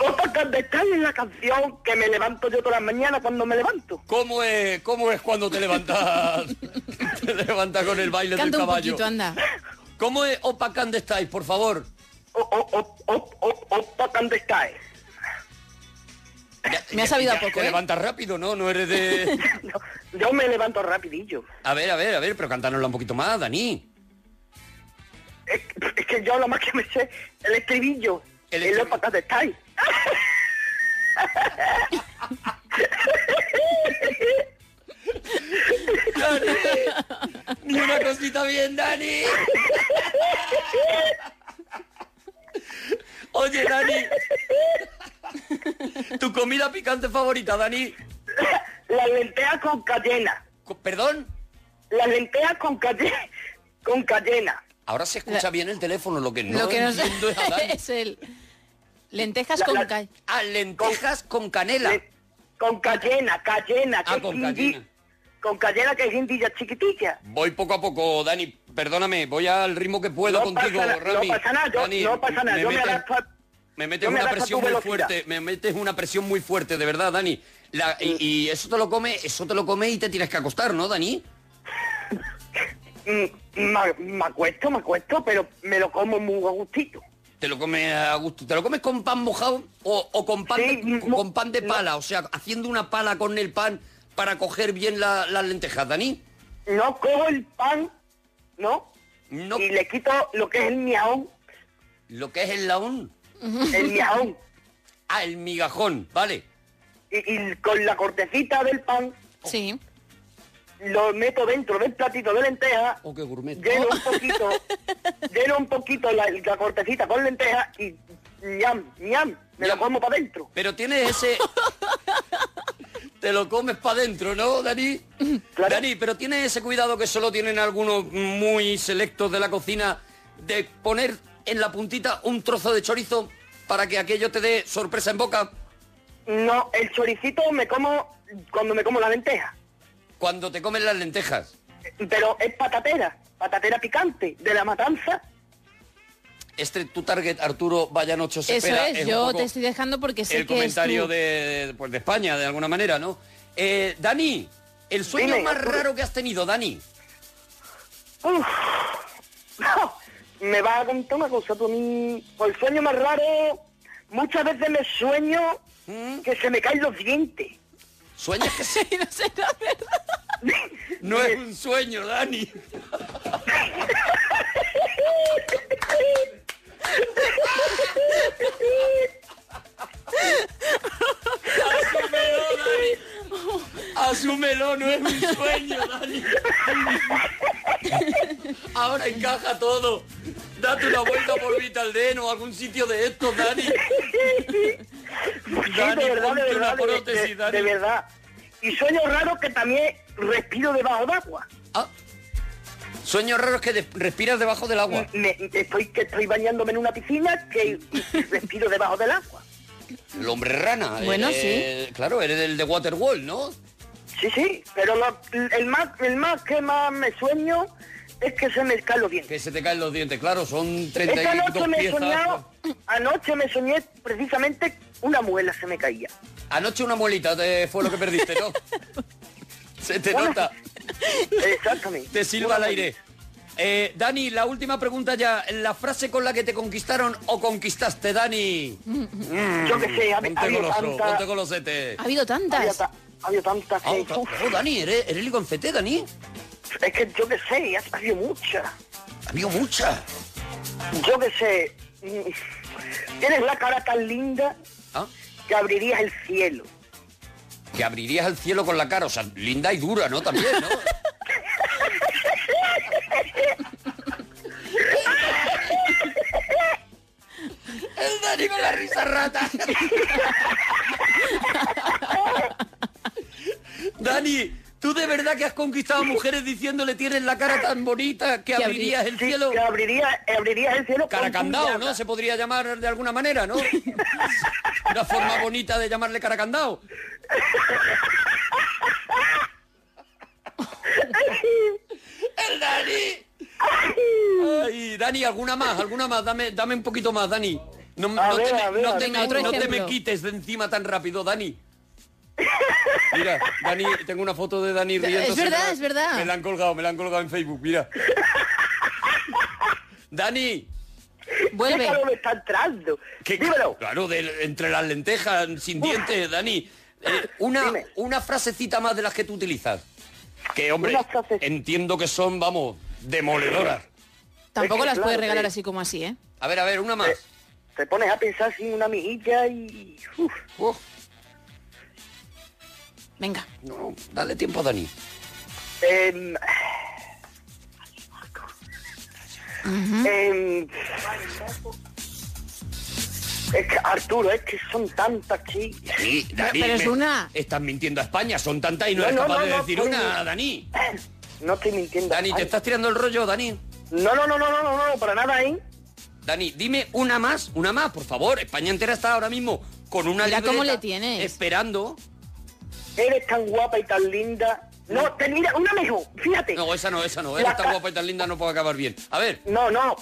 Speaker 7: Opa Candestai es la canción que me levanto yo todas las mañanas cuando me levanto.
Speaker 1: ¿Cómo es, cómo es cuando te levantas? [LAUGHS] te levantas con el baile
Speaker 3: Canta
Speaker 1: del
Speaker 3: un
Speaker 1: caballo. [LAUGHS]
Speaker 3: poquito, anda.
Speaker 1: ¿Cómo es Opa, ¿qué dónde estáis, por favor?
Speaker 7: Oh, O- o- o- o- o- Opa Candestai.
Speaker 3: Me ha sabido a
Speaker 1: Ya,
Speaker 3: poco,
Speaker 1: Te
Speaker 3: ¿eh?
Speaker 1: levantas rápido, ¿no? No eres
Speaker 7: [LAUGHS]
Speaker 1: de...
Speaker 8: Yo me levanto rapidillo.
Speaker 1: A ver, a ver, a ver, pero cantárnosla un poquito más, Dani.
Speaker 8: Es que, es que yo lo más que me sé, el estribillo.
Speaker 1: El
Speaker 8: El es lo
Speaker 1: estribillo.
Speaker 8: patate estáis.
Speaker 1: Ni una cosita bien, Dani. Oye, Dani. ¿Tu comida picante favorita, Dani?
Speaker 8: Las lentejas con cayena.
Speaker 1: Co- ¿Perdón?
Speaker 8: Las lentejas con cayena. Con cayena.
Speaker 1: Ahora se escucha bien el teléfono, lo que no
Speaker 3: Lo que no sé
Speaker 1: entiendo es a
Speaker 3: [LAUGHS]
Speaker 1: Dani.
Speaker 3: es el... Lentejas
Speaker 8: La-
Speaker 3: con
Speaker 8: la-
Speaker 3: calle.
Speaker 1: Ah, lentejas con canela.
Speaker 8: Le- con cayena, cayena.
Speaker 1: Ah,
Speaker 8: que
Speaker 1: con
Speaker 8: es hindi-
Speaker 1: cayena.
Speaker 8: Con cayena que es indilla chiquitilla.
Speaker 1: Voy poco a poco, Dani. Perdóname, voy al ritmo que puedo
Speaker 8: No
Speaker 1: contigo,
Speaker 8: pasa na-
Speaker 1: Rami.
Speaker 8: No pasa nada, yo,
Speaker 1: Dani,
Speaker 8: no pasa nada.
Speaker 1: me
Speaker 8: yo
Speaker 1: metes-
Speaker 8: me adapto a-
Speaker 1: Me metes
Speaker 8: Yo me
Speaker 1: una
Speaker 8: adapto a
Speaker 1: presión
Speaker 8: tu
Speaker 1: muy
Speaker 8: velocidad.
Speaker 1: fuerte, me metes una presión muy fuerte, de verdad, Dani. La- y, y eso te lo come, eso te lo come y te tienes que acostar, ¿no, Dani?
Speaker 8: Mm, Me, me acuesto, me acuesto, pero me lo como muy a gustito.
Speaker 1: Te lo comes a gusto, te lo comes con pan mojado o, o con pan
Speaker 8: Sí,
Speaker 1: de,
Speaker 8: mo-
Speaker 1: con pan de pala, o sea, haciendo una pala con el pan para coger bien la- las lentejas, Dani.
Speaker 8: No cojo el pan, ¿no?
Speaker 1: No,
Speaker 8: Y le quito lo que es el miaón,
Speaker 1: lo que es el laón,
Speaker 8: el miaón.
Speaker 1: ah, el migajón, vale.
Speaker 8: Y, y con la cortecita del pan
Speaker 3: Sí.
Speaker 8: lo meto dentro del platito de lenteja,
Speaker 1: Oh, qué gourmet.
Speaker 8: lleno un
Speaker 1: [LAUGHS]
Speaker 8: poquito, lleno un poquito la, la cortecita con lenteja y ñam, ñam, me
Speaker 1: Ñam.
Speaker 8: lo como para adentro.
Speaker 1: Pero tienes ese... Te lo comes para adentro, ¿no, Dani?
Speaker 8: [CLEARS THROAT] Claro.
Speaker 1: Dani, pero tienes ese cuidado que solo tienen algunos muy selectos de la cocina de poner en la puntita un trozo de chorizo para que aquello te dé sorpresa en boca.
Speaker 8: No, el choricito me como cuando me como la lenteja,
Speaker 1: Cuando te comen las lentejas.
Speaker 8: pero es patatera, patatera picante, de la matanza.
Speaker 1: Este tu target, Arturo Vayan 8
Speaker 3: Eso es, yo te estoy dejando porque sé
Speaker 1: el
Speaker 3: que es
Speaker 1: comentario
Speaker 3: tu-
Speaker 1: de, pues, de España, de alguna manera, ¿no? Eh, Dani, el sueño
Speaker 8: Dime,
Speaker 1: más
Speaker 8: Arturo.
Speaker 1: raro que has tenido, Dani.
Speaker 8: Uf. me va a contar una cosa, tú a mí, por el sueño más raro, muchas veces me sueño
Speaker 1: ¿Mm?
Speaker 8: que se me caen los dientes.
Speaker 1: ¿Sueñas
Speaker 3: [LAUGHS]
Speaker 1: que sí?
Speaker 3: Y no sé, la verdad.
Speaker 1: [LAUGHS] No es un sueño, Dani.
Speaker 3: [LAUGHS]
Speaker 1: Asúmelo, Dani. Asúmelo, no es un sueño, Dani. Ahora encaja todo. Date una vuelta por Vitalden o algún sitio de estos, Dani.
Speaker 8: Sí,
Speaker 1: Dani,
Speaker 8: de verdad,
Speaker 1: ponte
Speaker 8: de
Speaker 1: una
Speaker 8: verdad, de- de-
Speaker 1: prótesis, Dani.
Speaker 8: de verdad. Y sueño raro que también respiro debajo de agua.
Speaker 1: Ah. Sueños raros que de- respiras debajo del agua.
Speaker 8: Me- estoy, que estoy bañándome en una piscina que respiro debajo del agua.
Speaker 1: El hombre rana.
Speaker 3: Bueno,
Speaker 1: eh, Claro, eres el de Waterwall, ¿no?
Speaker 8: Sí, sí, pero lo- el, más, el más que más me sueño es que se me caen los dientes.
Speaker 1: Que se te caen los dientes, claro, son
Speaker 8: Esta
Speaker 1: 32
Speaker 8: noche me he
Speaker 1: piezas. pues.
Speaker 8: soñado, anoche me soñé precisamente una muela se me caía.
Speaker 1: Anoche una muelita te fue lo que perdiste,
Speaker 8: [LAUGHS]
Speaker 1: ¿no? se te
Speaker 8: Una-
Speaker 1: nota,
Speaker 8: Exactamente.
Speaker 1: te
Speaker 8: Una
Speaker 1: silba al
Speaker 8: muela.
Speaker 1: aire. Eh, Dani, la última pregunta ya. La frase con la que te conquistaron o conquistaste, Dani.
Speaker 8: Mm. Yo que sé, hab-
Speaker 1: Ponte
Speaker 8: había
Speaker 1: goloso,
Speaker 8: tanta-
Speaker 1: ponte golosete.
Speaker 3: Ha habido
Speaker 8: Había,
Speaker 3: tantas.
Speaker 8: ta- había tantas
Speaker 1: Ah,
Speaker 8: que-
Speaker 1: claro, claro, Dani, eres, eres ligoncete, Dani.
Speaker 8: Es que yo que sé, ha habido muchas.
Speaker 1: Había mucha.
Speaker 8: Yo que sé, mm, tienes la cara tan linda
Speaker 1: Ah,
Speaker 8: que abrirías el cielo.
Speaker 1: Que abrirías el cielo con la cara, o sea, linda y dura, ¿no? También, ¿no? El Dani con la risa rata. Dani, tú de verdad que has conquistado a mujeres diciéndole tienes la cara tan bonita que
Speaker 3: abrí-
Speaker 1: abrirías el
Speaker 8: Sí,
Speaker 1: cielo.
Speaker 8: que abrirías, abrirías el cielo. con
Speaker 1: Caracandao,
Speaker 8: puñada.
Speaker 1: ¿no? Se podría llamar de alguna
Speaker 8: [LAUGHS]
Speaker 1: manera, ¿no? Una forma bonita de llamarle caracandao. ¡El Dani! Ay, Dani, alguna más, alguna más. Dame, dame un poquito más, Dani. No,
Speaker 8: A
Speaker 1: no
Speaker 8: ver,
Speaker 1: te, me-
Speaker 8: a ver,
Speaker 1: no
Speaker 8: a
Speaker 1: te
Speaker 3: ver.
Speaker 1: me-
Speaker 3: Otro
Speaker 1: no te me
Speaker 3: ejemplo.
Speaker 1: quites de encima tan rápido, Dani. Mira, Dani, tengo una foto de Dani
Speaker 3: Es
Speaker 1: riendo.
Speaker 3: verdad, es verdad.
Speaker 1: Me la han colgado, me la han colgado en Facebook, mira. Dani,
Speaker 3: Vuelve.
Speaker 8: ¿Qué calor está entrando?
Speaker 1: Que-
Speaker 8: Dímelo.
Speaker 1: Claro, de- entre las lentejas, sin dientes, Dani. Eh, una,
Speaker 8: Dime.
Speaker 1: una frasecita más de las que tú utilizas. Que, hombre,
Speaker 8: Una frase-
Speaker 1: entiendo que son, vamos, demoledoras.
Speaker 3: Tampoco
Speaker 8: que,
Speaker 3: las
Speaker 8: claro,
Speaker 3: puedes regalar
Speaker 8: sí.
Speaker 3: así como así, ¿eh?
Speaker 1: A ver, a ver, una más.
Speaker 8: Eh. Te pones a pensar sin una mejilla y... uf,
Speaker 1: Uf,
Speaker 3: Venga.
Speaker 1: no, no, dale tiempo a Dani.
Speaker 8: em, em, es que, Arturo, es que son tantas que...
Speaker 1: Dani, Dani,
Speaker 3: pero es
Speaker 1: me-
Speaker 3: una.
Speaker 1: Estás mintiendo a España, son tantas y no,
Speaker 8: No,
Speaker 1: eres
Speaker 8: no,
Speaker 1: capaz
Speaker 8: no,
Speaker 1: de
Speaker 8: no,
Speaker 1: decir
Speaker 8: soy-
Speaker 1: una, Dani.
Speaker 8: No estoy mintiendo.
Speaker 1: Dani, te
Speaker 8: Ay,
Speaker 1: estás tirando el rollo, Dani.
Speaker 8: No, no, no, no, no, no, no, para nada, ¿eh?
Speaker 1: Dani, dime una más, una más, por favor. España entera está ahora mismo con una
Speaker 3: Mira cómo
Speaker 1: libreta
Speaker 3: le tienes.
Speaker 1: Esperando.
Speaker 8: Eres tan guapa y tan linda. No, te mira, una mejor, fíjate.
Speaker 1: No, esa no, esa no.
Speaker 8: La
Speaker 1: Eres tan
Speaker 8: ca-
Speaker 1: guapa y tan linda, no puedo acabar bien. A ver,
Speaker 8: No, no.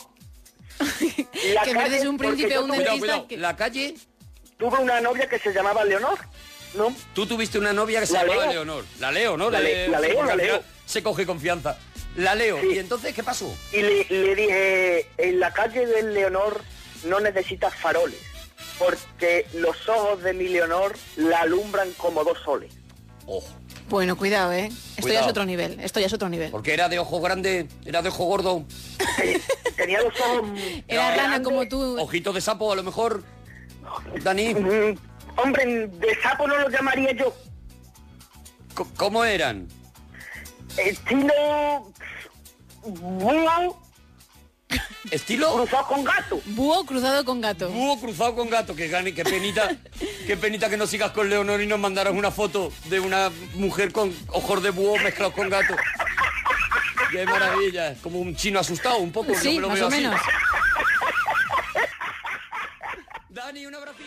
Speaker 8: La
Speaker 3: Que en vez de
Speaker 8: calle,
Speaker 3: ser un
Speaker 8: porque
Speaker 3: príncipe,
Speaker 8: yo
Speaker 3: un
Speaker 8: tuve-
Speaker 1: cuidado,
Speaker 3: dentista
Speaker 1: cuidado.
Speaker 3: que-
Speaker 1: La calle,
Speaker 8: Tuve una novia que se llamaba Leonor, ¿no?
Speaker 1: tú tuviste una novia que se
Speaker 8: La
Speaker 1: llamaba
Speaker 8: Leo.
Speaker 1: Leonor. La Leo, ¿no?
Speaker 8: La Le- la
Speaker 1: sí,
Speaker 8: Leo,
Speaker 1: porque
Speaker 8: la
Speaker 1: al
Speaker 8: Leo.
Speaker 1: final Se coge confianza. La Leo.
Speaker 8: Sí.
Speaker 1: ¿Y entonces qué pasó?
Speaker 8: Y le, le dije, en la calle de Leonor no necesitas faroles, porque los ojos de mi Leonor la alumbran como dos soles.
Speaker 1: Ojo.
Speaker 3: Bueno, cuidado, ¿eh? Esto ya es
Speaker 1: Cuidado.
Speaker 3: otro nivel. Esto ya es otro nivel.
Speaker 1: Porque era de ojos grandes, era de ojo gordo.
Speaker 8: [LAUGHS] Tenía los ojos...
Speaker 3: Era rana
Speaker 8: grandes.
Speaker 3: como tú.
Speaker 1: Ojitos de sapo, a lo mejor. Dani,
Speaker 8: Mm, Hombre, de sapo no lo llamaría yo.
Speaker 1: c- ¿cómo eran?
Speaker 8: Estilo... Búho
Speaker 1: ¿Estilo?
Speaker 8: cruzado con gato.
Speaker 3: Búho cruzado con gato.
Speaker 1: Búho cruzado con gato, que Dani, qué penita, qué penita que no sigas con Leonor y nos mandaras una foto de una mujer con ojos de búho mezclados con gato. Qué maravilla, como un chino asustado un poco, yo
Speaker 3: Sí,
Speaker 1: me lo
Speaker 3: más
Speaker 1: veo
Speaker 3: o
Speaker 1: así.
Speaker 3: menos.
Speaker 1: Dani, un abracito.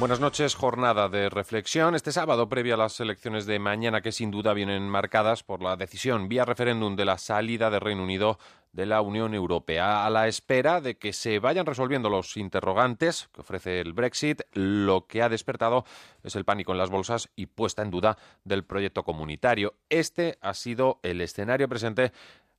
Speaker 9: Buenas noches, jornada de reflexión. Este sábado, previa a las elecciones de mañana, que sin duda vienen marcadas por la decisión vía referéndum de la salida del Reino Unido de la Unión Europea, a la espera de que se vayan resolviendo los interrogantes que ofrece el Brexit, lo que ha despertado es el pánico en las bolsas y puesta en duda del proyecto comunitario. Este ha sido el escenario presente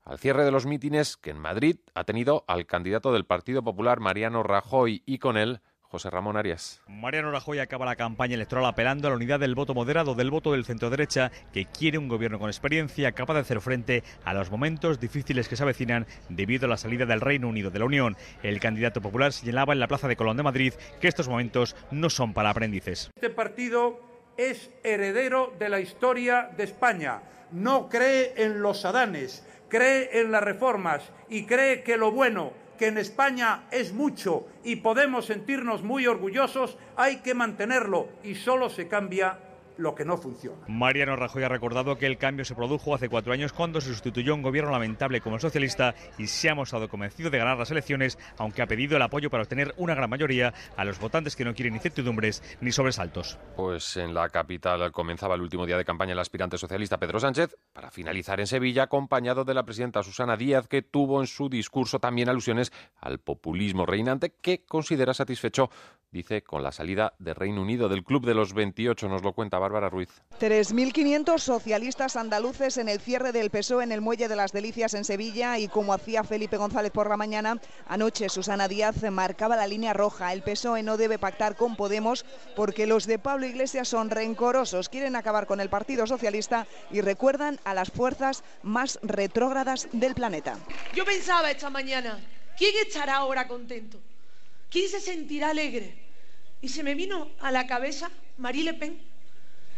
Speaker 9: al cierre de los mítines que en Madrid ha tenido al candidato del Partido Popular, Mariano Rajoy, y con él, José Ramón Arias.
Speaker 10: Mariano Rajoy acaba la campaña electoral apelando a la unidad del voto moderado del voto del centro-derecha que quiere un gobierno con experiencia capaz de hacer frente a los momentos difíciles que se avecinan debido a la salida del Reino Unido de la Unión. El candidato popular señalaba en la plaza de Colón de Madrid que estos momentos no son para aprendices.
Speaker 11: Este partido es heredero de la historia de España. No cree en los adanes, cree en las reformas y cree que lo bueno, que en España es mucho y podemos sentirnos muy orgullosos, hay que mantenerlo y solo se cambia lo que no funciona.
Speaker 10: Mariano Rajoy ha recordado que el cambio se produjo hace cuatro años cuando se sustituyó un gobierno lamentable como el socialista y se ha mostrado convencido de ganar las elecciones, aunque ha pedido el apoyo para obtener una gran mayoría a los votantes que no quieren incertidumbres ni sobresaltos.
Speaker 9: Pues en la capital comenzaba el último día de campaña el aspirante socialista Pedro Sánchez, para finalizar en Sevilla, acompañado de la presidenta Susana Díaz, que tuvo en su discurso también alusiones al populismo reinante, que considera satisfecho, dice, con la salida de Reino Unido del Club de los 28. Nos lo cuenta Bárbara Ruiz.
Speaker 11: 3.500 socialistas andaluces en el cierre del PSOE E en el Muelle de las Delicias en Sevilla y como hacía Felipe González por la mañana, anoche Susana Díaz marcaba la línea roja. El PSOE E no debe pactar con Podemos porque los de Pablo Iglesias son rencorosos, quieren acabar con el Partido Socialista y recuerdan a las fuerzas más retrógradas del planeta.
Speaker 10: Yo pensaba esta mañana, ¿quién estará ahora contento? ¿Quién se sentirá alegre? Y se me vino a la cabeza Marie Le Pen.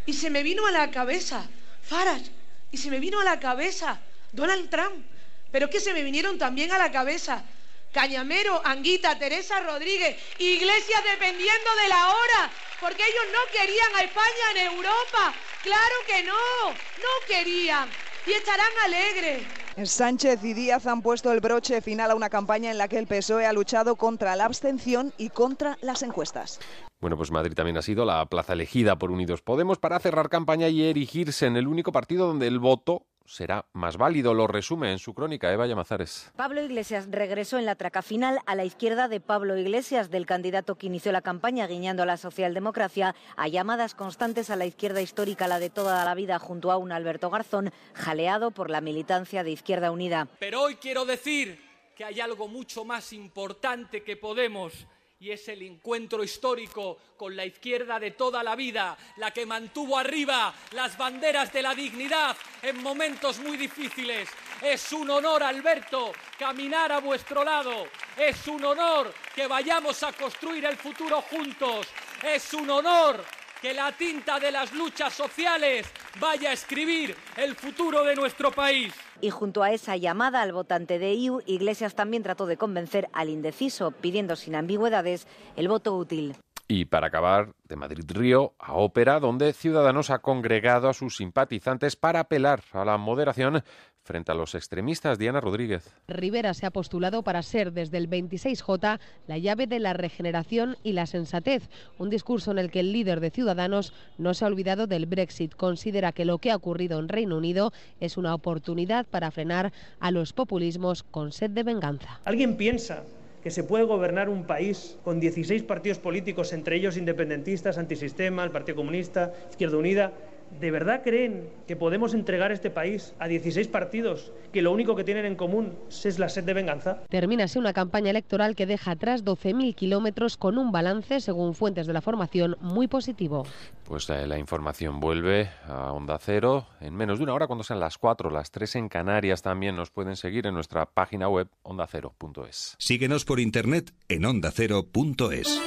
Speaker 10: Y se me vino a la cabeza Farage. Y se me vino a la cabeza Donald Trump. Pero es que se me vinieron también a la cabeza Cañamero, Anguita, Teresa Rodríguez, Iglesias dependiendo de la hora. Porque ellos no querían a España en Europa. Claro que no. No querían. Y estarán alegres.
Speaker 11: Sánchez y Díaz han puesto el broche final a una campaña en la que el PSOE E ha luchado contra la abstención y contra las encuestas.
Speaker 9: Bueno, pues Madrid también ha sido la plaza elegida por Unidos Podemos para cerrar campaña y erigirse en el único partido donde el voto será más válido. Lo resume en su crónica Eva Llamazares.
Speaker 12: Pablo Iglesias regresó en la traca final a la izquierda de Pablo Iglesias, del candidato que inició la campaña guiñando a la socialdemocracia, a llamadas constantes a la izquierda histórica, la de toda la vida, junto a un Alberto Garzón, jaleado por la militancia de Izquierda Unida.
Speaker 13: Pero hoy quiero decir que hay algo mucho más importante que Podemos y es el encuentro histórico con la izquierda de toda la vida, la que mantuvo arriba las banderas de la dignidad en momentos muy difíciles. Es un honor, Alberto, caminar a vuestro lado. Es un honor que vayamos a construir el futuro juntos. Es un honor que la tinta de las luchas sociales vaya a escribir el futuro de nuestro país.
Speaker 12: Y junto a esa llamada al votante de IU, Iglesias también trató de convencer al indeciso, pidiendo sin ambigüedades el voto útil.
Speaker 9: Y para acabar, de Madrid Río a Ópera, donde Ciudadanos ha congregado a sus simpatizantes para apelar a la moderación frente a los extremistas. Diana Rodríguez.
Speaker 14: Rivera se ha postulado para ser desde el 26J la llave de la regeneración y la sensatez, un discurso en el que el líder de Ciudadanos no se ha olvidado del Brexit. Considera que lo que ha ocurrido en Reino Unido es una oportunidad para frenar a los populismos con sed de venganza.
Speaker 15: ¿Alguien piensa que se puede gobernar un país con 16 partidos políticos, entre ellos independentistas, antisistema, el Partido Comunista, Izquierda Unida? ¿De verdad creen que podemos entregar este país a 16 partidos que lo único que tienen en común es la sed de venganza?
Speaker 14: Termina así una campaña electoral que deja atrás 12.000 kilómetros con un balance, según fuentes de la formación, muy positivo.
Speaker 9: Pues eh, la información vuelve a Onda Cero en menos de una hora, cuando sean las 4, las 3 en Canarias. También nos pueden seguir en nuestra página web ondacero.es.
Speaker 16: Síguenos por internet en ondacero.es.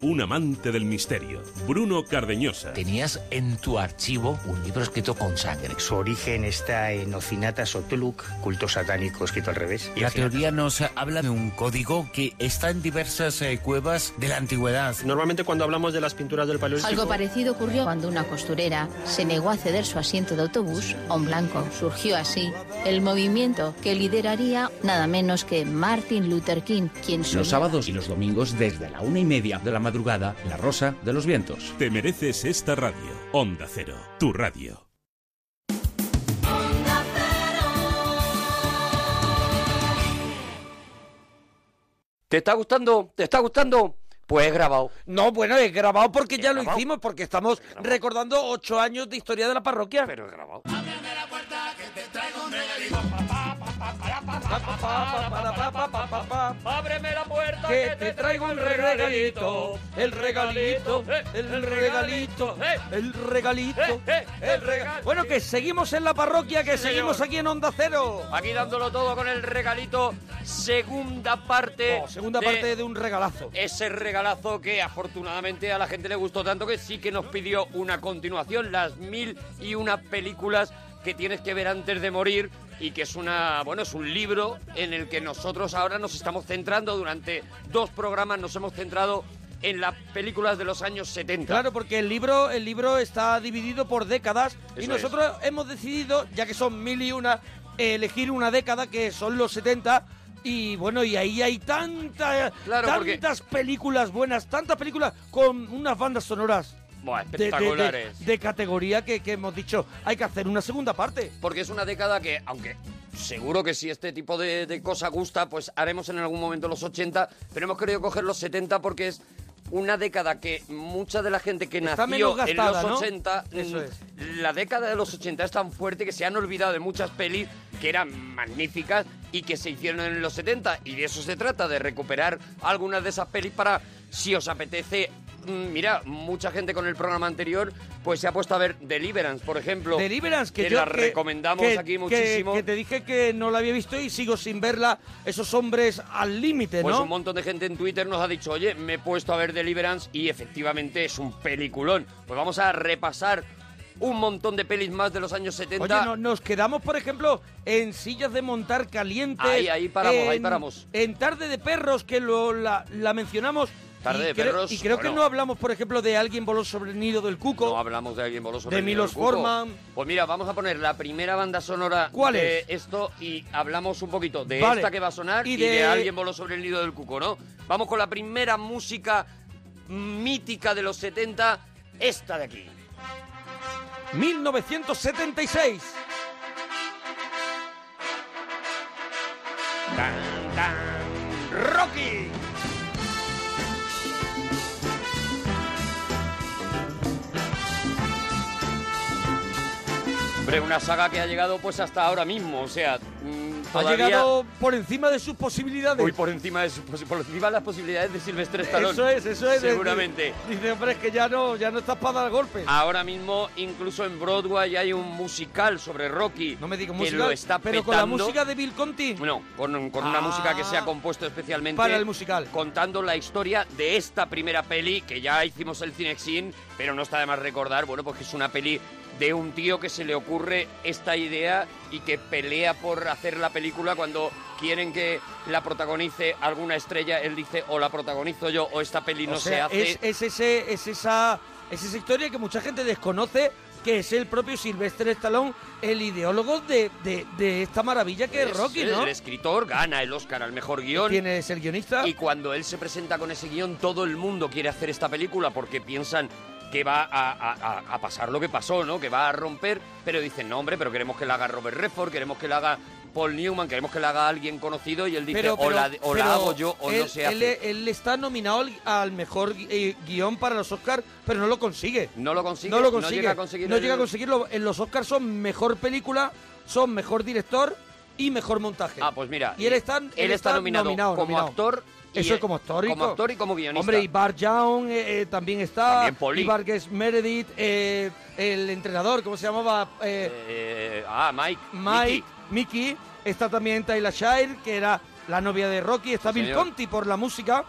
Speaker 17: Un amante del misterio, Bruno Cardeñosa.
Speaker 18: Tenías en tu archivo un libro escrito con sangre.
Speaker 19: Su origen está en Ocinata Sotuluc, culto satánico escrito al revés.
Speaker 18: La teoría nos habla de un código que está en diversas eh, cuevas de la antigüedad.
Speaker 20: Normalmente cuando hablamos de las pinturas del Paleolítico...
Speaker 21: Algo parecido ocurrió cuando una costurera se negó a ceder su asiento de autobús a un blanco. Surgió así el movimiento que lideraría nada menos que Martin Luther King, quien
Speaker 22: Los
Speaker 21: soñaba-
Speaker 22: sábados y los domingos desde la una y media de la madrugada, La Rosa de los Vientos.
Speaker 17: Te mereces esta radio. Onda Cero, tu radio.
Speaker 2: ¿Te está gustando? ¿Te está gustando? Pues es grabado. No, bueno, es grabado porque ya lo
Speaker 1: grabado.
Speaker 2: hicimos, porque estamos recordando ocho años de historia de la parroquia. Pero es grabado.
Speaker 13: Ábreme la puerta
Speaker 2: Que te traigo un regalito, el regalito, Eh, el regalito, el regalito, el regalito. Bueno, que seguimos en la parroquia, que seguimos aquí en Onda Cero.
Speaker 1: Aquí dándolo todo con el regalito, segunda parte.
Speaker 2: Oh, segunda parte de un regalazo.
Speaker 1: Ese regalazo que afortunadamente a la gente le gustó tanto que sí que nos pidió una continuación, las mil y una películas que tienes que ver antes de morir y que es una bueno es un libro en el que nosotros ahora nos estamos centrando durante dos programas nos hemos centrado en las películas de los años 70
Speaker 2: Claro, porque el libro, el libro está dividido por décadas y
Speaker 1: Eso
Speaker 2: nosotros hemos decidido, ya que son mil y una, elegir una década que son los 70 y bueno, y ahí hay tanta,
Speaker 1: porque-
Speaker 2: tantas películas buenas, tantas películas con unas bandas sonoras.
Speaker 1: Buah,
Speaker 2: de- de- de-
Speaker 1: espectaculares
Speaker 2: De, categoría que, que hemos dicho, hay que hacer una segunda parte.
Speaker 1: Porque es una década que, aunque seguro que si este tipo de, de cosa gusta, pues haremos en algún momento los 80, pero hemos querido coger los 70 porque es una década que mucha de la gente que
Speaker 2: Está
Speaker 1: nació
Speaker 2: menos gastada,
Speaker 1: en los
Speaker 2: ¿no?
Speaker 1: 80,
Speaker 2: Eso
Speaker 1: mm, la década de los 80 es tan fuerte que se han olvidado de muchas pelis que eran magníficas y que se hicieron en los 70 y de eso se trata, de recuperar algunas de esas pelis para, si os apetece... mm, Mira, mucha gente con el programa anterior pues se ha puesto a ver Deliverance, por ejemplo.
Speaker 2: Deliverance, que,
Speaker 1: que
Speaker 2: yo-
Speaker 1: la
Speaker 2: que-
Speaker 1: recomendamos
Speaker 2: que-
Speaker 1: aquí
Speaker 2: que-
Speaker 1: muchísimo.
Speaker 2: Que, te dije que no la había visto y sigo sin verla. Esos hombres al límite,
Speaker 1: Pues
Speaker 2: ¿no?
Speaker 1: un montón de gente en Twitter nos ha dicho, oye, me he puesto a ver Deliverance y efectivamente es un peliculón. Pues vamos a repasar un montón de pelis más de los años 70.
Speaker 2: Oye, no- nos quedamos, por ejemplo, en sillas de montar calientes.
Speaker 1: Ahí, ahí paramos, ahí
Speaker 2: en-
Speaker 1: paramos.
Speaker 2: En Tarde de Perros, que lo, la, la mencionamos
Speaker 1: Tarde de
Speaker 2: creo-
Speaker 1: perros.
Speaker 2: y creo que
Speaker 1: bueno,
Speaker 2: no hablamos, por ejemplo, de alguien voló sobre el nido del cuco.
Speaker 1: No hablamos de alguien voló sobre
Speaker 2: de
Speaker 1: el nido
Speaker 2: Milos
Speaker 1: del cuco.
Speaker 2: Forman.
Speaker 1: Pues mira, vamos a poner la primera banda sonora
Speaker 2: ¿Cuál
Speaker 1: de
Speaker 2: es?
Speaker 1: esto y hablamos un poquito de
Speaker 2: Vale.
Speaker 1: esta que va a sonar
Speaker 2: Y
Speaker 1: y de...
Speaker 2: de-
Speaker 1: alguien voló sobre el nido del cuco, ¿no? Vamos con la primera música mítica de los 70, esta de aquí.
Speaker 2: 1976.
Speaker 1: Rocky. Hombre, una saga que ha llegado pues hasta ahora mismo, o sea, mm,
Speaker 2: Ha
Speaker 1: todavía
Speaker 2: llegado por encima de sus posibilidades.
Speaker 1: muy por encima de sus posi- por encima de las posibilidades de Silvestre Stallone.
Speaker 2: Eso es, eso es.
Speaker 1: Seguramente.
Speaker 2: Dice, hombre, es que ya no, ya no estás para dar golpes.
Speaker 1: Ahora mismo incluso en Broadway hay un musical sobre Rocky. No me digas
Speaker 2: musical,
Speaker 1: que lo está
Speaker 2: pero con la
Speaker 1: petando.
Speaker 2: música de Bill Conti.
Speaker 1: No, con, con una
Speaker 2: Ah.
Speaker 1: música que se ha compuesto especialmente
Speaker 2: Para el
Speaker 1: musical. Contando la historia de esta primera peli, que ya hicimos el Cinexin, pero no está de más recordar, bueno, porque es una peli de un tío que se le ocurre esta idea y que pelea por hacer la película cuando quieren que la protagonice alguna estrella, él dice o la protagonizo yo o esta peli no
Speaker 2: O sea,
Speaker 1: se hace.
Speaker 2: Es, es ese, es, esa, es esa historia que mucha gente desconoce, que es el propio Sylvester Stallone, el ideólogo de, de- de esta maravilla que es
Speaker 1: Es eh,
Speaker 2: Rocky,
Speaker 1: el,
Speaker 2: ¿no?
Speaker 1: escritor gana el Oscar al mejor guión.
Speaker 2: Tiene el guionista.
Speaker 1: Y cuando él se presenta con ese guión, todo el mundo quiere hacer esta película porque piensan que va a, a- a- a pasar lo que pasó, ¿no? Que va a romper, pero dicen, no, hombre, pero queremos que la haga Robert Redford, queremos que la haga Paul Newman, queremos que la haga alguien conocido y él dice,
Speaker 2: Pero-
Speaker 1: o, la,
Speaker 2: pero-
Speaker 1: o la
Speaker 2: pero
Speaker 1: hago yo o no
Speaker 2: él-
Speaker 1: se hace.
Speaker 2: Él, él está nominado al, al mejor gui- eh, guión para los Oscars, pero no lo consigue.
Speaker 1: No lo consigue,
Speaker 2: No lo
Speaker 1: no
Speaker 2: consigue.
Speaker 1: llega a conseguir
Speaker 2: No
Speaker 1: el-
Speaker 2: llega a conseguirlo. En los Oscars son mejor película, son mejor director y mejor montaje.
Speaker 1: Ah, pues mira.
Speaker 2: Y él está,
Speaker 1: él está nominado como actor y
Speaker 2: Eso
Speaker 1: e-
Speaker 2: es como actor.
Speaker 1: como actor y como guionista.
Speaker 2: Hombre, y Bar Young eh, eh, también está.
Speaker 1: También Poli.
Speaker 2: Y Vargas Meredith, eh, el entrenador, ¿cómo se llamaba? Eh,
Speaker 1: Eh, ah, Mike.
Speaker 2: Mike,
Speaker 1: Mickey.
Speaker 2: Mickey, está también Tayla Shire, que era la novia de Rocky, está
Speaker 1: Sí,
Speaker 2: Bill
Speaker 1: señor.
Speaker 2: Conti por la música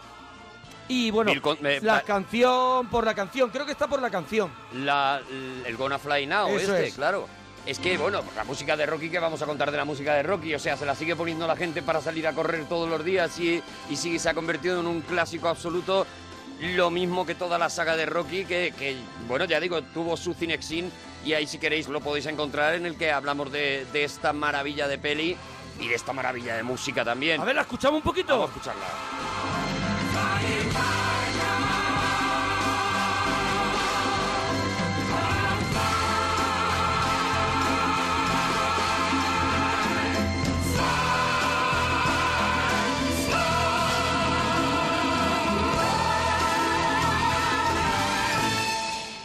Speaker 2: y bueno,
Speaker 1: Bill Con- eh,
Speaker 2: la
Speaker 1: pa-
Speaker 2: canción por la canción, creo que está por la canción.
Speaker 1: la, l- el Gonna Fly Now,
Speaker 2: Eso
Speaker 1: este,
Speaker 2: es.
Speaker 1: claro. Es que, bueno, pues la música de Rocky, que vamos a contar de la música de Rocky? O sea, se la sigue poniendo la gente para salir a correr todos los días y, y sigue, se ha convertido en un clásico absoluto. Lo mismo que toda la saga de Rocky, que, que, bueno, ya digo, tuvo su Cinexin y ahí si queréis lo podéis encontrar en el que hablamos de, de esta maravilla de peli y de esta maravilla de música también. A ver,
Speaker 2: ¿la escuchamos un poquito?
Speaker 1: Vamos a escucharla.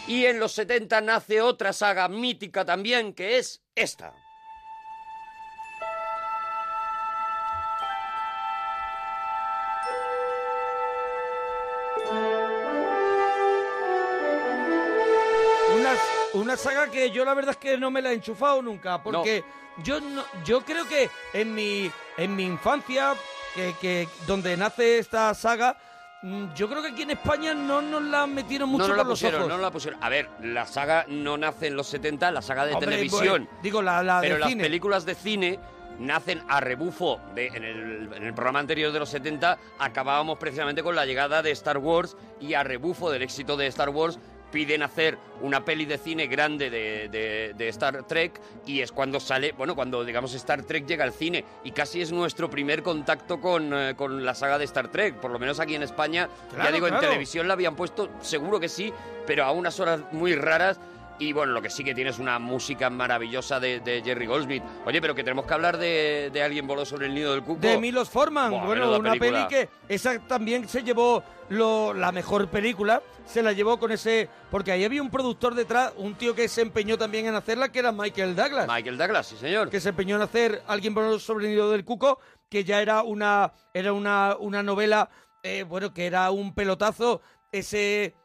Speaker 1: Y en los 70 nace otra saga mítica también, que es esta.
Speaker 2: Una, una saga que yo la verdad es que no me la he enchufado nunca, porque yo no, yo creo que en mi en mi infancia, que, que donde nace esta saga, mm, yo creo que aquí en España no nos la metieron mucho
Speaker 1: no, no
Speaker 2: por
Speaker 1: la
Speaker 2: los
Speaker 1: pusieron,
Speaker 2: ojos.
Speaker 1: no la pusieron. A ver, la saga no nace en los 70, la saga de
Speaker 2: Hombre,
Speaker 1: televisión.
Speaker 2: bueno, digo, la, la
Speaker 1: pero
Speaker 2: de
Speaker 1: las
Speaker 2: cine.
Speaker 1: películas de cine nacen a rebufo. De, en, el, en el programa anterior de los 70 acabábamos precisamente con la llegada de Star Wars y a rebufo del éxito de Star Wars piden hacer una peli de cine grande de, de- de Star Trek y es cuando sale, bueno, cuando digamos Star Trek llega al cine y casi es nuestro primer contacto con, eh, con la saga de Star Trek, por lo menos aquí en España, ya
Speaker 2: Claro,
Speaker 1: digo, en
Speaker 2: claro.
Speaker 1: televisión televisión la habían puesto, seguro que sí, pero a unas horas muy raras. Y bueno, lo que sí que tiene es una música maravillosa de, de Jerry Goldsmith. Oye, pero que tenemos que hablar de, de Alguien voló sobre el nido del cuco.
Speaker 2: De Milos Forman,
Speaker 1: Buah,
Speaker 2: bueno,
Speaker 1: menuda
Speaker 2: una
Speaker 1: película.
Speaker 2: peli que esa también se llevó lo- la mejor película, se la llevó con ese, porque ahí había un productor detrás, un tío que se empeñó también en hacerla, que era Michael Douglas.
Speaker 1: Michael Douglas, sí señor.
Speaker 2: Que se empeñó en hacer Alguien por el sobrenido del cuco, que ya era una, era una, una novela, eh, bueno, que era un pelotazo, ese...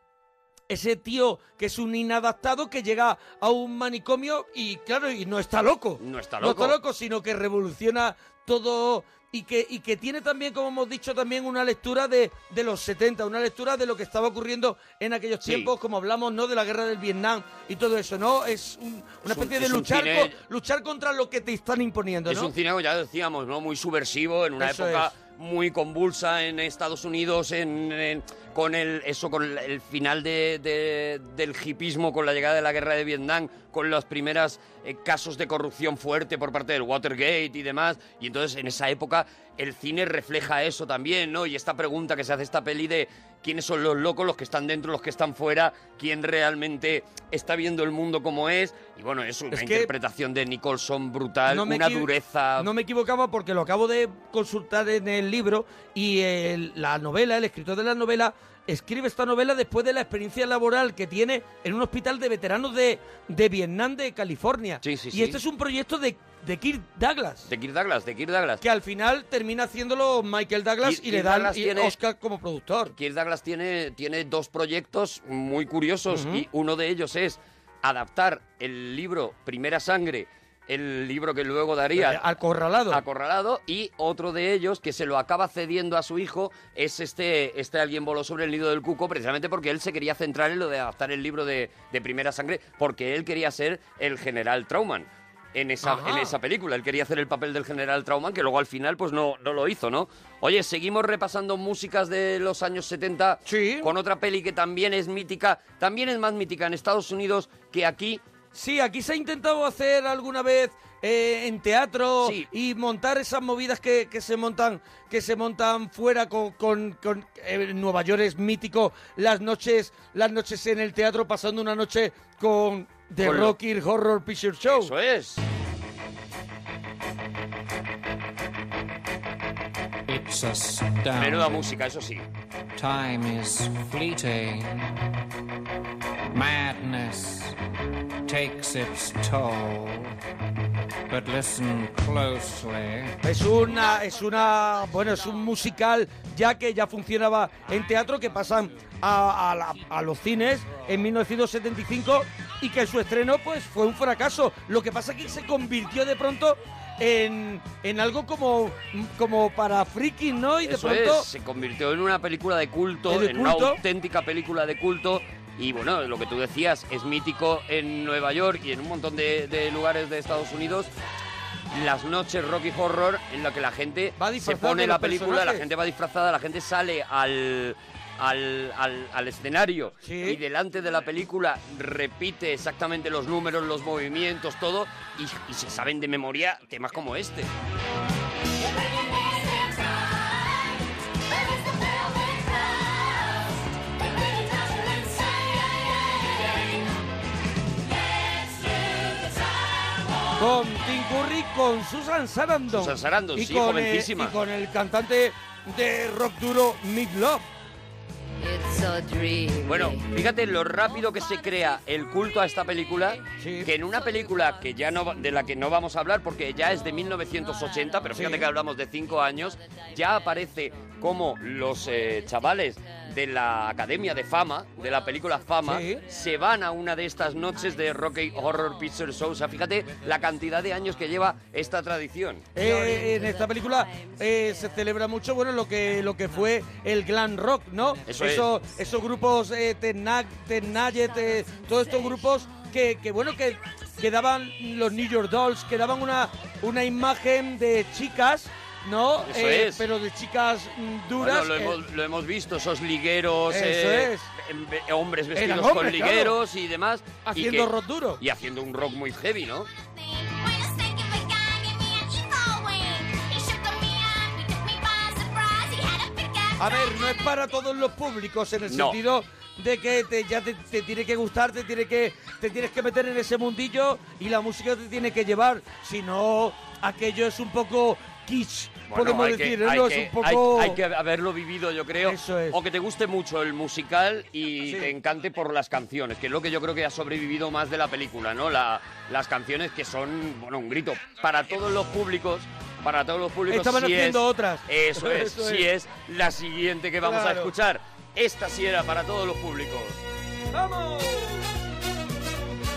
Speaker 2: Ese tío que es un inadaptado que llega a un manicomio y claro, y no está loco.
Speaker 1: No está
Speaker 2: No
Speaker 1: loco.
Speaker 2: está loco, sino que revoluciona todo y que, y que tiene también, como hemos dicho, también una lectura de, de los 70, una lectura de lo que estaba ocurriendo en aquellos
Speaker 1: Sí.
Speaker 2: tiempos, como hablamos, ¿no? De la guerra del Vietnam y todo eso, ¿no? Es un-
Speaker 1: un-
Speaker 2: una especie
Speaker 1: es
Speaker 2: de
Speaker 1: un
Speaker 2: luchar,
Speaker 1: cine-
Speaker 2: con- luchar contra lo que te están imponiendo,
Speaker 1: Es
Speaker 2: ¿no?
Speaker 1: un cine, como ya decíamos, ¿no? Muy subversivo, en una
Speaker 2: Eso
Speaker 1: época muy convulsa en Estados Unidos, en, en- con el, eso, con el- el final de- de- del hipismo, con la llegada de la guerra de Vietnam, con los primeros casos de corrupción fuerte por parte del Watergate y demás. Y entonces en esa época el cine refleja eso también, ¿no? Y esta pregunta que se hace esta peli de quiénes son los locos, los que están dentro, los que están fuera, quién realmente está viendo el mundo como es. Y bueno, es una
Speaker 2: Es que-
Speaker 1: interpretación de Nicholson brutal,
Speaker 2: me
Speaker 1: una
Speaker 2: equi-
Speaker 1: dureza.
Speaker 2: No me equivocaba porque lo acabo de consultar en el libro y el- la novela, el escritor de la novela, escribe esta novela después de la experiencia laboral que tiene en un hospital de veteranos de, de Vietnam de California. y
Speaker 1: sí.
Speaker 2: este es un proyecto de, de Kirk Douglas.
Speaker 1: De Kirk Douglas, de Kirk Douglas.
Speaker 2: Que al final termina haciéndolo Michael Douglas
Speaker 1: Kirk-
Speaker 2: y le
Speaker 1: Kirk
Speaker 2: dan
Speaker 1: Douglas
Speaker 2: y
Speaker 1: tiene-
Speaker 2: Oscar como productor.
Speaker 1: Kirk Douglas tiene, tiene dos proyectos muy curiosos
Speaker 2: Ujú.
Speaker 1: y uno de ellos es adaptar el libro Primera Sangre, el libro que luego daría...
Speaker 2: Eh, Acorralado.
Speaker 1: Acorralado y otro de ellos que se lo acaba cediendo a su hijo es este, este Alguien voló sobre el nido del cuco precisamente porque él se quería centrar en lo de adaptar el libro de, de Primera Sangre porque él quería ser el general Trauman. En esa,
Speaker 2: Ajá.
Speaker 1: en esa película. Él quería hacer el papel del general Trauman, que luego al final pues no, no lo hizo, ¿no? Oye, seguimos repasando músicas de los años 70 con otra peli que también es mítica, también es más mítica en Estados Unidos que aquí.
Speaker 2: Sí, aquí se ha intentado hacer alguna vez eh, en teatro y montar esas movidas que, que se montan que se montan fuera con, con- con- eh, Nueva York es mítico las noches las noches en el teatro pasando una noche con The
Speaker 1: Con lo-
Speaker 2: Rocky Horror Picture Show. Eso
Speaker 1: es. Menuda música, eso sí.
Speaker 5: Time is fleeting. Madness takes its toll. But listen closely.
Speaker 2: Pues Es una, es una, bueno, es un musical ya que ya funcionaba en teatro que pasan a, a la- a los cines en 1975 y que su estreno pues fue un fracaso. Lo que pasa es que se convirtió de pronto en, en algo como, como para frikis, ¿no? Y de
Speaker 1: Eso
Speaker 2: pronto
Speaker 1: es, se convirtió en una película de culto,
Speaker 2: Es de
Speaker 1: en una
Speaker 2: culto.
Speaker 1: auténtica película de culto. Y bueno, lo que tú decías, es mítico en Nueva York y en un montón de, de lugares de Estados Unidos. Las noches Rocky Horror en la que la gente se
Speaker 2: disfrazada
Speaker 1: pone
Speaker 2: de
Speaker 1: la
Speaker 2: los
Speaker 1: película, la
Speaker 2: personajes.
Speaker 1: gente va disfrazada, la gente sale al, al, al- al escenario y delante de la película repite exactamente los números, los movimientos, todo y- y se saben de memoria temas como este.
Speaker 2: con Tim Curry, con Susan Sarandon.
Speaker 1: Susan Sarandon, sí,
Speaker 2: eh,
Speaker 1: jovencísima.
Speaker 2: y con el cantante de rock duro, Mick Love.
Speaker 1: Bueno, fíjate lo rápido que se crea el culto a esta película, que en una película que ya no va- de la que no vamos a hablar porque ya es de 1980, pero fíjate que hablamos de cinco años, ya aparece como los eh, chavales de la Academia de Fama, de la película Fama,
Speaker 2: Sí.
Speaker 1: se van a una de estas noches de Rocky Horror Picture Show. O sea, fíjate la cantidad de años que lleva esta tradición.
Speaker 2: Eh, en esta película eh, se celebra mucho bueno lo que lo que fue el glam rock, ¿no?
Speaker 1: Eso
Speaker 2: Esos- esos grupos eh, Tennag- Tenayet, eh, todos estos grupos que, que, bueno que, que daban los New York Dolls, que daban una, una imagen de chicas, ¿no? Eh,
Speaker 1: Eso es.
Speaker 2: Pero de chicas mm, duras.
Speaker 1: Bueno, lo,
Speaker 2: eh,
Speaker 1: hemos, lo hemos visto, esos ligueros,
Speaker 2: Eso
Speaker 1: eh,
Speaker 2: es.
Speaker 1: em- eh, hombres
Speaker 2: Eran
Speaker 1: vestidos con
Speaker 2: hombres, claro.
Speaker 1: ligueros y demás. y
Speaker 2: Haciendo
Speaker 1: que-
Speaker 2: rock duro.
Speaker 1: Y haciendo un rock muy heavy, ¿no?
Speaker 2: A ver, no es para todos los públicos en el
Speaker 1: No.
Speaker 2: sentido de que te- ya te, te tiene que gustar, te tiene que te tienes que meter en ese mundillo y la música te tiene que llevar, si no aquello es un poco kitsch,
Speaker 1: Bueno,
Speaker 2: podemos
Speaker 1: hay que-
Speaker 2: decir, ¿eh?
Speaker 1: hay
Speaker 2: ¿no?
Speaker 1: que-
Speaker 2: es un poco
Speaker 1: hay, hay que haberlo vivido, yo creo. O que te guste mucho el musical y te encante por las canciones, que es lo que yo creo que ha sobrevivido más de la película, ¿no? La- las canciones que son, bueno, un grito para todos los públicos. Para todos los públicos.
Speaker 2: Estaban
Speaker 1: sí es-
Speaker 2: haciendo otras.
Speaker 1: Eso es,
Speaker 2: Eso
Speaker 1: sí
Speaker 2: es.
Speaker 1: es la siguiente que vamos a
Speaker 2: Claro.
Speaker 1: escuchar. Esta sí era para todos los públicos.
Speaker 2: ¡Vamos!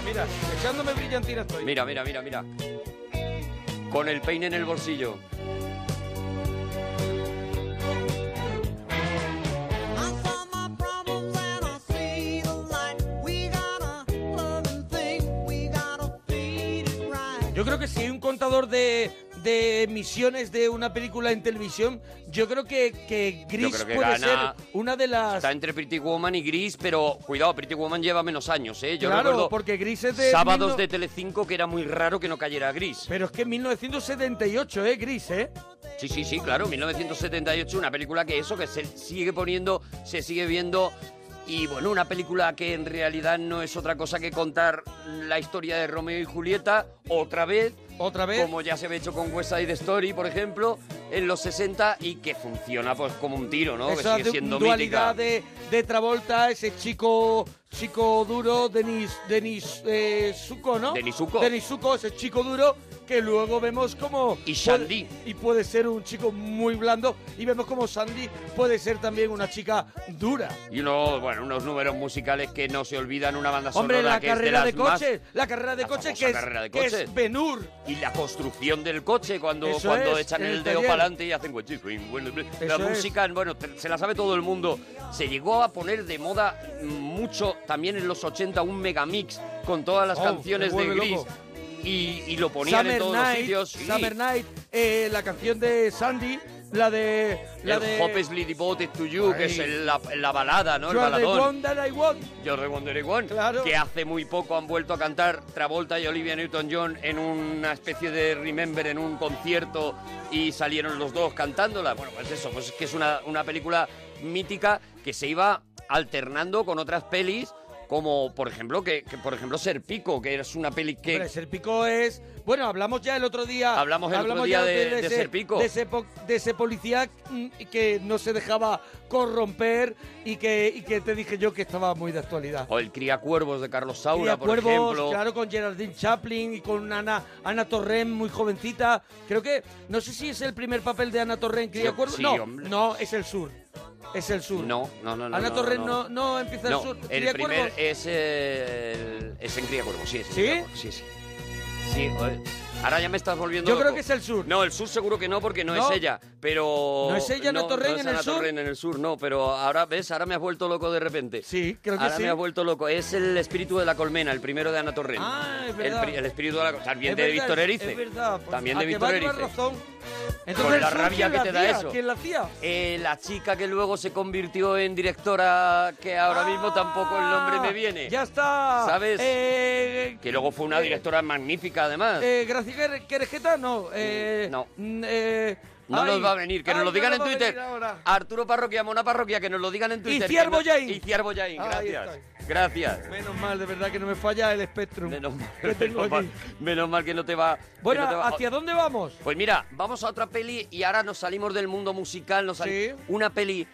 Speaker 2: Mira, echándome brillantina estoy.
Speaker 1: Mira, mira, mira, mira. Con el peine en el bolsillo.
Speaker 2: Yo creo que si hay un contador de, de emisiones de una película en televisión, yo creo que, que Gris
Speaker 1: creo que
Speaker 2: puede
Speaker 1: gana-
Speaker 2: ser una de las...
Speaker 1: Está entre Pretty Woman y Gris, pero cuidado, Pretty Woman lleva menos años, ¿eh? Yo
Speaker 2: claro,
Speaker 1: recuerdo
Speaker 2: porque Gris es de...
Speaker 1: sábados
Speaker 2: mil no-
Speaker 1: de Telecinco que era muy raro que no cayera Gris.
Speaker 2: Pero es que 1978, ¿eh, Gris, eh?
Speaker 1: Sí, sí, sí, claro, 1978, una película que eso, que se sigue poniendo, se sigue viendo. Y bueno, una película que en realidad no es otra cosa que contar la historia de Romeo y Julieta otra vez.
Speaker 2: Otra vez.
Speaker 1: Como ya se había hecho con West Side Story, por ejemplo, en los 60 y que funciona pues como un tiro, ¿no?
Speaker 2: Esa
Speaker 1: que sigue siendo
Speaker 2: du- dualidad
Speaker 1: mítica.
Speaker 2: de, de Travolta, ese chico chico duro, Denis, Denis eh, Zuko, ¿no? Denis
Speaker 1: Zuko.
Speaker 2: ese chico duro que luego vemos como... Y
Speaker 1: Sandy.
Speaker 2: y puede ser un chico muy blando y vemos como Sandy puede ser también una chica dura.
Speaker 1: Y uno, bueno, unos números musicales que no se olvidan, una banda
Speaker 2: Hombre,
Speaker 1: sonora
Speaker 2: la
Speaker 1: que es de
Speaker 2: carrera
Speaker 1: las
Speaker 2: de
Speaker 1: más-
Speaker 2: coches, la carrera de coches
Speaker 1: famosa
Speaker 2: que es,
Speaker 1: carrera de
Speaker 2: que es
Speaker 1: coches.
Speaker 2: Ben-Hur.
Speaker 1: Y la construcción del coche cuando,
Speaker 2: Eso
Speaker 1: cuando
Speaker 2: es,
Speaker 1: echan
Speaker 2: en
Speaker 1: el,
Speaker 2: el
Speaker 1: dedo
Speaker 2: taller.
Speaker 1: para adelante y hacen guachi, guin, guin, guin.
Speaker 2: Eso
Speaker 1: La
Speaker 2: es.
Speaker 1: música, bueno, te- se la sabe todo el mundo. Se llegó a poner de moda mucho también en los 80 un megamix con todas las
Speaker 2: Oh,
Speaker 1: canciones
Speaker 2: me
Speaker 1: de
Speaker 2: vuelve
Speaker 1: Gris.
Speaker 2: loco.
Speaker 1: Y, y lo ponían en todos los
Speaker 2: Night,
Speaker 1: sitios. sí.
Speaker 2: Summer Night, eh, la canción de Sandy, la de... La
Speaker 1: el
Speaker 2: de
Speaker 1: Hope is Lady Devoted to You, que
Speaker 2: Ay.
Speaker 1: es el- la, la balada, ¿no?
Speaker 2: You
Speaker 1: el
Speaker 2: are the
Speaker 1: baladón.
Speaker 2: one that I want.
Speaker 1: Yo Wonder One, que hace muy poco han vuelto a cantar Travolta y Olivia Newton-John en una especie de Remember, en un concierto, y salieron los dos cantándola. Bueno, pues eso, pues es que es una, una película mítica que se iba alternando con otras pelis, como por ejemplo, que, que, por ejemplo Serpico, que es una peli que...
Speaker 2: Hombre, Serpico es. Bueno, hablamos ya el otro día.
Speaker 1: Hablamos el otro día
Speaker 2: ya
Speaker 1: de- de Serpico.
Speaker 2: De ese, po- de ese policía mm, que no se dejaba corromper y que, y que te dije yo que estaba muy de actualidad.
Speaker 1: O el Cría Cuervos de Carlos Saura,
Speaker 2: Cría
Speaker 1: por
Speaker 2: Cuervos,
Speaker 1: ejemplo.
Speaker 2: claro, con Geraldine Chaplin y con Ana, Ana Torrent, muy jovencita. Creo que, no sé si es el primer papel de Ana Torrent, Cría
Speaker 1: Yo-
Speaker 2: Cuervos.
Speaker 1: sí,
Speaker 2: no,
Speaker 1: hombre.
Speaker 2: no, es el sur. Es el sur.
Speaker 1: No, no, no, no.
Speaker 2: Ana
Speaker 1: no,
Speaker 2: Torrent no, no empieza
Speaker 1: No,
Speaker 2: el sur.
Speaker 1: el
Speaker 2: Cría
Speaker 1: primer
Speaker 2: Cuervos.
Speaker 1: es, eh, el- es en Cría Cuervos, sí. Es en
Speaker 2: ¿Sí?
Speaker 1: Cría Cuervos, sí, sí. Sí, oye, ahora ya me estás volviendo
Speaker 2: Yo
Speaker 1: loco.
Speaker 2: creo que es el sur.
Speaker 1: No, el sur seguro que no, porque no,
Speaker 2: No.
Speaker 1: es ella. Pero.
Speaker 2: ¿No es ella, Ana Torrent,
Speaker 1: es
Speaker 2: en el
Speaker 1: Ana
Speaker 2: sur?
Speaker 1: Torrent en el sur, no. Pero ahora, ¿ves? Ahora me has vuelto loco de repente.
Speaker 2: Sí, creo que
Speaker 1: Ahora
Speaker 2: sí.
Speaker 1: me has vuelto loco. Es el espíritu de la colmena, el primero de Ana Torrent.
Speaker 2: Ah, es
Speaker 1: el,
Speaker 2: verdad.
Speaker 1: pri- el espíritu de la colmena. También
Speaker 2: Es
Speaker 1: de
Speaker 2: verdad,
Speaker 1: Víctor
Speaker 2: es-
Speaker 1: Erice.
Speaker 2: es verdad, pues,
Speaker 1: También
Speaker 2: a
Speaker 1: de
Speaker 2: que
Speaker 1: Víctor
Speaker 2: va, lleva
Speaker 1: Erice.
Speaker 2: razón. Entonces,
Speaker 1: Con
Speaker 2: el
Speaker 1: la
Speaker 2: sur,
Speaker 1: rabia
Speaker 2: ¿quién
Speaker 1: que
Speaker 2: la
Speaker 1: te da
Speaker 2: hacía?
Speaker 1: eso.
Speaker 2: ¿Quién la hacía?
Speaker 1: Eh, la chica que luego se convirtió en directora, que ahora mismo tampoco el nombre me viene.
Speaker 2: Ah, Ya está.
Speaker 1: ¿Sabes?
Speaker 2: Eh,
Speaker 1: que luego fue una directora magnífica, además.
Speaker 2: eh, Graciela Querejeta, no. eh,
Speaker 1: no.
Speaker 2: mm, eh,
Speaker 1: No
Speaker 2: ay,
Speaker 1: nos va a venir, que nos
Speaker 2: ay,
Speaker 1: lo
Speaker 2: no
Speaker 1: digan
Speaker 2: nos
Speaker 1: en
Speaker 2: va a
Speaker 1: Twitter.
Speaker 2: venir ahora.
Speaker 1: Arturo Parroquia, Mona Parroquia, que nos lo digan en Twitter.
Speaker 2: Iciar
Speaker 1: que no-
Speaker 2: Boyain.
Speaker 1: Iciar Boyain,
Speaker 2: Ahí
Speaker 1: gracias. Gracias.
Speaker 2: Menos mal, de verdad, que no me falla el espectro.
Speaker 1: Menos mal,
Speaker 2: que tengo
Speaker 1: menos mal,
Speaker 2: aquí.
Speaker 1: menos mal que no te va. que
Speaker 2: Bueno,
Speaker 1: no te va-
Speaker 2: ¿hacia dónde vamos?
Speaker 1: Pues mira, vamos a otra peli y ahora nos salimos del mundo musical. Nos sali- Una peli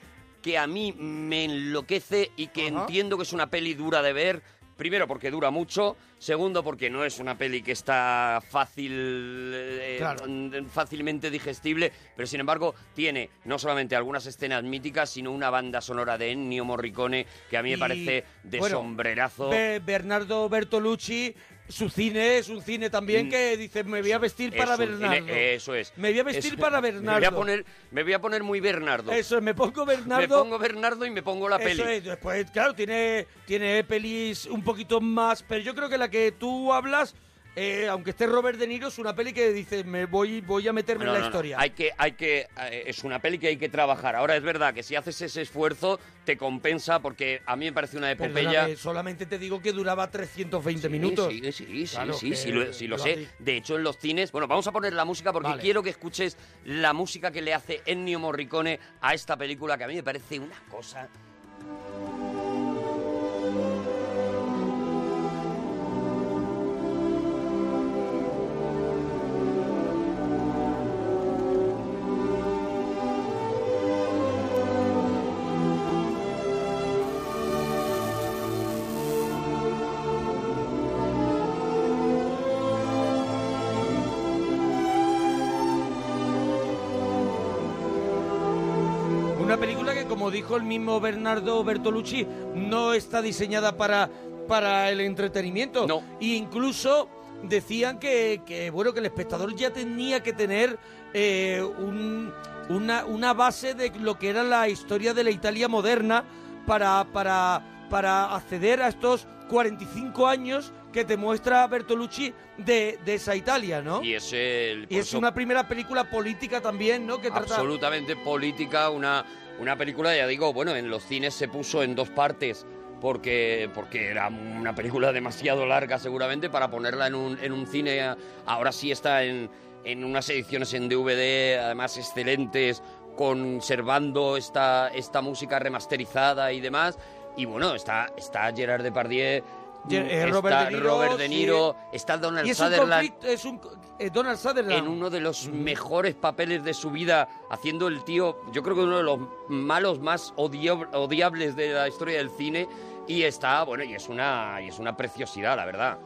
Speaker 1: que a mí me enloquece y que
Speaker 2: Ajá.
Speaker 1: entiendo que es una peli dura de ver. Primero, porque dura mucho. Segundo, porque no es una peli que está fácil, eh,
Speaker 2: Claro.
Speaker 1: mm, fácilmente digestible. Pero sin embargo, tiene no solamente algunas escenas míticas, sino una banda sonora de Ennio Morricone que a mí me
Speaker 2: Y,
Speaker 1: parece de
Speaker 2: bueno,
Speaker 1: sombrerazo.
Speaker 2: Be- Bernardo Bertolucci, su cine es un cine también
Speaker 1: Mm.
Speaker 2: que dice, me voy a vestir
Speaker 1: Es
Speaker 2: para
Speaker 1: un cine-
Speaker 2: Bernardo.
Speaker 1: eso es.
Speaker 2: Me voy a vestir
Speaker 1: Eso-
Speaker 2: para
Speaker 1: [LAUGHS] Me voy a
Speaker 2: Bernardo.
Speaker 1: poner, me voy a poner muy Bernardo.
Speaker 2: Eso, es, me pongo Bernardo.
Speaker 1: Me pongo Bernardo y me pongo la peli.
Speaker 2: Eso es, después, claro, tiene, tiene pelis un poquito más, pero yo creo que la que tú hablas, eh, aunque esté Robert De Niro, es una peli que dice, me voy, voy a meterme
Speaker 1: No,
Speaker 2: en la
Speaker 1: no, no.
Speaker 2: historia.
Speaker 1: Hay que, hay que, eh, es una peli que hay que trabajar. Ahora es verdad que si haces ese esfuerzo te compensa porque a mí me parece una epopeya.
Speaker 2: Perdóname, solamente te digo que duraba 320
Speaker 1: Sí,
Speaker 2: minutos.
Speaker 1: Sí, sí, sí,
Speaker 2: Claro,
Speaker 1: sí,
Speaker 2: que
Speaker 1: sí, lo, sí lo
Speaker 2: lo
Speaker 1: sé.
Speaker 2: hace.
Speaker 1: De hecho, en los cines... Bueno, vamos a poner la música porque
Speaker 2: Vale.
Speaker 1: quiero que escuches la música que le hace Ennio Morricone a esta película que a mí me parece una cosa...
Speaker 2: Una película que, como dijo el mismo Bernardo Bertolucci, no está diseñada para, para el entretenimiento. No. Y incluso decían que, que, bueno, que el espectador ya tenía que tener eh, un- una, una base de lo que era la historia de la Italia moderna para, para, para acceder a estos 45 años que te muestra Bertolucci de, de esa Italia, ¿no?
Speaker 1: Y es el...
Speaker 2: Y
Speaker 1: por
Speaker 2: es
Speaker 1: eso-
Speaker 2: una primera película política también, ¿no? Que trata...
Speaker 1: absolutamente política, una, una película, ya digo, bueno, en los cines se puso en dos partes porque, porque era una película demasiado larga seguramente para ponerla en un, en un cine. Ahora sí está en, en unas ediciones en DVD, además excelentes, conservando esta, esta música remasterizada y demás. Y bueno, está, está Gerard Depardieu,
Speaker 2: Ger- eh,
Speaker 1: está
Speaker 2: Robert De Niro,
Speaker 1: Robert De
Speaker 2: sí.
Speaker 1: Niro, está Donald
Speaker 2: Y es un
Speaker 1: Sutherland
Speaker 2: conflicto, es un... eh, Donald Sutherland.
Speaker 1: en uno de los mejores papeles de su vida, haciendo el tío, yo creo que uno de los malos más odio- odiables de la historia del cine. Y está, bueno, y es una, y es una preciosidad, la verdad.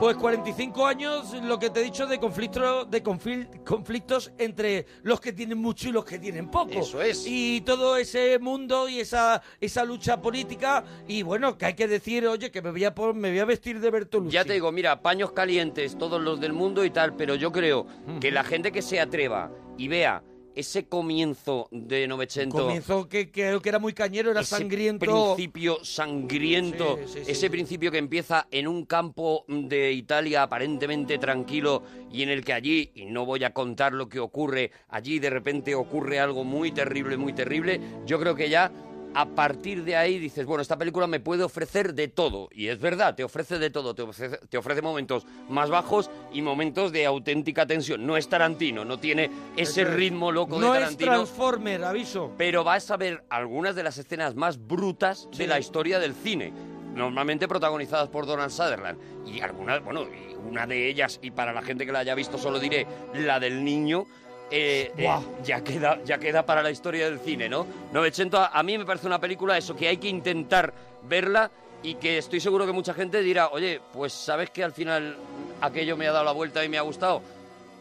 Speaker 2: Pues 45 años, lo que te he dicho, de, conflicto, de confil- conflictos entre los que tienen mucho y los que tienen poco.
Speaker 1: Eso es.
Speaker 2: Y todo ese mundo y esa, esa lucha política. Y bueno, que hay que decir, oye, que me voy a, pon- me voy a vestir de Bertolucci.
Speaker 1: Ya te digo, mira, paños calientes, todos los del mundo y tal, pero yo creo que la gente que se atreva y vea ese comienzo de Novecento,
Speaker 2: Comenzó que creo que era muy cañero, era sangriento.
Speaker 1: principio sangriento,
Speaker 2: Sí, sí, sí,
Speaker 1: ese principio que empieza en un campo de Italia aparentemente tranquilo y en el que allí, y no voy a contar lo que ocurre, allí de repente ocurre algo muy terrible, muy terrible, yo creo que ya... A partir de ahí dices, bueno, esta película me puede ofrecer de todo. Y es verdad, te ofrece de todo. Te ofrece, te ofrece momentos más bajos y momentos de auténtica tensión. No es Tarantino, no tiene ese
Speaker 2: Eso es.
Speaker 1: ritmo loco
Speaker 2: No
Speaker 1: de
Speaker 2: es
Speaker 1: Tarantino.
Speaker 2: Transformer, aviso.
Speaker 1: Pero vas a ver algunas de las escenas más brutas de la historia del cine, normalmente protagonizadas por Donald Sutherland. Y algunas, bueno, y una de ellas, y para la gente que la haya visto solo diré, la del niño. eh, eh,
Speaker 2: Buah.
Speaker 1: ya queda ya queda para la historia del cine, ¿no? 900 a, a mí me parece una película eso que hay que intentar verla y que estoy seguro que mucha gente dirá, "Oye, pues sabes que al final aquello me ha dado la vuelta y me ha gustado."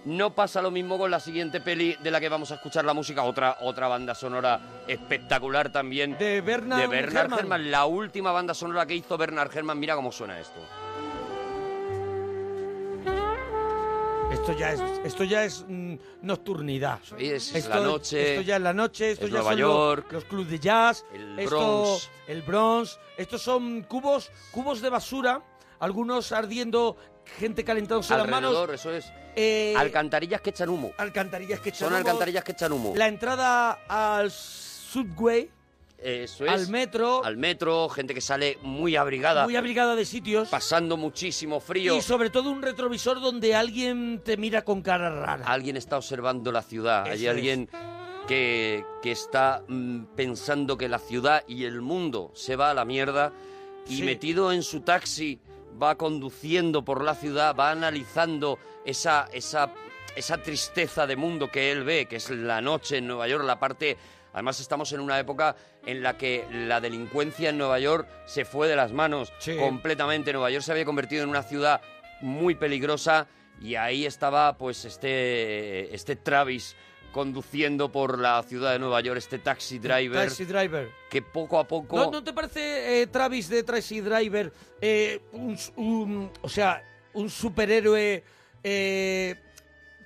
Speaker 1: No pasa lo mismo con la siguiente peli de la que vamos a escuchar la música, otra, otra banda sonora espectacular también.
Speaker 2: De Bernard,
Speaker 1: de Bernard
Speaker 2: Herrmann.
Speaker 1: Herrmann, la última banda sonora que hizo Bernard Herrmann, mira cómo suena esto.
Speaker 2: Esto ya es, esto ya es mm, nocturnidad.
Speaker 1: es
Speaker 2: esto,
Speaker 1: la noche,
Speaker 2: Esto ya es la noche. Esto
Speaker 1: es
Speaker 2: ya
Speaker 1: Nueva
Speaker 2: son los-
Speaker 1: York,
Speaker 2: los, clubs de jazz.
Speaker 1: el
Speaker 2: esto-
Speaker 1: Bronx.
Speaker 2: El Bronx. Estos son cubos, cubos de basura. Algunos ardiendo, gente calentándose las
Speaker 1: Alrededor,
Speaker 2: manos.
Speaker 1: eso es.
Speaker 2: Eh,
Speaker 1: Alcantarillas que echan humo.
Speaker 2: alcantarillas que echan
Speaker 1: Son
Speaker 2: humo.
Speaker 1: alcantarillas que echan humo.
Speaker 2: La entrada al subway,
Speaker 1: Eso es.
Speaker 2: al metro.
Speaker 1: Al metro, gente que sale muy abrigada.
Speaker 2: Muy abrigada de sitios.
Speaker 1: Pasando muchísimo frío.
Speaker 2: Y sobre todo un retrovisor donde alguien te mira con cara rara.
Speaker 1: Alguien está observando la ciudad. Hay
Speaker 2: Eso es.
Speaker 1: alguien que, que está mm, pensando que la ciudad y el mundo se va a la mierda y
Speaker 2: Sí.
Speaker 1: metido en su taxi va conduciendo por la ciudad, va analizando esa, esa, esa tristeza de mundo que él ve, que es la noche en Nueva York, la parte... Además estamos en una época en la que la delincuencia en Nueva York se fue de las manos completamente. Nueva York se había convertido en una ciudad muy peligrosa y ahí estaba pues este, este Travis conduciendo por la ciudad de Nueva York, este taxi driver,
Speaker 2: Taxi driver.
Speaker 1: que poco a poco...
Speaker 2: ¿No, no te parece eh, Travis de Tracy Driver eh, un, s- un- o sea, un superhéroe eh,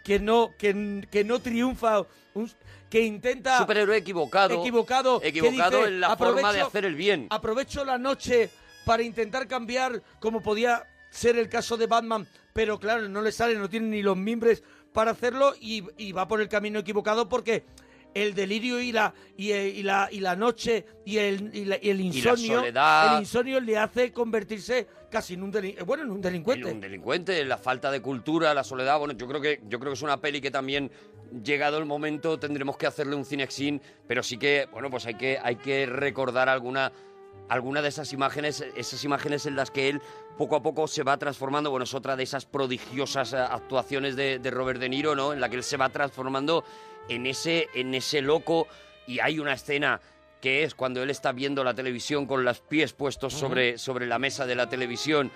Speaker 2: que no que, n- que no triunfa, un- que intenta
Speaker 1: Superhéroe equivocado.
Speaker 2: equivocado, que
Speaker 1: Equivocado
Speaker 2: dice,
Speaker 1: en la forma de
Speaker 2: "Aprovecho-
Speaker 1: hacer el bien.
Speaker 2: Aprovecho la noche para intentar cambiar como podía ser el caso de Batman, pero claro, no le sale, no tiene ni los mimbres para hacerlo y, y va por el camino equivocado porque el delirio y la y, el- y la y la noche y el y, la- y el insomnio
Speaker 1: soledad.
Speaker 2: el insomnio le hace convertirse casi en un delin- eh, bueno en un delincuente
Speaker 1: un delincuente, la falta de cultura, la soledad. Bueno, yo creo que yo creo que es una peli que también llegado el momento tendremos que hacerle un cinexin, pero sí que bueno, pues hay que hay que recordar alguna alguna de esas imágenes, esas imágenes en las que él poco a poco se va transformando, bueno, es otra de esas prodigiosas eh, actuaciones de, de Robert De Niro, ¿no? En la que él se va transformando en ese en ese loco y hay una escena que es cuando él está viendo la televisión con los pies puestos
Speaker 2: Ujú.
Speaker 1: sobre, sobre la mesa de la televisión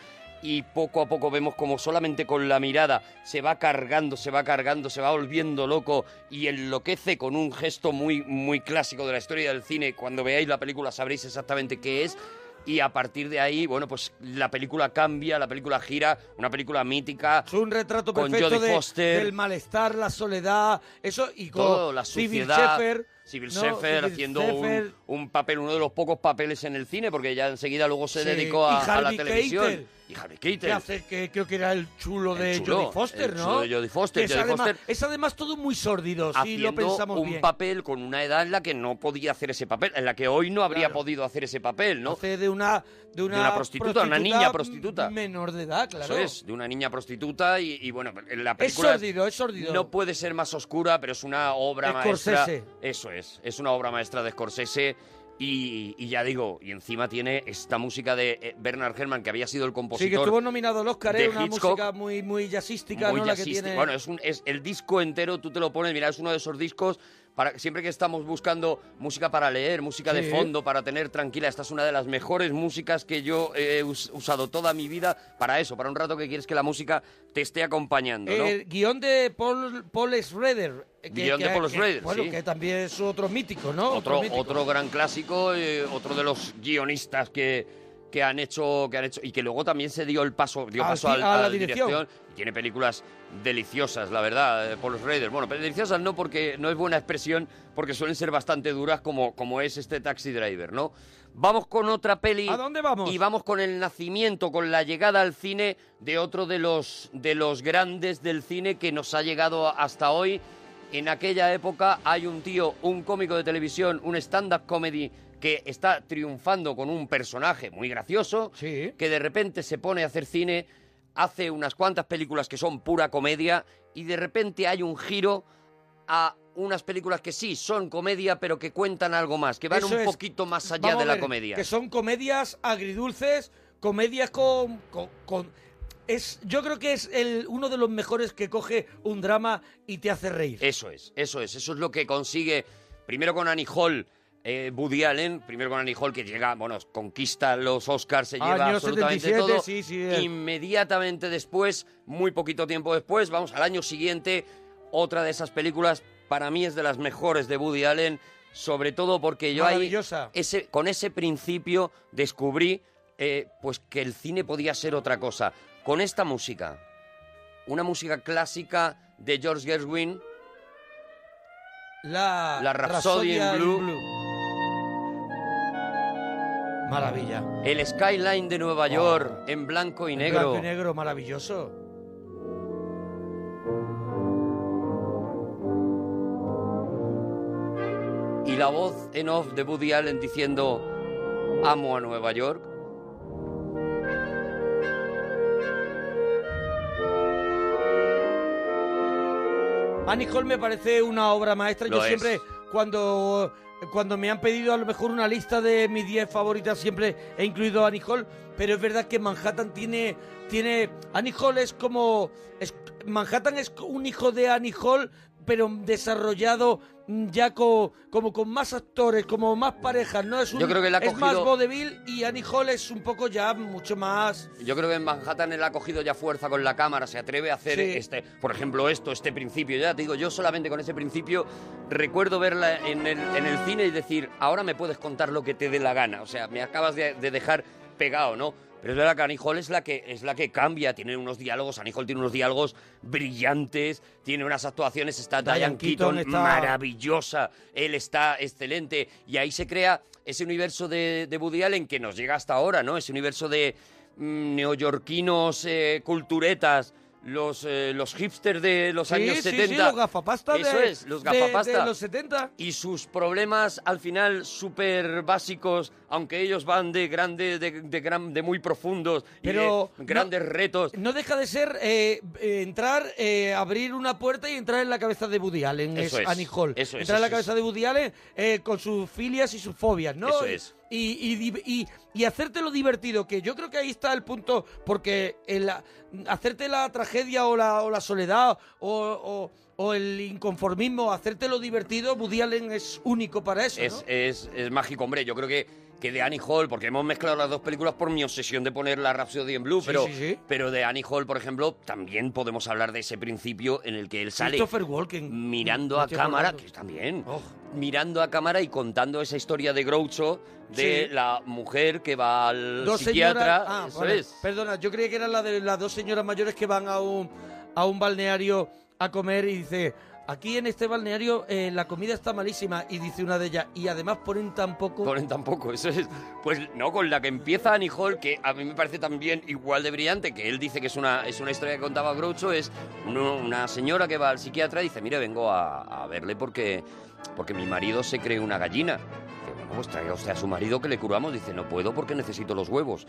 Speaker 1: y poco a poco vemos como solamente con la mirada se va cargando, se va cargando, se va volviendo loco y enloquece con un gesto muy, muy clásico de la historia del cine. Cuando veáis la película sabréis exactamente qué es. Y a partir de ahí, bueno, pues la película cambia, la película gira, una película mítica.
Speaker 2: Es un retrato
Speaker 1: con
Speaker 2: perfecto
Speaker 1: Jodie
Speaker 2: de-
Speaker 1: Foster.
Speaker 2: del malestar la soledad eso y con
Speaker 1: todo, la
Speaker 2: Civil
Speaker 1: suciedad.
Speaker 2: Shepherd,
Speaker 1: Civil
Speaker 2: ¿no?
Speaker 1: Shepherd
Speaker 2: Civil
Speaker 1: haciendo
Speaker 2: Shepherd.
Speaker 1: un, un papel, uno de los pocos papeles en el cine, porque ya enseguida luego se
Speaker 2: Sí,
Speaker 1: dedicó a,
Speaker 2: y
Speaker 1: a la
Speaker 2: Harvey
Speaker 1: televisión.
Speaker 2: Keitel.
Speaker 1: hija de Keaton.
Speaker 2: ¿Qué hace? Que creo que era el chulo de
Speaker 1: chulo,
Speaker 2: Jodie Foster,
Speaker 1: el
Speaker 2: ¿no?
Speaker 1: chulo de Jodie Foster,
Speaker 2: Que es,
Speaker 1: Jodie
Speaker 2: además,
Speaker 1: Foster.
Speaker 2: es además todo muy sórdido, si
Speaker 1: haciendo
Speaker 2: lo pensamos
Speaker 1: un
Speaker 2: bien.
Speaker 1: papel con una edad en la que no podía hacer ese papel, en la que hoy no habría podido hacer ese papel, ¿no?
Speaker 2: Hace de una, de
Speaker 1: una
Speaker 2: una,
Speaker 1: prostituta, una niña prostituta.
Speaker 2: Menor de edad, claro.
Speaker 1: Eso es, de una niña prostituta y, y, bueno, en la
Speaker 2: Es
Speaker 1: película...
Speaker 2: sórdido, es sórdido.
Speaker 1: No puede ser más oscura, pero es una obra
Speaker 2: Scorsese.
Speaker 1: maestra. Eso es, es una obra maestra de Scorsese. Y, y ya digo, y encima tiene esta música de eh, Bernard Herrmann, que había sido el compositor.
Speaker 2: sí, que estuvo nominado al Oscar,
Speaker 1: de
Speaker 2: ¿eh? Una
Speaker 1: Hitchcock.
Speaker 2: música muy, muy jazzística,
Speaker 1: muy
Speaker 2: ¿no? La que
Speaker 1: jazzística.
Speaker 2: tiene...
Speaker 1: Bueno, es, un- es el disco entero, tú te lo pones, mira, es uno de esos discos para siempre que estamos buscando música para leer, música de
Speaker 2: Sí.
Speaker 1: fondo, para tener tranquila. Esta es una de las mejores músicas que yo he us- usado toda mi vida para eso, para un rato que quieres que la música te esté acompañando, ¿no?
Speaker 2: El guión de Paul, Paul Schrader. eh,
Speaker 1: Guión de Paul Schrader,
Speaker 2: Bueno,
Speaker 1: sí.
Speaker 2: que también es otro mítico, ¿no?
Speaker 1: otro,
Speaker 2: mítico.
Speaker 1: otro gran clásico, eh, otro de los guionistas que, que han hecho que han hecho y que luego también se dio el paso dio
Speaker 2: Al
Speaker 1: paso
Speaker 2: ci-
Speaker 1: al-
Speaker 2: a la
Speaker 1: a la dirección.
Speaker 2: dirección.
Speaker 1: y tiene películas deliciosas la verdad eh, Paul Schrader bueno pero deliciosas no porque no es buena expresión porque suelen ser bastante duras como como es este Taxi Driver no vamos con otra peli
Speaker 2: ¿A dónde vamos?
Speaker 1: y vamos con el nacimiento con la llegada al cine de otro de los de los grandes del cine que nos ha llegado hasta hoy en aquella época hay un tío, un cómico de televisión, un stand-up comedy que está triunfando con un personaje muy gracioso, que de repente se pone a hacer cine, hace unas cuantas películas que son pura comedia y de repente hay un giro a unas películas que sí son comedia pero que cuentan algo más, que van
Speaker 2: Eso
Speaker 1: un
Speaker 2: es.
Speaker 1: poquito más allá
Speaker 2: Vamos
Speaker 1: de
Speaker 2: a
Speaker 1: la
Speaker 2: ver,
Speaker 1: comedia.
Speaker 2: Que son comedias agridulces, comedias con... con- con- es, yo creo que es el, uno de los mejores que coge un drama y te hace reír.
Speaker 1: Eso es, eso es, eso es lo que consigue primero con Annie Hall. eh, Woody Allen, primero con Annie Hall, que llega, bueno, conquista los Oscars, se lleva
Speaker 2: Ah, Año
Speaker 1: absolutamente
Speaker 2: 77,
Speaker 1: todo.
Speaker 2: sí, sí, el-
Speaker 1: Inmediatamente después, muy poquito tiempo después, vamos al año siguiente, otra de esas películas, para mí es de las mejores de Woody Allen, sobre todo porque yo ahí,
Speaker 2: Maravillosa.
Speaker 1: ese, con ese principio descubrí eh, pues que el cine podía ser otra cosa. Con esta música, una música clásica de George Gershwin,
Speaker 2: La,
Speaker 1: la Rhapsody en Blue.
Speaker 2: Maravilla. Oh.
Speaker 1: El skyline de Nueva York en blanco y
Speaker 2: En
Speaker 1: negro.
Speaker 2: blanco y negro, maravilloso.
Speaker 1: Y la voz en off de Woody Allen diciendo, amo a Nueva York.
Speaker 2: Annie Hall me parece una obra maestra.
Speaker 1: Lo
Speaker 2: Yo
Speaker 1: es.
Speaker 2: siempre, cuando, cuando me han pedido a lo mejor una lista de mis 10 favoritas, siempre he incluido a Annie Hall. Pero es verdad que Manhattan tiene. tiene Annie Hall es como. es- Manhattan es un hijo de Annie Hall, pero desarrollado mm, ya co- como con más actores, como más parejas. ¿no? Es un-
Speaker 1: Yo creo que la ha
Speaker 2: Es más
Speaker 1: cogido-
Speaker 2: vodevil y Annie Hall es un poco ya mucho más.
Speaker 1: Yo creo que en Manhattan él ha cogido ya fuerza con la cámara, se atreve a hacer
Speaker 2: Sí.
Speaker 1: este, por ejemplo, esto, este principio. Ya te digo, yo solamente con ese principio recuerdo verla en el, en el cine y decir, ahora me puedes contar lo que te dé la gana. O sea, me acabas de, de dejar pegado, ¿no? Pero es verdad que Annie Hall es la que, es la que cambia, tiene unos diálogos, Annie Hall tiene unos diálogos brillantes, tiene unas actuaciones, está
Speaker 2: Diane
Speaker 1: Diane Keaton,
Speaker 2: Keaton está-
Speaker 1: maravillosa, él está excelente y ahí se crea ese universo de, de Woody Allen que nos llega hasta ahora, ¿no? Ese universo de mm, neoyorquinos eh, culturetas, los, eh, los hipsters de los
Speaker 2: Sí,
Speaker 1: años
Speaker 2: sí,
Speaker 1: 70.
Speaker 2: Sí, los gafapasta
Speaker 1: Eso
Speaker 2: de,
Speaker 1: es, los
Speaker 2: de- de
Speaker 1: gafapasta.
Speaker 2: los 70.
Speaker 1: Y sus problemas al final súper básicos, aunque ellos van de grandes, de, de gran- de muy profundos, y de
Speaker 2: Pero no-
Speaker 1: grandes retos.
Speaker 2: No deja de ser eh, eh, entrar, eh, abrir una puerta y entrar en la cabeza de Woody Allen.
Speaker 1: Eso es,
Speaker 2: Annie Hall.
Speaker 1: eso es,
Speaker 2: entrar en la
Speaker 1: eso es.
Speaker 2: cabeza de Woody Allen eh, con sus filias y sus fobias, ¿no?
Speaker 1: Eso
Speaker 2: Y-
Speaker 1: es.
Speaker 2: Y, y, div- y, y hacerte lo divertido, que yo creo que ahí está el punto, porque el, hacerte la tragedia o la, o la soledad o, o- o el inconformismo, hacerte lo divertido, Woody Allen es único para eso. ¿no?
Speaker 1: Es, es- es mágico, hombre. Yo creo que, que de Annie Hall, porque hemos mezclado las dos películas por mi obsesión de poner la Rhapsody en Blue,
Speaker 2: Sí,
Speaker 1: pero,
Speaker 2: sí, sí.
Speaker 1: pero de Annie Hall, por ejemplo, también podemos hablar de ese principio en el que él sale
Speaker 2: Christopher Walken.
Speaker 1: mirando
Speaker 2: Me
Speaker 1: a
Speaker 2: estoy
Speaker 1: cámara,
Speaker 2: acordando.
Speaker 1: que también,
Speaker 2: Oh.
Speaker 1: mirando a cámara y contando esa historia de Groucho de
Speaker 2: Sí.
Speaker 1: la mujer que va al
Speaker 2: dos
Speaker 1: psiquiatra.
Speaker 2: señoras. Ah,
Speaker 1: eso
Speaker 2: vale.
Speaker 1: es.
Speaker 2: Perdona, yo creía que eran las de las dos señoras mayores que van a un a un balneario a comer y dice Aquí en este balneario eh, la comida está malísima y dice una de ellas, y además ponen tan poco...
Speaker 1: Ponen tan poco, eso es. Pues no, con la que empieza Annie Hall, que a mí me parece también igual de brillante, que él dice que es una, es una historia que contaba Groucho, es uno- una señora que va al psiquiatra y dice, mire, vengo a, a verle porque, porque mi marido se cree una gallina. Dice, bueno, pues traiga usted a su marido que le curamos. Dice, no puedo porque necesito los huevos.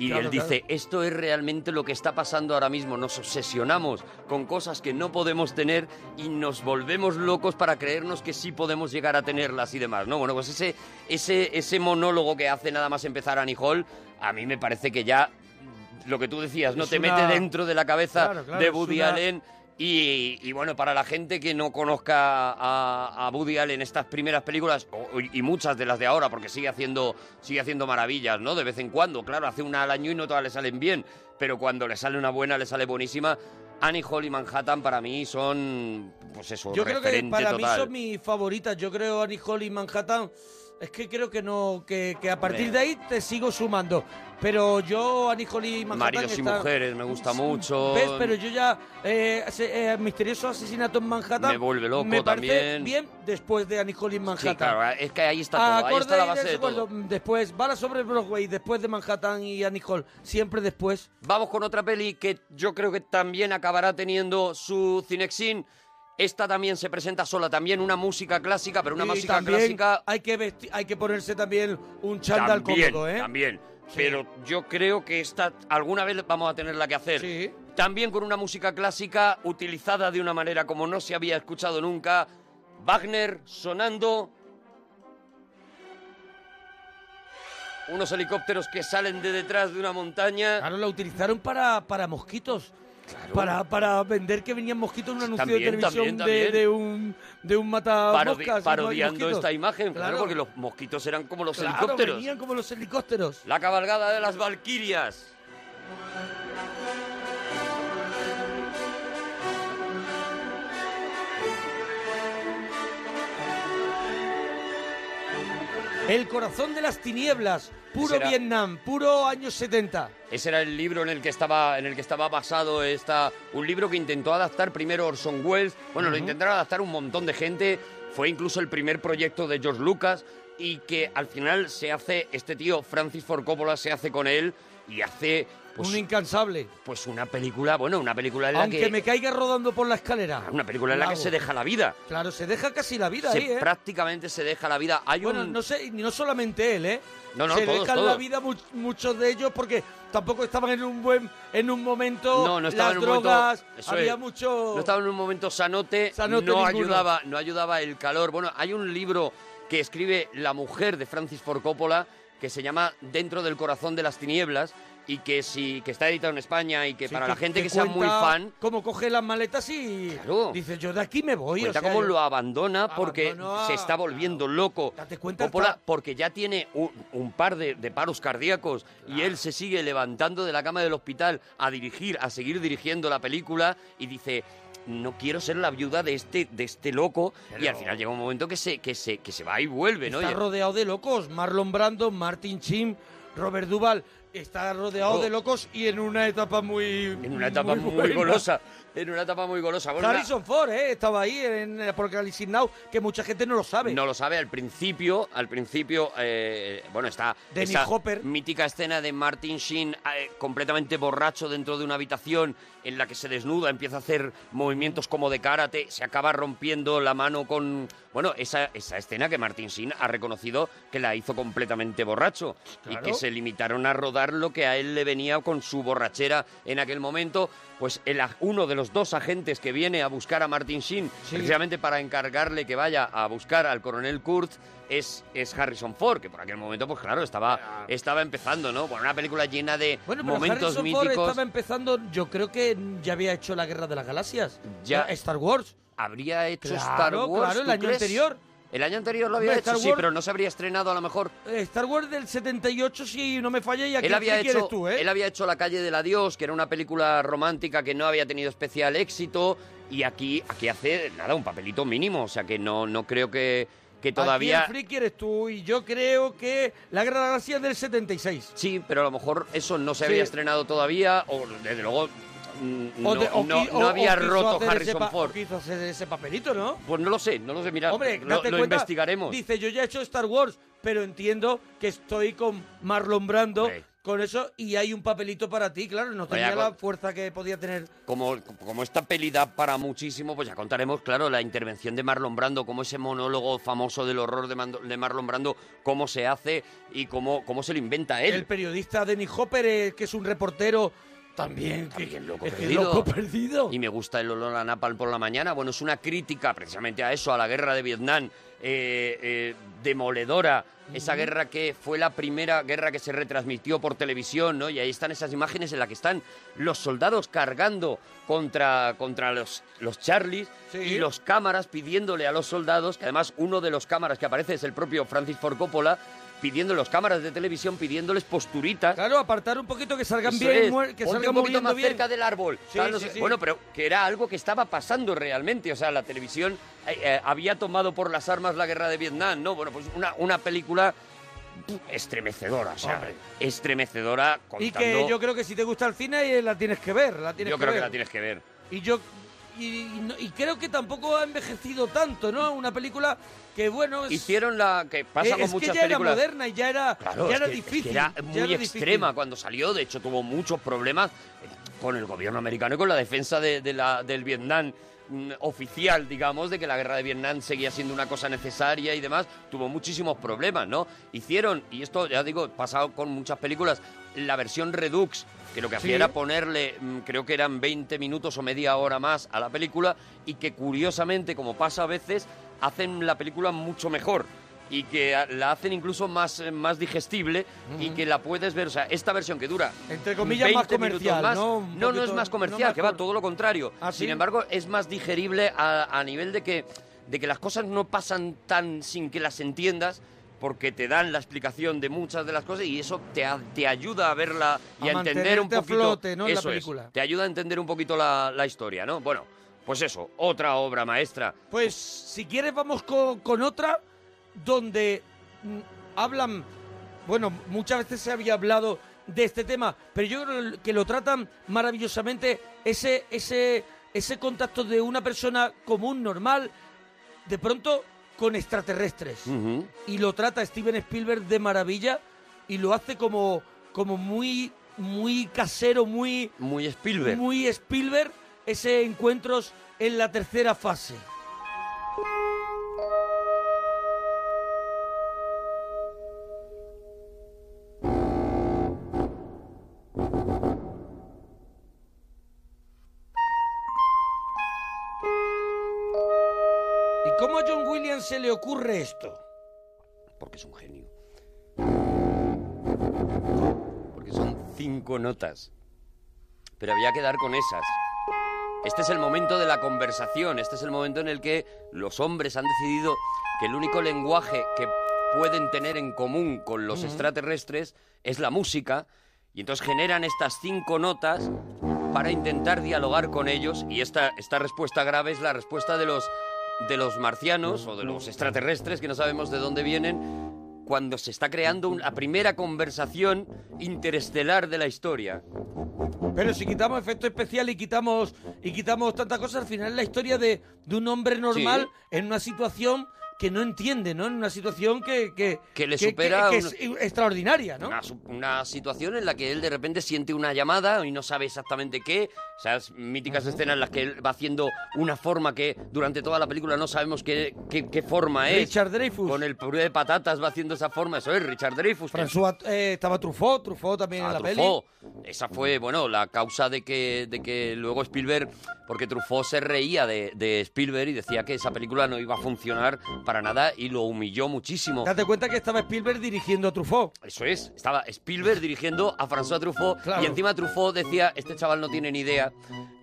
Speaker 1: Y
Speaker 2: Claro,
Speaker 1: él dice, esto es realmente lo que está pasando ahora mismo. Nos obsesionamos con cosas que no podemos tener y nos volvemos locos para creernos que sí podemos llegar a tenerlas y demás. No, bueno, pues ese, ese, ese monólogo que hace nada más empezar Annie Hall, a mí me parece que ya lo que tú decías, no
Speaker 2: Es
Speaker 1: te
Speaker 2: una-
Speaker 1: mete dentro de la cabeza
Speaker 2: Claro, claro,
Speaker 1: de
Speaker 2: es
Speaker 1: Woody
Speaker 2: una-
Speaker 1: Allen. Y, y bueno, para la gente que no conozca a, a Woody Allen estas primeras películas, o- y muchas de las de ahora, porque sigue haciendo, sigue haciendo maravillas, ¿no? De vez en cuando, claro, hace una al año y no todas le salen bien, pero cuando le sale una buena, le sale buenísima. Annie Hall y Manhattan para mí son, pues eso,
Speaker 2: Yo creo que
Speaker 1: referente
Speaker 2: para mí
Speaker 1: total.
Speaker 2: son mis favoritas. Yo creo Annie Hall y Manhattan. Es que creo que no, que, que a partir de ahí te sigo sumando. Pero yo, Annie Hall y Manhattan.
Speaker 1: Maridos y
Speaker 2: están-
Speaker 1: mujeres, me gusta mucho.
Speaker 2: ¿Ves? Pero yo ya. eh, ase- eh, misterioso asesinato en Manhattan.
Speaker 1: Me vuelve loco
Speaker 2: me parece
Speaker 1: también.
Speaker 2: bien después de Annie Hall y Manhattan.
Speaker 1: claro, eh. es que ahí está todo, ahí está la
Speaker 2: Acorde
Speaker 1: base
Speaker 2: y
Speaker 1: de
Speaker 2: desacuerdo, Después, Bala sobre Broadway, después de Manhattan y Annie Hall. Siempre después.
Speaker 1: Vamos con otra peli que yo creo que también acabará teniendo su Cinexin. Esta también se presenta sola, también una música clásica, pero una
Speaker 2: Y
Speaker 1: música
Speaker 2: también
Speaker 1: clásica
Speaker 2: Hay que, vestir- hay que ponerse también un chándal
Speaker 1: también,
Speaker 2: cómodo, ¿eh?
Speaker 1: También. Pero yo creo que esta alguna vez vamos a tenerla que hacer. También con una música clásica utilizada de una manera como no se había escuchado nunca. Wagner sonando. Unos helicópteros que salen de detrás de una montaña.
Speaker 2: Claro, la utilizaron para, para mosquitos. Para, para vender que venían mosquitos en un anuncio
Speaker 1: También,
Speaker 2: de televisión
Speaker 1: también, también.
Speaker 2: De, de un, de un mata
Speaker 1: Parodi-
Speaker 2: moscas,
Speaker 1: parodiando
Speaker 2: mosquitos.
Speaker 1: esta imagen, claro,
Speaker 2: Claro.
Speaker 1: porque los mosquitos eran como los
Speaker 2: Claro,
Speaker 1: helicópteros.
Speaker 2: venían como los helicópteros.
Speaker 1: La cabalgada de las Valquirias.
Speaker 2: El corazón de las tinieblas, puro
Speaker 1: Ese era-
Speaker 2: Vietnam, puro años 70.
Speaker 1: Ese era el libro en el que estaba, en el que estaba basado esta, un libro que intentó adaptar primero Orson Welles. Bueno, lo
Speaker 2: Ujú.
Speaker 1: intentaron adaptar un montón de gente. Fue incluso el primer proyecto de George Lucas y que al final se hace este tío Francis Ford Coppola se hace con él y hace pues,
Speaker 2: un incansable.
Speaker 1: Pues una película, bueno, una película en la
Speaker 2: Aunque
Speaker 1: que Ah,
Speaker 2: me caiga rodando por la escalera.
Speaker 1: una película en la que
Speaker 2: Lago.
Speaker 1: se deja la vida.
Speaker 2: Claro, se deja casi la vida
Speaker 1: Se-
Speaker 2: ahí, ¿eh?
Speaker 1: prácticamente se deja la vida. Hay
Speaker 2: Bueno,
Speaker 1: un
Speaker 2: no sé, y no solamente él, ¿eh?
Speaker 1: No, no,
Speaker 2: se
Speaker 1: todos,
Speaker 2: dejan la
Speaker 1: todos.
Speaker 2: vida mu- muchos de ellos porque tampoco estaban en un buen en un momento
Speaker 1: No, no
Speaker 2: las
Speaker 1: estaba en un momento-
Speaker 2: drogas,
Speaker 1: eso
Speaker 2: había
Speaker 1: es.
Speaker 2: mucho
Speaker 1: No estaba en un momento sanote,
Speaker 2: Sanote
Speaker 1: no,
Speaker 2: ninguno.
Speaker 1: ayudaba, no ayudaba el calor. Bueno, hay un libro que escribe la mujer de Francis Ford Coppola que se llama Dentro del corazón de las tinieblas y que si que está editado en España y que para la gente que, sea muy
Speaker 2: cuenta
Speaker 1: fan
Speaker 2: Cómo coge las maletas y dice, yo de aquí me voy.
Speaker 1: cuenta
Speaker 2: o sea,
Speaker 1: cómo
Speaker 2: yo-
Speaker 1: lo abandona porque
Speaker 2: Abandonó a-
Speaker 1: se está volviendo loco. Coppola porque ya tiene un, un par de, de paros cardíacos y él se sigue levantando de la cama del hospital a dirigir, a seguir dirigiendo la película y dice no quiero ser la viuda de este de este loco y al final llega un momento que se que se que se va y vuelve, ¿no?
Speaker 2: Está
Speaker 1: Y-
Speaker 2: rodeado de locos. Marlon Brando, Martin Chim, Robert Duval. Está rodeado
Speaker 1: Claro.
Speaker 2: de locos y en una etapa muy. En
Speaker 1: una etapa muy, golosa, en una etapa muy golosa. Bueno, una-
Speaker 2: Harrison Ford, ¿eh? Estaba ahí en Apocalipsis Now, que mucha gente no lo sabe.
Speaker 1: No lo sabe al principio, al principio, eh, bueno, está
Speaker 2: Dennis
Speaker 1: esa
Speaker 2: Hopper.
Speaker 1: mítica escena de Martin Sheen eh, completamente borracho dentro de una habitación en la que se desnuda, empieza a hacer movimientos como de karate, se acaba rompiendo la mano con... Bueno, esa, esa escena que Martin Sheen ha reconocido que la hizo completamente borracho
Speaker 2: Claro.
Speaker 1: y que se limitaron a rodar lo que a él le venía con su borrachera en aquel momento, pues el aj- uno de los dos agentes que viene a buscar a Martin Sheen, precisamente para encargarle que vaya a buscar al coronel Kurtz, es, es Harrison Ford, que por aquel momento, pues claro, estaba, estaba empezando, ¿no? Bueno, una película llena de
Speaker 2: Bueno, pero
Speaker 1: momentos
Speaker 2: Harrison
Speaker 1: míticos.
Speaker 2: Ford estaba empezando, yo creo que ya había hecho la Guerra de las Galaxias.
Speaker 1: Ya.
Speaker 2: Star Wars.
Speaker 1: Habría hecho
Speaker 2: Claro,
Speaker 1: Star Wars.
Speaker 2: claro, el
Speaker 1: ¿tú
Speaker 2: año
Speaker 1: crees?
Speaker 2: anterior.
Speaker 1: El año anterior lo había
Speaker 2: Hombre,
Speaker 1: hecho,
Speaker 2: Star
Speaker 1: sí,
Speaker 2: Wars-
Speaker 1: pero no se habría estrenado a lo mejor.
Speaker 2: Eh, Star Wars del 78, si no me falla, y aquí
Speaker 1: él había,
Speaker 2: ¿qué quieres
Speaker 1: hecho,
Speaker 2: tú, eh?
Speaker 1: él había hecho La calle del adiós, que era una película romántica que no había tenido especial éxito, y aquí, aquí hace, nada, un papelito mínimo, o sea que no, no creo que, que todavía...
Speaker 2: Aquí el friki eres tú y yo creo que la Guerra de las Galaxias del 76.
Speaker 1: Sí, pero a lo mejor eso no se
Speaker 2: Sí.
Speaker 1: había estrenado todavía, o desde luego mm, no,
Speaker 2: de- o
Speaker 1: no-
Speaker 2: qui-
Speaker 1: no
Speaker 2: o-
Speaker 1: había
Speaker 2: o quiso
Speaker 1: roto
Speaker 2: hacer ese
Speaker 1: Harrison
Speaker 2: pa-
Speaker 1: Ford.
Speaker 2: o quiso hacer ese papelito, ¿no?
Speaker 1: Pues no lo sé, no lo sé, mira,
Speaker 2: Hombre,
Speaker 1: lo,
Speaker 2: date
Speaker 1: lo
Speaker 2: cuenta,
Speaker 1: investigaremos.
Speaker 2: Dice, yo ya he hecho Star Wars, pero entiendo que estoy con Marlon Brando, con eso, y hay un papelito para ti, claro, no
Speaker 1: Vaya
Speaker 2: tenía
Speaker 1: con-
Speaker 2: la fuerza que podía tener.
Speaker 1: Como, como esta peli da para muchísimo, pues ya contaremos, claro, la intervención de Marlon Brando, como ese monólogo famoso del horror de, Mando- de Marlon Brando, cómo se hace y cómo, cómo se lo inventa él.
Speaker 2: El periodista Dennis Hopper, eh, que es un reportero también, que-
Speaker 1: También loco
Speaker 2: es que
Speaker 1: perdido.
Speaker 2: loco
Speaker 1: Y me gusta el olor a napal por la mañana. Bueno, es una crítica precisamente a eso, a la guerra de Vietnam, eh, eh, demoledora. Esa
Speaker 2: Ujú.
Speaker 1: guerra que fue la primera guerra que se retransmitió por televisión, ¿no? Y ahí están esas imágenes en las que están los soldados cargando contra, contra los, los Charlies y los cámaras pidiéndole a los soldados, que además uno de los cámaras que aparece es el propio Francis Ford Coppola, pidiendo los cámaras de televisión, pidiéndoles posturitas.
Speaker 2: Claro, apartar un poquito que salgan
Speaker 1: Eso
Speaker 2: bien,
Speaker 1: es.
Speaker 2: muer- que
Speaker 1: Ponte
Speaker 2: salgan
Speaker 1: un poquito
Speaker 2: moviendo
Speaker 1: más
Speaker 2: bien.
Speaker 1: cerca del árbol.
Speaker 2: Sí,
Speaker 1: Tal, no
Speaker 2: sí,
Speaker 1: sé-
Speaker 2: sí.
Speaker 1: Bueno, pero que era algo que estaba pasando realmente. O sea, la televisión eh, eh, había tomado por las armas la guerra de Vietnam, ¿no? Bueno, pues una, una película estremecedora, o sea,
Speaker 2: Hombre.
Speaker 1: estremecedora pues contando...
Speaker 2: Y que yo creo que si te gusta el cine eh, la tienes que ver, la tienes
Speaker 1: Yo
Speaker 2: que
Speaker 1: creo
Speaker 2: ver.
Speaker 1: que la tienes que ver.
Speaker 2: Y yo y, y no- y creo que tampoco ha envejecido tanto, ¿no? Una película que bueno, es,
Speaker 1: Hicieron la... que
Speaker 2: eh,
Speaker 1: pasa con
Speaker 2: es
Speaker 1: muchas
Speaker 2: que ya
Speaker 1: películas.
Speaker 2: era moderna y ya era
Speaker 1: Claro,
Speaker 2: ya
Speaker 1: es
Speaker 2: era
Speaker 1: que- es que
Speaker 2: difícil.
Speaker 1: era
Speaker 2: ya
Speaker 1: muy
Speaker 2: era difícil.
Speaker 1: extrema cuando salió. De hecho, tuvo muchos problemas eh, con el gobierno americano y con la defensa de, de la, del Vietnam mm, oficial, digamos, de que la guerra de Vietnam seguía siendo una cosa necesaria y demás. Tuvo muchísimos problemas, ¿no? Hicieron, y esto ya digo, pasado con muchas películas, la versión Redux, que lo que hacía
Speaker 2: Sí.
Speaker 1: era ponerle, mm, creo que eran 20 minutos o media hora más a la película y que curiosamente, como pasa a veces, hacen la película mucho mejor y que a- la hacen incluso más, eh, más digestible y
Speaker 2: Ujú.
Speaker 1: que la puedes ver, o sea, esta versión que dura
Speaker 2: Entre comillas, más
Speaker 1: minutos
Speaker 2: comercial,
Speaker 1: más,
Speaker 2: ¿no? Un
Speaker 1: no, no es
Speaker 2: poquito-
Speaker 1: más comercial,
Speaker 2: no más
Speaker 1: que va todo lo contrario.
Speaker 2: ¿Ah,
Speaker 1: Sin
Speaker 2: sí?
Speaker 1: embargo, es más digerible a, a nivel de que, de que las cosas no pasan tan sin que las entiendas porque te dan la explicación de muchas de las cosas y eso te, a- te ayuda a verla y
Speaker 2: A
Speaker 1: a, entender un
Speaker 2: mantenerte a
Speaker 1: poquito
Speaker 2: flote, ¿no? en la
Speaker 1: eso es,
Speaker 2: película.
Speaker 1: te ayuda a entender un poquito la, la historia, ¿no? Bueno, pues eso, otra obra maestra.
Speaker 2: Pues si quieres vamos con, con otra donde mm, hablan, bueno, muchas veces se había hablado de este tema, pero yo creo que lo tratan maravillosamente ese, ese, ese contacto de una persona común, normal, de pronto con extraterrestres. Y lo trata Steven Spielberg de maravilla y lo hace como, como muy, muy casero, muy...
Speaker 1: Muy Spielberg.
Speaker 2: Muy Spielberg, ese encuentros en la tercera fase. ¿Y cómo a John Williams se le ocurre esto?
Speaker 1: Porque es un genio. Porque son cinco notas. Pero había que dar con esas. Este es el momento de la conversación, este es el momento en el que los hombres han decidido que el único lenguaje que pueden tener en común con los
Speaker 2: Ujú.
Speaker 1: extraterrestres es la música, y entonces generan estas cinco notas para intentar dialogar con ellos, y esta, esta respuesta grave es la respuesta de los, de los marcianos o de los extraterrestres que no sabemos de dónde vienen, cuando se está creando un- la primera conversación interestelar de la historia.
Speaker 2: Pero si quitamos efecto especial y quitamos y quitamos tantas cosas, al final es la historia de, de un hombre normal en una situación que no entiende, ¿no? En una situación que... Que,
Speaker 1: Que le supera
Speaker 2: que
Speaker 1: un-
Speaker 2: es extraordinaria, ¿no?
Speaker 1: Una, su- una situación en la que él de repente siente una llamada y no sabe exactamente qué. Esas míticas escenas en las que él va haciendo una forma que durante toda la película no sabemos qué, qué, qué forma es.
Speaker 2: Richard Dreyfus.
Speaker 1: Con el puré de patatas va haciendo esa forma. Eso es Richard Dreyfus. que-
Speaker 2: François, eh, estaba Truffaut, Truffaut también en la
Speaker 1: Ah, Truffaut. Esa fue, bueno, la causa de que, de que luego Spielberg, porque Truffaut se reía de, de Spielberg y decía que esa película no iba a funcionar para nada y lo humilló muchísimo.
Speaker 2: peli. Date cuenta que estaba Spielberg dirigiendo a Truffaut.
Speaker 1: Eso es, estaba Spielberg dirigiendo a François Truffaut
Speaker 2: Claro.
Speaker 1: y encima Truffaut decía, este chaval no tiene ni idea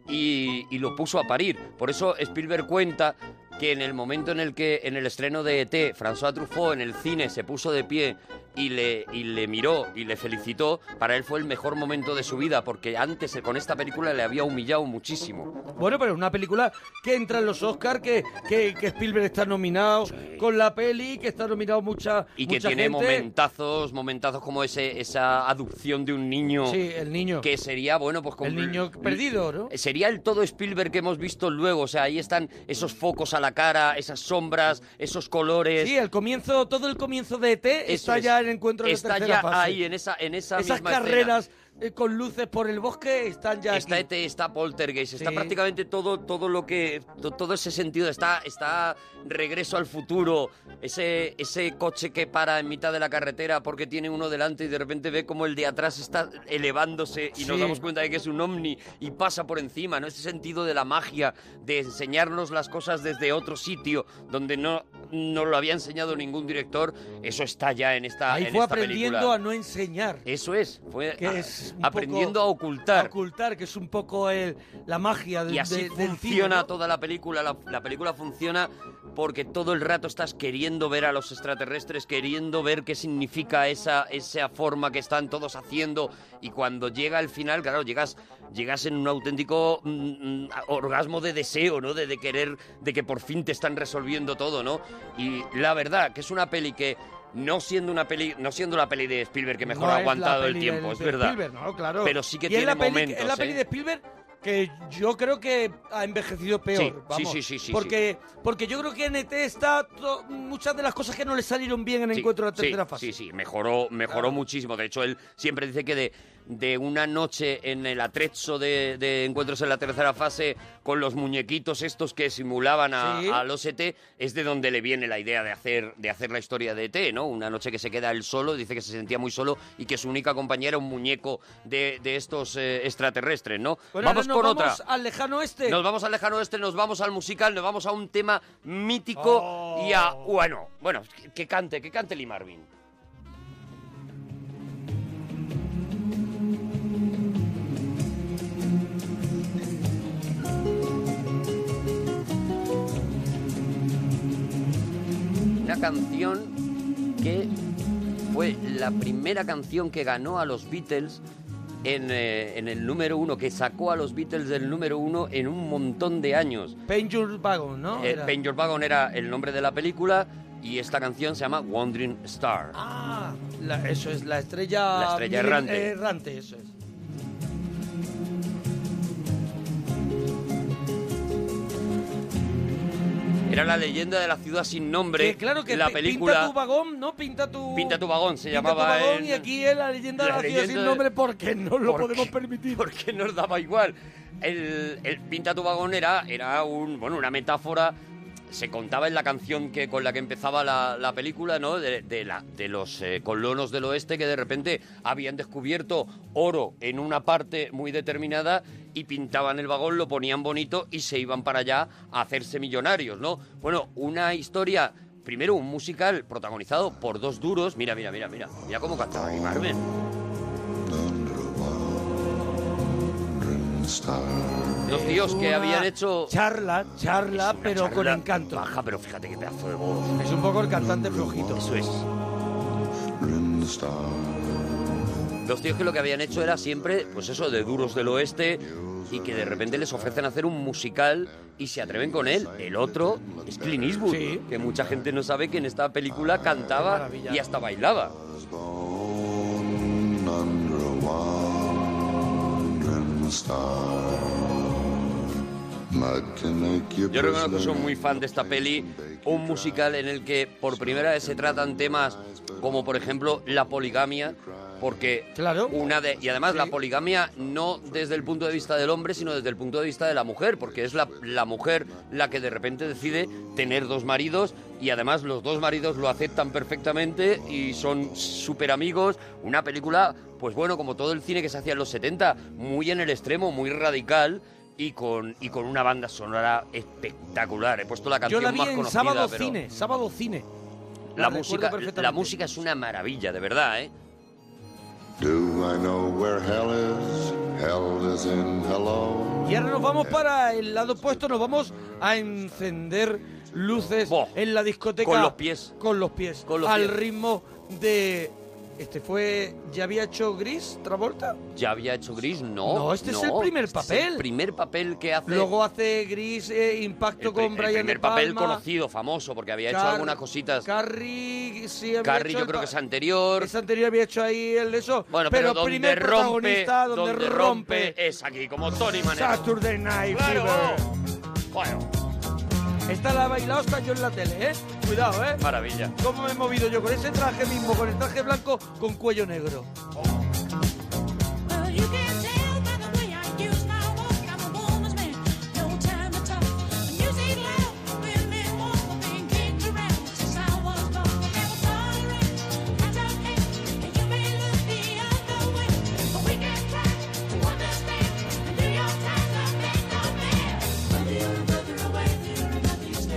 Speaker 1: y, y lo puso a parir. Por eso Spielberg cuenta E que en el momento en el que en el estreno de ET, François Truffaut en el cine se puso de pie y le, y le miró y le felicitó, para él fue el mejor momento de su vida, porque antes eh, con esta película le había humillado muchísimo.
Speaker 2: Bueno, pero es una película que entra en los Oscars, que, que, que Spielberg está nominado con la peli, que está nominado mucha
Speaker 1: Y que
Speaker 2: mucha
Speaker 1: tiene
Speaker 2: gente.
Speaker 1: momentazos, momentazos como ese, esa adopción de un niño.
Speaker 2: Sí, el niño.
Speaker 1: Que sería, bueno, pues como. eh,
Speaker 2: El niño perdido, ¿no?
Speaker 1: Sería el todo Spielberg que hemos visto luego. O sea, ahí están esos focos a la cara, esas sombras, esos colores.
Speaker 2: Sí, el comienzo, todo el comienzo de ET está
Speaker 1: es.
Speaker 2: ya en encuentro de
Speaker 1: Está
Speaker 2: tercera
Speaker 1: ya
Speaker 2: fase.
Speaker 1: ahí, en esa, en esa
Speaker 2: Esas
Speaker 1: misma escena.
Speaker 2: carreras eh, con luces por el bosque están ya
Speaker 1: Está ET, está Poltergeist, está
Speaker 2: Sí.
Speaker 1: prácticamente todo, todo lo que. to- todo ese sentido. Está, está regreso al futuro. Ese, ese coche que para en mitad de la carretera porque tiene uno delante y de repente ve como el de atrás está elevándose y nos
Speaker 2: Sí.
Speaker 1: damos cuenta de que es un ovni y pasa por encima, ¿no? Ese sentido de la magia, de enseñarnos las cosas desde otro sitio donde no nos lo había enseñado ningún director. Eso está ya en esta.
Speaker 2: Ahí
Speaker 1: en
Speaker 2: fue
Speaker 1: esta
Speaker 2: aprendiendo
Speaker 1: película.
Speaker 2: a no enseñar.
Speaker 1: Eso es, fue
Speaker 2: Que
Speaker 1: a-
Speaker 2: es un
Speaker 1: aprendiendo
Speaker 2: poco
Speaker 1: a ocultar.
Speaker 2: a ocultar, que es un poco el- la magia de,
Speaker 1: Y así
Speaker 2: de- del cine,
Speaker 1: funciona
Speaker 2: ¿no?
Speaker 1: toda la película. La, la película funciona porque todo el rato estás queriendo ver a los extraterrestres, queriendo ver qué significa esa, esa forma que están todos haciendo. Y cuando llega el final, claro, llegas, llegas en un auténtico mm, mm, orgasmo de deseo, ¿no? De, de querer, de que por fin te están resolviendo todo, ¿no? Y la verdad, que es una peli que. No siendo una peli, no siendo la peli de Spielberg que mejor
Speaker 2: No
Speaker 1: ha
Speaker 2: es la
Speaker 1: aguantado el
Speaker 2: peli del-
Speaker 1: tiempo, es
Speaker 2: de
Speaker 1: verdad.
Speaker 2: Spielberg, ¿no? Claro.
Speaker 1: Pero sí que
Speaker 2: Y es
Speaker 1: tiene
Speaker 2: la peli-
Speaker 1: momentos.
Speaker 2: Es la peli
Speaker 1: ¿eh?
Speaker 2: de Spielberg que yo creo que ha envejecido peor.
Speaker 1: Sí, sí,
Speaker 2: vamos.
Speaker 1: sí, sí, sí,
Speaker 2: porque, porque yo creo que en ET está to- muchas de las cosas que no le salieron bien en el
Speaker 1: Sí,
Speaker 2: encuentro de la
Speaker 1: sí,
Speaker 2: tercera fase.
Speaker 1: Sí, sí, mejoró, mejoró muchísimo. De hecho, él siempre dice que de, de una noche en el atrecho de, de encuentros en la tercera fase con los muñequitos estos que simulaban a,
Speaker 2: Sí.
Speaker 1: a los ET, es de donde le viene la idea de hacer, de hacer la historia de ET, ¿no? Una noche que se queda él solo, dice que se sentía muy solo y que su única compañía era un muñeco de, de estos eh, extraterrestres, ¿no?
Speaker 2: Bueno,
Speaker 1: vamos
Speaker 2: ahora
Speaker 1: con
Speaker 2: nos
Speaker 1: otra.
Speaker 2: vamos al lejano este.
Speaker 1: Nos vamos al lejano oeste, nos vamos al musical, nos vamos a un tema mítico y a. Bueno, bueno, que, que cante, que cante Lee Marvin. Una canción que fue la primera canción que ganó a los Beatles en, eh, en el número uno, que sacó a los Beatles del número uno en un montón de años.
Speaker 2: Paint Your Wagon, ¿no?
Speaker 1: Eh,
Speaker 2: Era.
Speaker 1: Paint Your Wagon era el nombre de la película y esta canción se llama Wandering Star.
Speaker 2: Ah, la- eso es la estrella,
Speaker 1: La estrella
Speaker 2: mili-
Speaker 1: errante.
Speaker 2: errante, eso es.
Speaker 1: Era la leyenda de la ciudad sin nombre.
Speaker 2: Que claro que
Speaker 1: la
Speaker 2: pi- pinta
Speaker 1: película
Speaker 2: tu vagón, ¿no? Pinta tu...
Speaker 1: Pinta tu vagón se
Speaker 2: pinta tu
Speaker 1: llamaba
Speaker 2: vagón
Speaker 1: en-
Speaker 2: y aquí es la leyenda de
Speaker 1: La
Speaker 2: la ciudad sin
Speaker 1: leyenda de-
Speaker 2: nombre porque no lo
Speaker 1: ¿Por
Speaker 2: podemos permitir.
Speaker 1: porque nos daba igual. El, el Pinta tu vagón era, era un, bueno, una metáfora. Se contaba en la canción que, con la que empezaba la, la película, ¿no? De, de la, de los eh, colonos del oeste que de repente habían descubierto oro en una parte muy determinada y pintaban el vagón, lo ponían bonito y se iban para allá a hacerse millonarios, ¿no? Bueno, una historia, primero un musical protagonizado por dos duros. Mira, mira, mira, mira. Mira cómo cantaba aquí Marvel. Los tíos que habían hecho.
Speaker 2: Charla, charla,
Speaker 1: Una
Speaker 2: pero con
Speaker 1: charla
Speaker 2: encanto.
Speaker 1: Baja, pero fíjate qué pedazo de voz.
Speaker 2: Es un poco el cantante flojito.
Speaker 1: Eso es. Los tíos que lo que habían hecho era siempre, pues eso, de duros del oeste y que de repente les ofrecen hacer un musical y se atreven con él. El otro es Clint Eastwood, que mucha gente no sabe que en esta película cantaba y hasta bailaba. Yo reconozco que soy muy fan de esta peli, un musical en el que por primera vez se tratan temas como por ejemplo la poligamia, porque una de y además la poligamia no desde el punto de vista del hombre, sino desde el punto de vista de la mujer, porque es la, la mujer la que de repente decide tener dos maridos y además los dos maridos lo aceptan perfectamente y son súper amigos, una película pues bueno, como todo el cine que se hacía en los 70, muy en el extremo, muy radical y con, y con una banda sonora espectacular. He puesto la
Speaker 2: Yo
Speaker 1: canción
Speaker 2: la vi
Speaker 1: más
Speaker 2: en
Speaker 1: conocida,
Speaker 2: sábado
Speaker 1: pero
Speaker 2: cine, sábado cine.
Speaker 1: la
Speaker 2: recuerdo
Speaker 1: música, la
Speaker 2: perfectamente.
Speaker 1: música es una maravilla, de verdad, ¿eh?
Speaker 4: Do I know where hell is? Hell is in hello.
Speaker 2: Y ahora nos vamos para el lado opuesto, nos vamos a encender luces en la discoteca.
Speaker 1: Con los pies.
Speaker 2: Con los pies.
Speaker 1: Con los
Speaker 2: al
Speaker 1: pies.
Speaker 2: ritmo de Este fue. ¿Ya había hecho Gris Travolta?
Speaker 1: ¿Ya había hecho Gris? No.
Speaker 2: No, este es el primer
Speaker 1: este es
Speaker 2: papel.
Speaker 1: el primer papel que hace.
Speaker 2: Luego hace Gris eh, Impacto
Speaker 1: el
Speaker 2: con Brian
Speaker 1: primer
Speaker 2: De Palma.
Speaker 1: papel conocido, famoso, porque había hecho
Speaker 2: Car-
Speaker 1: algunas cositas.
Speaker 2: Carrie, sí, había hecho
Speaker 1: Carrie yo
Speaker 2: el
Speaker 1: creo
Speaker 2: pa-
Speaker 1: que es anterior.
Speaker 2: Es anterior, había hecho ahí el de eso.
Speaker 1: Bueno, pero, donde
Speaker 2: primer
Speaker 1: rompe,
Speaker 2: protagonista, donde, rompe.
Speaker 1: es aquí, como Tony Manero.
Speaker 2: Saturday Night
Speaker 1: Claro.
Speaker 2: Fever. Esta la he bailado hasta yo en la tele, ¿eh? Cuidado, ¿eh?
Speaker 1: Maravilla.
Speaker 2: ¿Cómo me he movido yo con ese traje mismo, con el traje blanco, con cuello negro?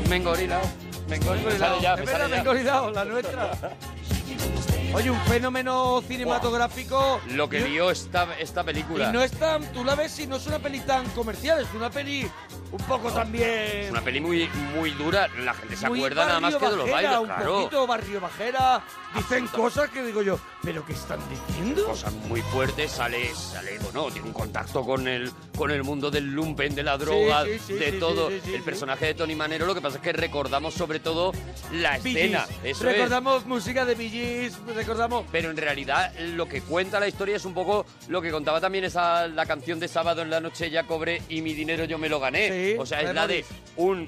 Speaker 1: Mengorilao. Mengorilao. Sale ya, me
Speaker 2: Espera,
Speaker 1: sale ya.
Speaker 2: Mengorilao, la nuestra. Oye, un fenómeno cinematográfico.
Speaker 1: Lo que
Speaker 2: y-
Speaker 1: dio esta, esta película.
Speaker 2: Y no es tan, tú la ves y no es una peli tan comercial, es una peli un poco también...
Speaker 1: Una peli muy, muy dura. La gente se
Speaker 2: muy
Speaker 1: acuerda nada más que de los
Speaker 2: barrio
Speaker 1: bailes,
Speaker 2: bajera,
Speaker 1: claro.
Speaker 2: Un poquito barrio bajera, dicen cosas que digo yo, pero que están diciendo?
Speaker 1: Cosas muy fuertes, sale, sale, bueno, tiene un contacto con el, con el mundo del lumpen, de la droga,
Speaker 2: sí, sí,
Speaker 1: de
Speaker 2: sí,
Speaker 1: todo.
Speaker 2: sí, sí, sí,
Speaker 1: el personaje de Tony Manero, lo que pasa es que recordamos sobre todo la escena.
Speaker 2: Bee Gees.
Speaker 1: Eso es.
Speaker 2: Recordamos música de Bee Gees, recordamos...
Speaker 1: Pero en realidad lo que cuenta la historia es un poco lo que contaba también esa, la canción de Sábado en la noche ya cobré y mi dinero yo me lo gané.
Speaker 2: Sí,
Speaker 1: o sea,
Speaker 2: Memories.
Speaker 1: es la de un,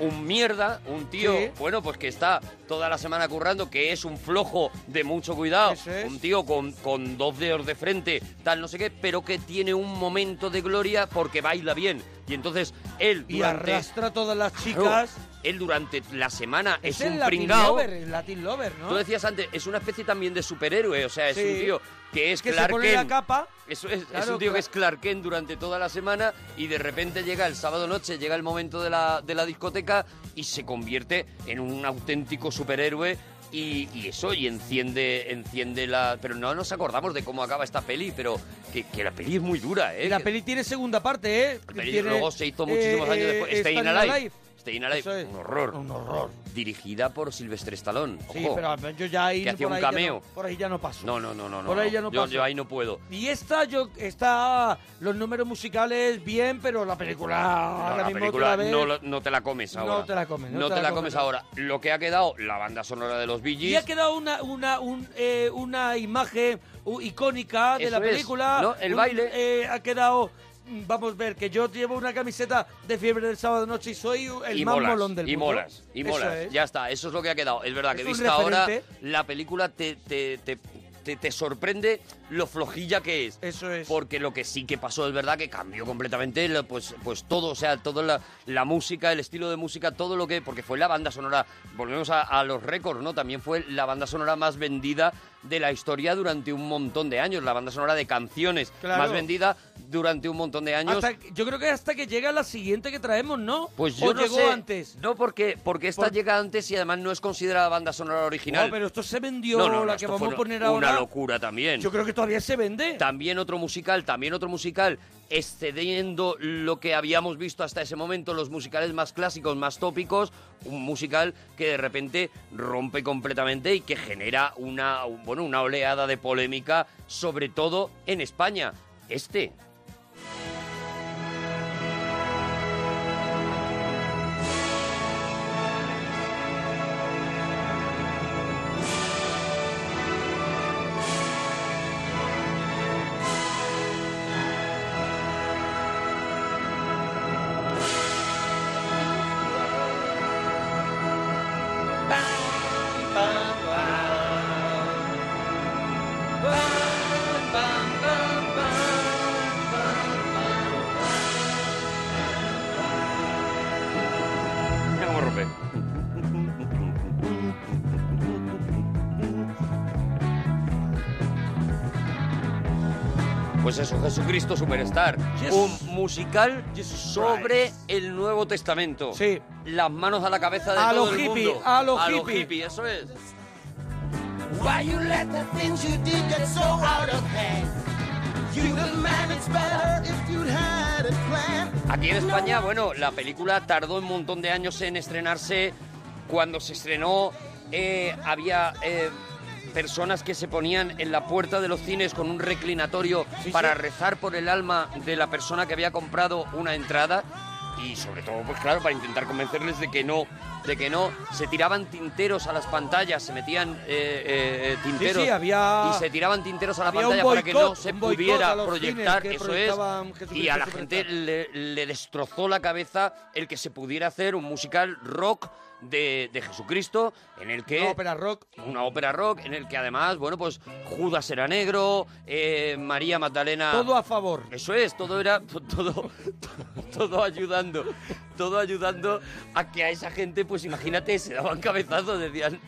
Speaker 1: un mierda, un tío,
Speaker 2: Sí.
Speaker 1: bueno, pues que está toda la semana currando, que es un flojo de mucho cuidado, un tío con, con dos dedos de frente, tal no sé qué, pero que tiene un momento de gloria porque baila bien. Y entonces él
Speaker 2: Y
Speaker 1: durante...
Speaker 2: arrastra a todas las
Speaker 1: Claro,
Speaker 2: chicas.
Speaker 1: él durante la semana es,
Speaker 2: el
Speaker 1: un
Speaker 2: Latin
Speaker 1: pringao.
Speaker 2: Lover, el Latin Lover, ¿no?
Speaker 1: Tú decías antes, es una especie también de superhéroe, o sea, es
Speaker 2: Sí.
Speaker 1: un tío que es
Speaker 2: que se
Speaker 1: Clark
Speaker 2: pone la
Speaker 1: Kent.
Speaker 2: capa.
Speaker 1: Eso es, es
Speaker 2: Claro,
Speaker 1: un tío
Speaker 2: cla-
Speaker 1: que es Clark Kent durante toda la semana y de repente llega el sábado noche, llega el momento de la, de la discoteca y se convierte en un auténtico superhéroe y, y eso, y enciende, enciende la... Pero no nos acordamos de cómo acaba esta peli, pero que, que la peli es muy dura, ¿eh?
Speaker 2: Y la
Speaker 1: Que-
Speaker 2: peli tiene segunda parte, ¿eh?
Speaker 1: pero
Speaker 2: Tiene,
Speaker 1: luego se hizo muchísimos
Speaker 2: eh,
Speaker 1: años después.
Speaker 2: eh,
Speaker 1: Stayin'
Speaker 2: Stayin'
Speaker 1: Alive.
Speaker 2: Alive.
Speaker 1: Stayin' Alive,
Speaker 2: Eso es.
Speaker 1: Este un horror.
Speaker 2: Un horror.
Speaker 1: Dirigida por Sylvester Stallone.
Speaker 2: Sí,
Speaker 1: ojo.
Speaker 2: pero yo ya ahí...
Speaker 1: que hacía
Speaker 2: por
Speaker 1: un
Speaker 2: ahí ya no-
Speaker 1: cameo.
Speaker 2: por ahí ya no paso.
Speaker 1: No, no, no, no.
Speaker 2: Por ahí ya no
Speaker 1: yo,
Speaker 2: pasa.
Speaker 1: yo ahí no puedo.
Speaker 2: Y esta, yo, está los números musicales bien, pero la película
Speaker 1: No,
Speaker 2: ahora
Speaker 1: la
Speaker 2: mismo
Speaker 1: película
Speaker 2: otra vez-
Speaker 1: no, lo- no te la comes
Speaker 2: No
Speaker 1: ahora.
Speaker 2: te la comes, no
Speaker 1: te, la comes, ahora. Lo que ha quedado, la banda sonora de los Bee
Speaker 2: Y
Speaker 1: Gees,
Speaker 2: ha quedado una, una, un, eh, una imagen u- icónica de
Speaker 1: Eso
Speaker 2: la
Speaker 1: es,
Speaker 2: película.
Speaker 1: ¿no? El
Speaker 2: Un,
Speaker 1: baile.
Speaker 2: eh, ha quedado. mm, Vamos a ver, que yo llevo una camiseta de fiebre del sábado noche y soy el
Speaker 1: y
Speaker 2: más
Speaker 1: molas,
Speaker 2: molón del
Speaker 1: y
Speaker 2: mundo.
Speaker 1: molas, y
Speaker 2: Eso
Speaker 1: molas.
Speaker 2: es.
Speaker 1: Ya está, eso es lo que ha quedado. Es verdad que
Speaker 2: Es un
Speaker 1: vista ahora
Speaker 2: referente.
Speaker 1: la película te, te, te, te- te sorprende lo flojilla que es.
Speaker 2: Eso es.
Speaker 1: Porque lo que sí que pasó es verdad que cambió completamente la- pues, pues todo, o sea, toda la, la música, el estilo de música, todo lo que... Porque fue la banda sonora, volvemos a, a los récords, ¿no? También fue la banda sonora más vendida de la historia durante un montón de años, la banda sonora de canciones
Speaker 2: Claro.
Speaker 1: más vendida durante un montón de años.
Speaker 2: Hasta- yo creo que hasta que llega la siguiente que traemos, ¿no?
Speaker 1: Pues
Speaker 2: O
Speaker 1: yo no
Speaker 2: llegó
Speaker 1: sé.
Speaker 2: antes.
Speaker 1: No, porque, porque esta llega antes y además no es considerada banda sonora original.
Speaker 2: Oh, pero esto se vendió,
Speaker 1: No, no, no,
Speaker 2: la que
Speaker 1: esto
Speaker 2: vamos
Speaker 1: fue
Speaker 2: a poner
Speaker 1: una
Speaker 2: ahora.
Speaker 1: locura también.
Speaker 2: Yo creo que todavía se vende.
Speaker 1: También otro musical, también otro musical, excediendo lo que habíamos visto hasta ese momento, los musicales más clásicos, más tópicos, un musical que de repente rompe completamente y que genera una, bueno, una oleada de polémica, sobre todo en España. Este, mira cómo rompe. Pues eso, Jesucristo Superstar. Un musical sobre el Nuevo Testamento.
Speaker 2: Sí.
Speaker 1: Las manos a la cabeza de
Speaker 2: A
Speaker 1: todo
Speaker 2: lo
Speaker 1: el
Speaker 2: hippie,
Speaker 1: mundo.
Speaker 2: a lo hippie.
Speaker 1: hippie, eso es.
Speaker 8: Why you let the things you did get so out of hand? You would manage better if you'd had a plan.
Speaker 1: Aquí en España, bueno, la película tardó un montón de años en estrenarse. Cuando se estrenó eh, había eh, personas que se ponían en la puerta de los cines con un reclinatorio para rezar por el alma de la persona que había comprado una entrada y sobre todo pues claro para intentar convencerles de que no de que no se tiraban tinteros a las pantallas se metían eh, eh, eh, tinteros
Speaker 2: Sí, sí, había-
Speaker 1: y se tiraban tinteros a la
Speaker 2: había
Speaker 1: pantalla
Speaker 2: un
Speaker 1: para que no
Speaker 2: boicot,
Speaker 1: se
Speaker 2: un boicot
Speaker 1: pudiera
Speaker 2: a los cines
Speaker 1: proyectar
Speaker 2: que
Speaker 1: eso es
Speaker 2: proyectaban
Speaker 1: y a la
Speaker 2: Jesucristo
Speaker 1: gente le, le destrozó la cabeza el que se pudiera hacer un musical rock de, de Jesucristo en el que
Speaker 2: Una ópera rock
Speaker 1: una ópera rock en el que además bueno pues Judas era negro eh, María Magdalena
Speaker 2: Todo a favor.
Speaker 1: eso es, todo era todo [LAUGHS] todo ayudando, todo ayudando a que a esa gente, pues imagínate, se daban cabezazos, decían,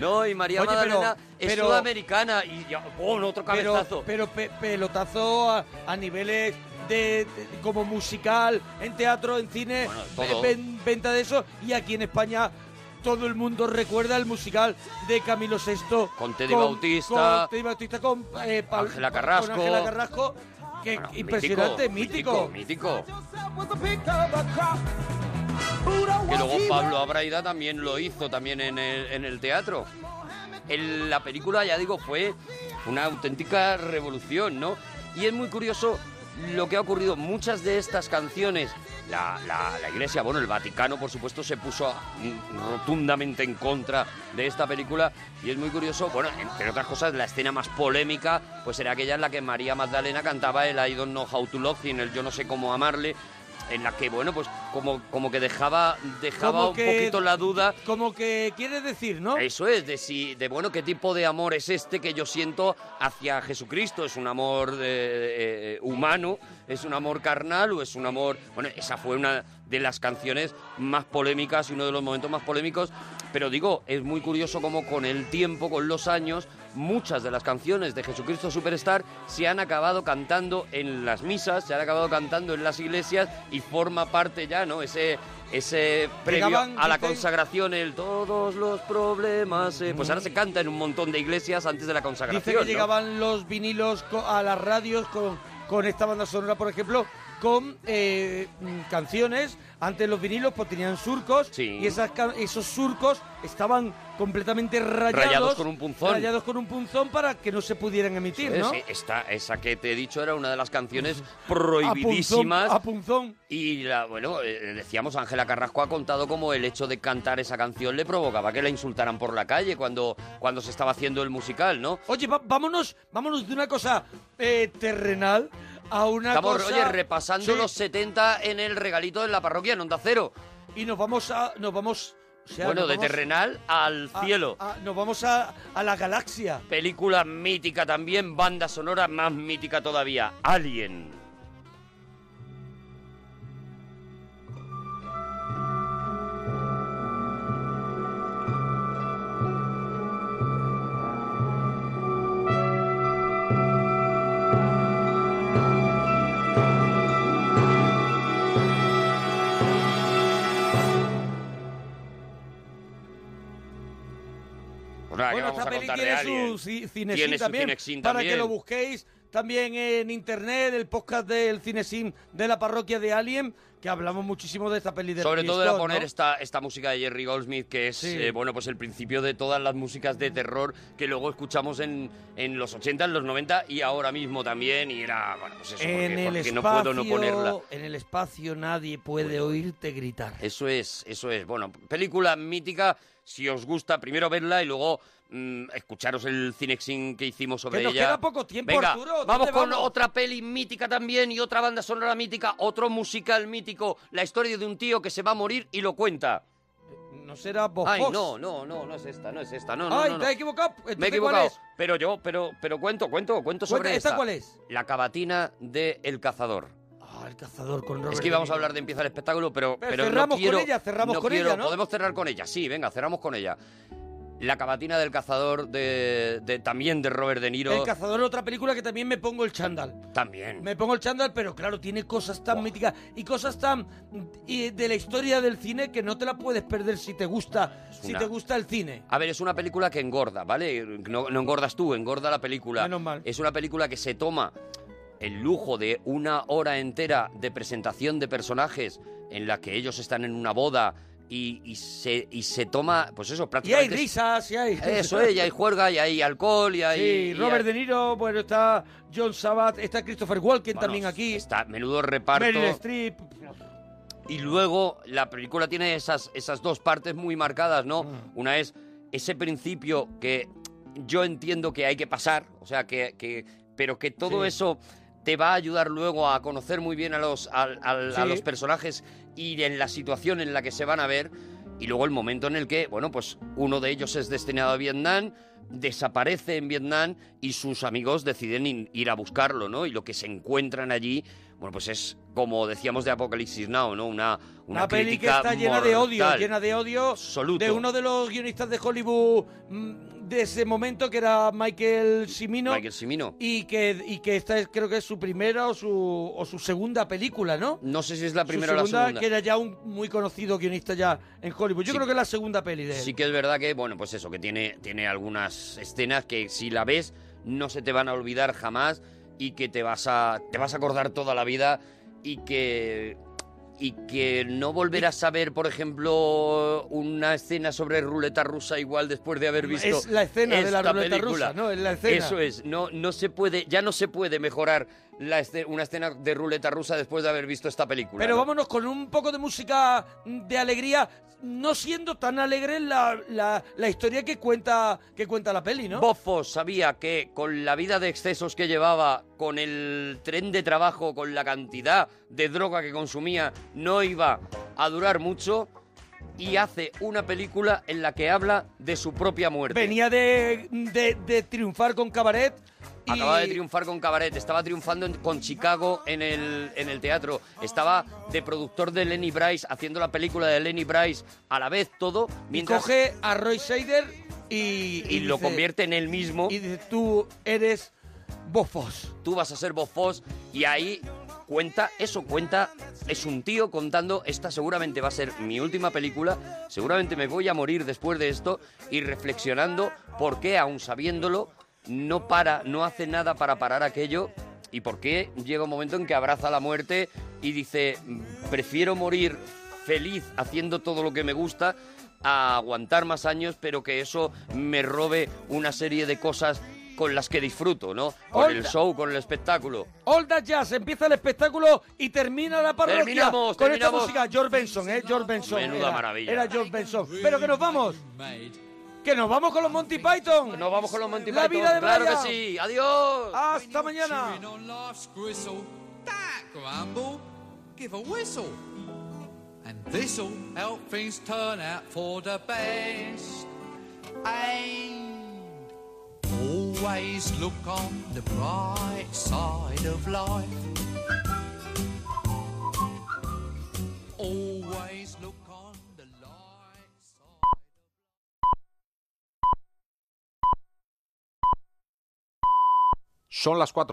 Speaker 1: no, y María
Speaker 2: Oye, pero-
Speaker 1: Magdalena es
Speaker 2: pero-
Speaker 1: sudamericana y ya, ¡pum! otro
Speaker 2: Pero-
Speaker 1: cabezazo.
Speaker 2: Pero, pe- pelotazo a, a niveles de, de- como musical, en teatro, en cine,
Speaker 1: todo.
Speaker 2: ve- ven- venta de eso. Y aquí en España todo el mundo recuerda el musical de Camilo VI.
Speaker 1: Con Teddy Bautista.
Speaker 2: Con Teddy Bautista, con eh, Pablo-
Speaker 1: Ángela
Speaker 2: con
Speaker 1: Carrasco.
Speaker 2: Ángela Carrasco, Que
Speaker 1: Bueno,
Speaker 2: impresionante,
Speaker 1: mítico,
Speaker 2: mítico.
Speaker 1: mítico.
Speaker 8: was a pick of a crop. Who don't
Speaker 1: Que
Speaker 8: want
Speaker 1: luego
Speaker 8: hero?
Speaker 1: Pablo Abraida también lo hizo también en el, en el teatro. El- la película, ya digo, fue una auténtica revolución, ¿no? Y es muy curioso lo que ha ocurrido. Muchas de estas canciones, la, la- la Iglesia, bueno, el Vaticano, por supuesto, se puso a- mm, rotundamente en contra de esta película. Y es muy curioso, bueno, entre otras cosas, la escena más polémica, pues era aquella en la que María Magdalena cantaba el I don't know how to love you, en el Yo no sé cómo amarle. En la que, bueno, pues como, como que dejaba, dejaba
Speaker 2: Como
Speaker 1: un
Speaker 2: que-
Speaker 1: poquito la duda
Speaker 2: Pues, Como que quiere decir, ¿no?
Speaker 1: eso es, de si, de bueno, qué tipo de amor es este que yo siento hacia Jesucristo. ¿Es un amor eh, eh, humano? ¿Es un amor carnal o es un amor.? Bueno, esa fue una de las canciones más polémicas y uno de los momentos más polémicos. Pero digo, es muy curioso cómo con el tiempo, con los años, muchas de las canciones de Jesucristo Superstar se han acabado cantando en las misas, se han acabado cantando en las iglesias y forma parte ya, ¿no? Ese, ese previo
Speaker 2: Llegaban,
Speaker 1: a la
Speaker 2: dicen,
Speaker 1: consagración, el todos los problemas. eh, pues ahora se canta en un montón de iglesias antes de la consagración.
Speaker 2: Mm. Dice que
Speaker 1: ¿no?
Speaker 2: llegaban los vinilos co- a las radios con, con esta banda sonora, por ejemplo, con eh, mm, canciones. Antes los vinilos pues tenían surcos y esas, ca- esos surcos estaban completamente rayados.
Speaker 1: Rayados con un punzón.
Speaker 2: Rayados con un punzón para que no se pudieran emitir,
Speaker 1: Es-
Speaker 2: ¿no?
Speaker 1: Pues esta- esa que te he dicho era una de las canciones prohibidísimas.
Speaker 2: A punzón.
Speaker 1: Y la, bueno, eh, decíamos, Ángela Carrasco ha contado cómo el hecho de cantar esa canción le provocaba que la insultaran por la calle cuando, cuando se estaba haciendo el musical, ¿no?
Speaker 2: Oye, va- vámonos, vámonos de una cosa eh, terrenal a una
Speaker 1: Estamos,
Speaker 2: cosa...
Speaker 1: oye, repasando
Speaker 2: Sí.
Speaker 1: los 70 en el regalito de la parroquia en Onda Cero.
Speaker 2: Y nos vamos a... Nos vamos, o sea,
Speaker 1: bueno,
Speaker 2: nos
Speaker 1: de
Speaker 2: vamos
Speaker 1: terrenal al
Speaker 2: a-
Speaker 1: cielo.
Speaker 2: a- Ah, nos vamos a, a la galaxia.
Speaker 1: Película mítica también, banda sonora más mítica todavía, Alien. Pues nada, ¿qué
Speaker 2: Bueno,
Speaker 1: vamos
Speaker 2: esta
Speaker 1: a
Speaker 2: peli
Speaker 1: contar de
Speaker 2: tiene
Speaker 1: Alien?
Speaker 2: su ci- Cinesin
Speaker 1: Tiene su
Speaker 2: también,
Speaker 1: Cinexin
Speaker 2: para
Speaker 1: también.
Speaker 2: que lo busquéis también en internet, el podcast del Cinesin de la parroquia de Alien, que hablamos muchísimo de esta peli de
Speaker 1: Sobre
Speaker 2: Ridley
Speaker 1: todo era
Speaker 2: Scott,
Speaker 1: poner
Speaker 2: ¿no?
Speaker 1: esta, esta música de Jerry Goldsmith, que es
Speaker 2: Sí.
Speaker 1: eh, bueno pues el principio de todas las músicas de terror que luego escuchamos en, en los 80, en los 90 y ahora mismo también. Y era, bueno, pues eso, porque,
Speaker 2: en el
Speaker 1: porque
Speaker 2: espacio,
Speaker 1: no puedo no ponerla.
Speaker 2: En el espacio nadie puede oírte gritar.
Speaker 1: Eso es, eso es. Bueno, película mítica, si os gusta, primero verla y luego mm, escucharos el cinexin que hicimos sobre
Speaker 2: Que nos
Speaker 1: ella.
Speaker 2: queda poco tiempo,
Speaker 1: Venga,
Speaker 2: Arturo, ¿dónde
Speaker 1: Vamos con
Speaker 2: vamos?
Speaker 1: otra peli mítica también y otra banda sonora mítica, otro musical mítico, la historia de un tío que se va a morir y lo cuenta.
Speaker 2: No será Bob
Speaker 1: Ay,
Speaker 2: Fox.
Speaker 1: no, no, no, no es esta, no es esta, no, no,
Speaker 2: Ay,
Speaker 1: no, no.
Speaker 2: te has equivocado.
Speaker 1: Me he
Speaker 2: Entonces, ¿cuál
Speaker 1: equivocado,
Speaker 2: es?
Speaker 1: pero yo, pero, pero cuento, cuento, cuento sobre
Speaker 2: Cuenta, ¿esta cuál es?
Speaker 1: La cavatina de El Cazador.
Speaker 2: Ah, el cazador con Robert
Speaker 1: Es
Speaker 2: De
Speaker 1: que íbamos a
Speaker 2: Niro.
Speaker 1: hablar de empezar el espectáculo, pero,
Speaker 2: Pero
Speaker 1: pero no
Speaker 2: cerramos con
Speaker 1: quiero-
Speaker 2: ella, cerramos con
Speaker 1: quiero-
Speaker 2: ella, ¿no?
Speaker 1: Podemos cerrar con ella, sí, venga, cerramos con ella. La cavatina del cazador de, de- también de Robert De Niro.
Speaker 2: El cazador, otra película que también me pongo el chándal.
Speaker 1: También.
Speaker 2: Me pongo el chándal, pero claro, tiene cosas tan míticas y cosas tan y de la historia del cine que no te la puedes perder si te gusta, si
Speaker 1: una-
Speaker 2: te gusta el cine.
Speaker 1: A ver, es una película que engorda, ¿vale? No, no engordas tú, engorda la película. Menos mal. Es una película que se toma el lujo de una hora entera de presentación de personajes en la que ellos están en una boda y, y se, y se toma, pues
Speaker 2: Y
Speaker 1: eso,
Speaker 2: hay
Speaker 1: prácticamente...
Speaker 2: risas, y hay...
Speaker 1: [LAUGHS] Eso es, y hay juerga, y hay alcohol, y hay...
Speaker 2: Sí,
Speaker 1: y
Speaker 2: Robert De
Speaker 1: hay-
Speaker 2: Niro, bueno, está John Sabat, está Christopher Walken
Speaker 1: Bueno, este
Speaker 2: también aquí.
Speaker 1: Está menudo reparto.
Speaker 2: Meryl Streep.
Speaker 1: Y luego la película tiene esas, esas dos partes muy marcadas, ¿no? Una es ese principio que yo entiendo que hay que pasar, o sea, que, que- pero que todo
Speaker 2: Sí.
Speaker 1: eso te va a ayudar luego a conocer muy bien a los, al- al- a
Speaker 2: Sí.
Speaker 1: los personajes y en la situación en la que se van a ver. Y luego el momento en el que, bueno, pues uno de ellos es destinado a Vietnam, desaparece en Vietnam y sus amigos deciden in- ir a buscarlo, ¿no? Y lo que se encuentran allí, bueno, pues es como decíamos de Apocalipsis Now, ¿no? Una, una,
Speaker 2: Una peli que
Speaker 1: crítica
Speaker 2: está llena de odio,
Speaker 1: mortal.
Speaker 2: llena de odio
Speaker 1: Absoluto.
Speaker 2: de uno de los guionistas de Hollywood mm, de ese momento, que era Michael Cimino.
Speaker 1: Michael Cimino.
Speaker 2: Y que, y que esta es, creo que es su primera o su, o su segunda película, ¿no?
Speaker 1: No sé si es la primera
Speaker 2: su
Speaker 1: o la
Speaker 2: segunda,
Speaker 1: segunda.
Speaker 2: que era ya un muy conocido guionista ya en Hollywood. Yo creo que es la segunda peli de él.
Speaker 1: Sí que es verdad que, bueno, pues eso, que tiene, tiene algunas escenas que si la ves no se te van a olvidar jamás y que te vas a, te vas a acordar toda la vida y que, y que no volverás a ver, por ejemplo, una escena sobre ruleta rusa igual después de haber visto
Speaker 2: Es la escena de la
Speaker 1: esta
Speaker 2: ruleta
Speaker 1: película.
Speaker 2: rusa, ¿no? Es la escena.
Speaker 1: Eso es, no, no se puede, ya no se puede mejorar la esce- una escena de ruleta rusa después de haber visto esta película.
Speaker 2: Pero
Speaker 1: ¿no?
Speaker 2: vámonos con un poco de música de alegría, no siendo tan alegre la, la, la historia que cuenta, que cuenta la peli, ¿no?
Speaker 1: Bofo sabía que con la vida de excesos que llevaba, con el tren de trabajo, con la cantidad de droga que consumía, no iba a durar mucho y hace una película en la que habla de su propia muerte.
Speaker 2: Venía de, de- de triunfar con Cabaret. y-
Speaker 1: Acababa de triunfar con Cabaret, estaba triunfando en- con Chicago en el, en el teatro, estaba de productor de Lenny Bryce, haciendo la película de Lenny Bryce, a la vez todo,
Speaker 2: y
Speaker 1: mientras...
Speaker 2: coge a Roy Shader y...
Speaker 1: y lo
Speaker 2: dice-
Speaker 1: convierte en él mismo.
Speaker 2: Y dice, tú eres Bofos.
Speaker 1: Tú vas a ser Bofos y ahí cuenta, eso cuenta, es un tío contando, esta seguramente va a ser mi última película, seguramente me voy a morir después de esto y reflexionando por qué, aún sabiéndolo, no para, no hace nada para parar aquello y por qué llega un momento en que abraza la muerte y dice, prefiero morir feliz haciendo todo lo que me gusta a aguantar más años, pero que eso me robe una serie de cosas con las que disfruto, ¿no? Con el
Speaker 2: Onda.
Speaker 1: show, con el espectáculo.
Speaker 2: All That Jazz, empieza el espectáculo y termina la parroquia
Speaker 1: Terminamos,
Speaker 2: con
Speaker 1: terminamos.
Speaker 2: esta música. George Benson, ¿eh? George Benson.
Speaker 1: Menuda
Speaker 2: era,
Speaker 1: maravilla.
Speaker 2: Era George Benson. Pero que nos vamos. Que nos vamos con los Monty Python. Nos
Speaker 1: vamos con los Monty
Speaker 2: La
Speaker 1: Python,
Speaker 2: vida de
Speaker 1: claro
Speaker 2: Brian.
Speaker 1: que sí. Adiós.
Speaker 2: Hasta mañana.
Speaker 6: Chewing on life's gristle. That grumble, give a whistle. And this'll help things turn out for the best. And always look on the bright side of life. Always look on the light side.
Speaker 9: Son las 4,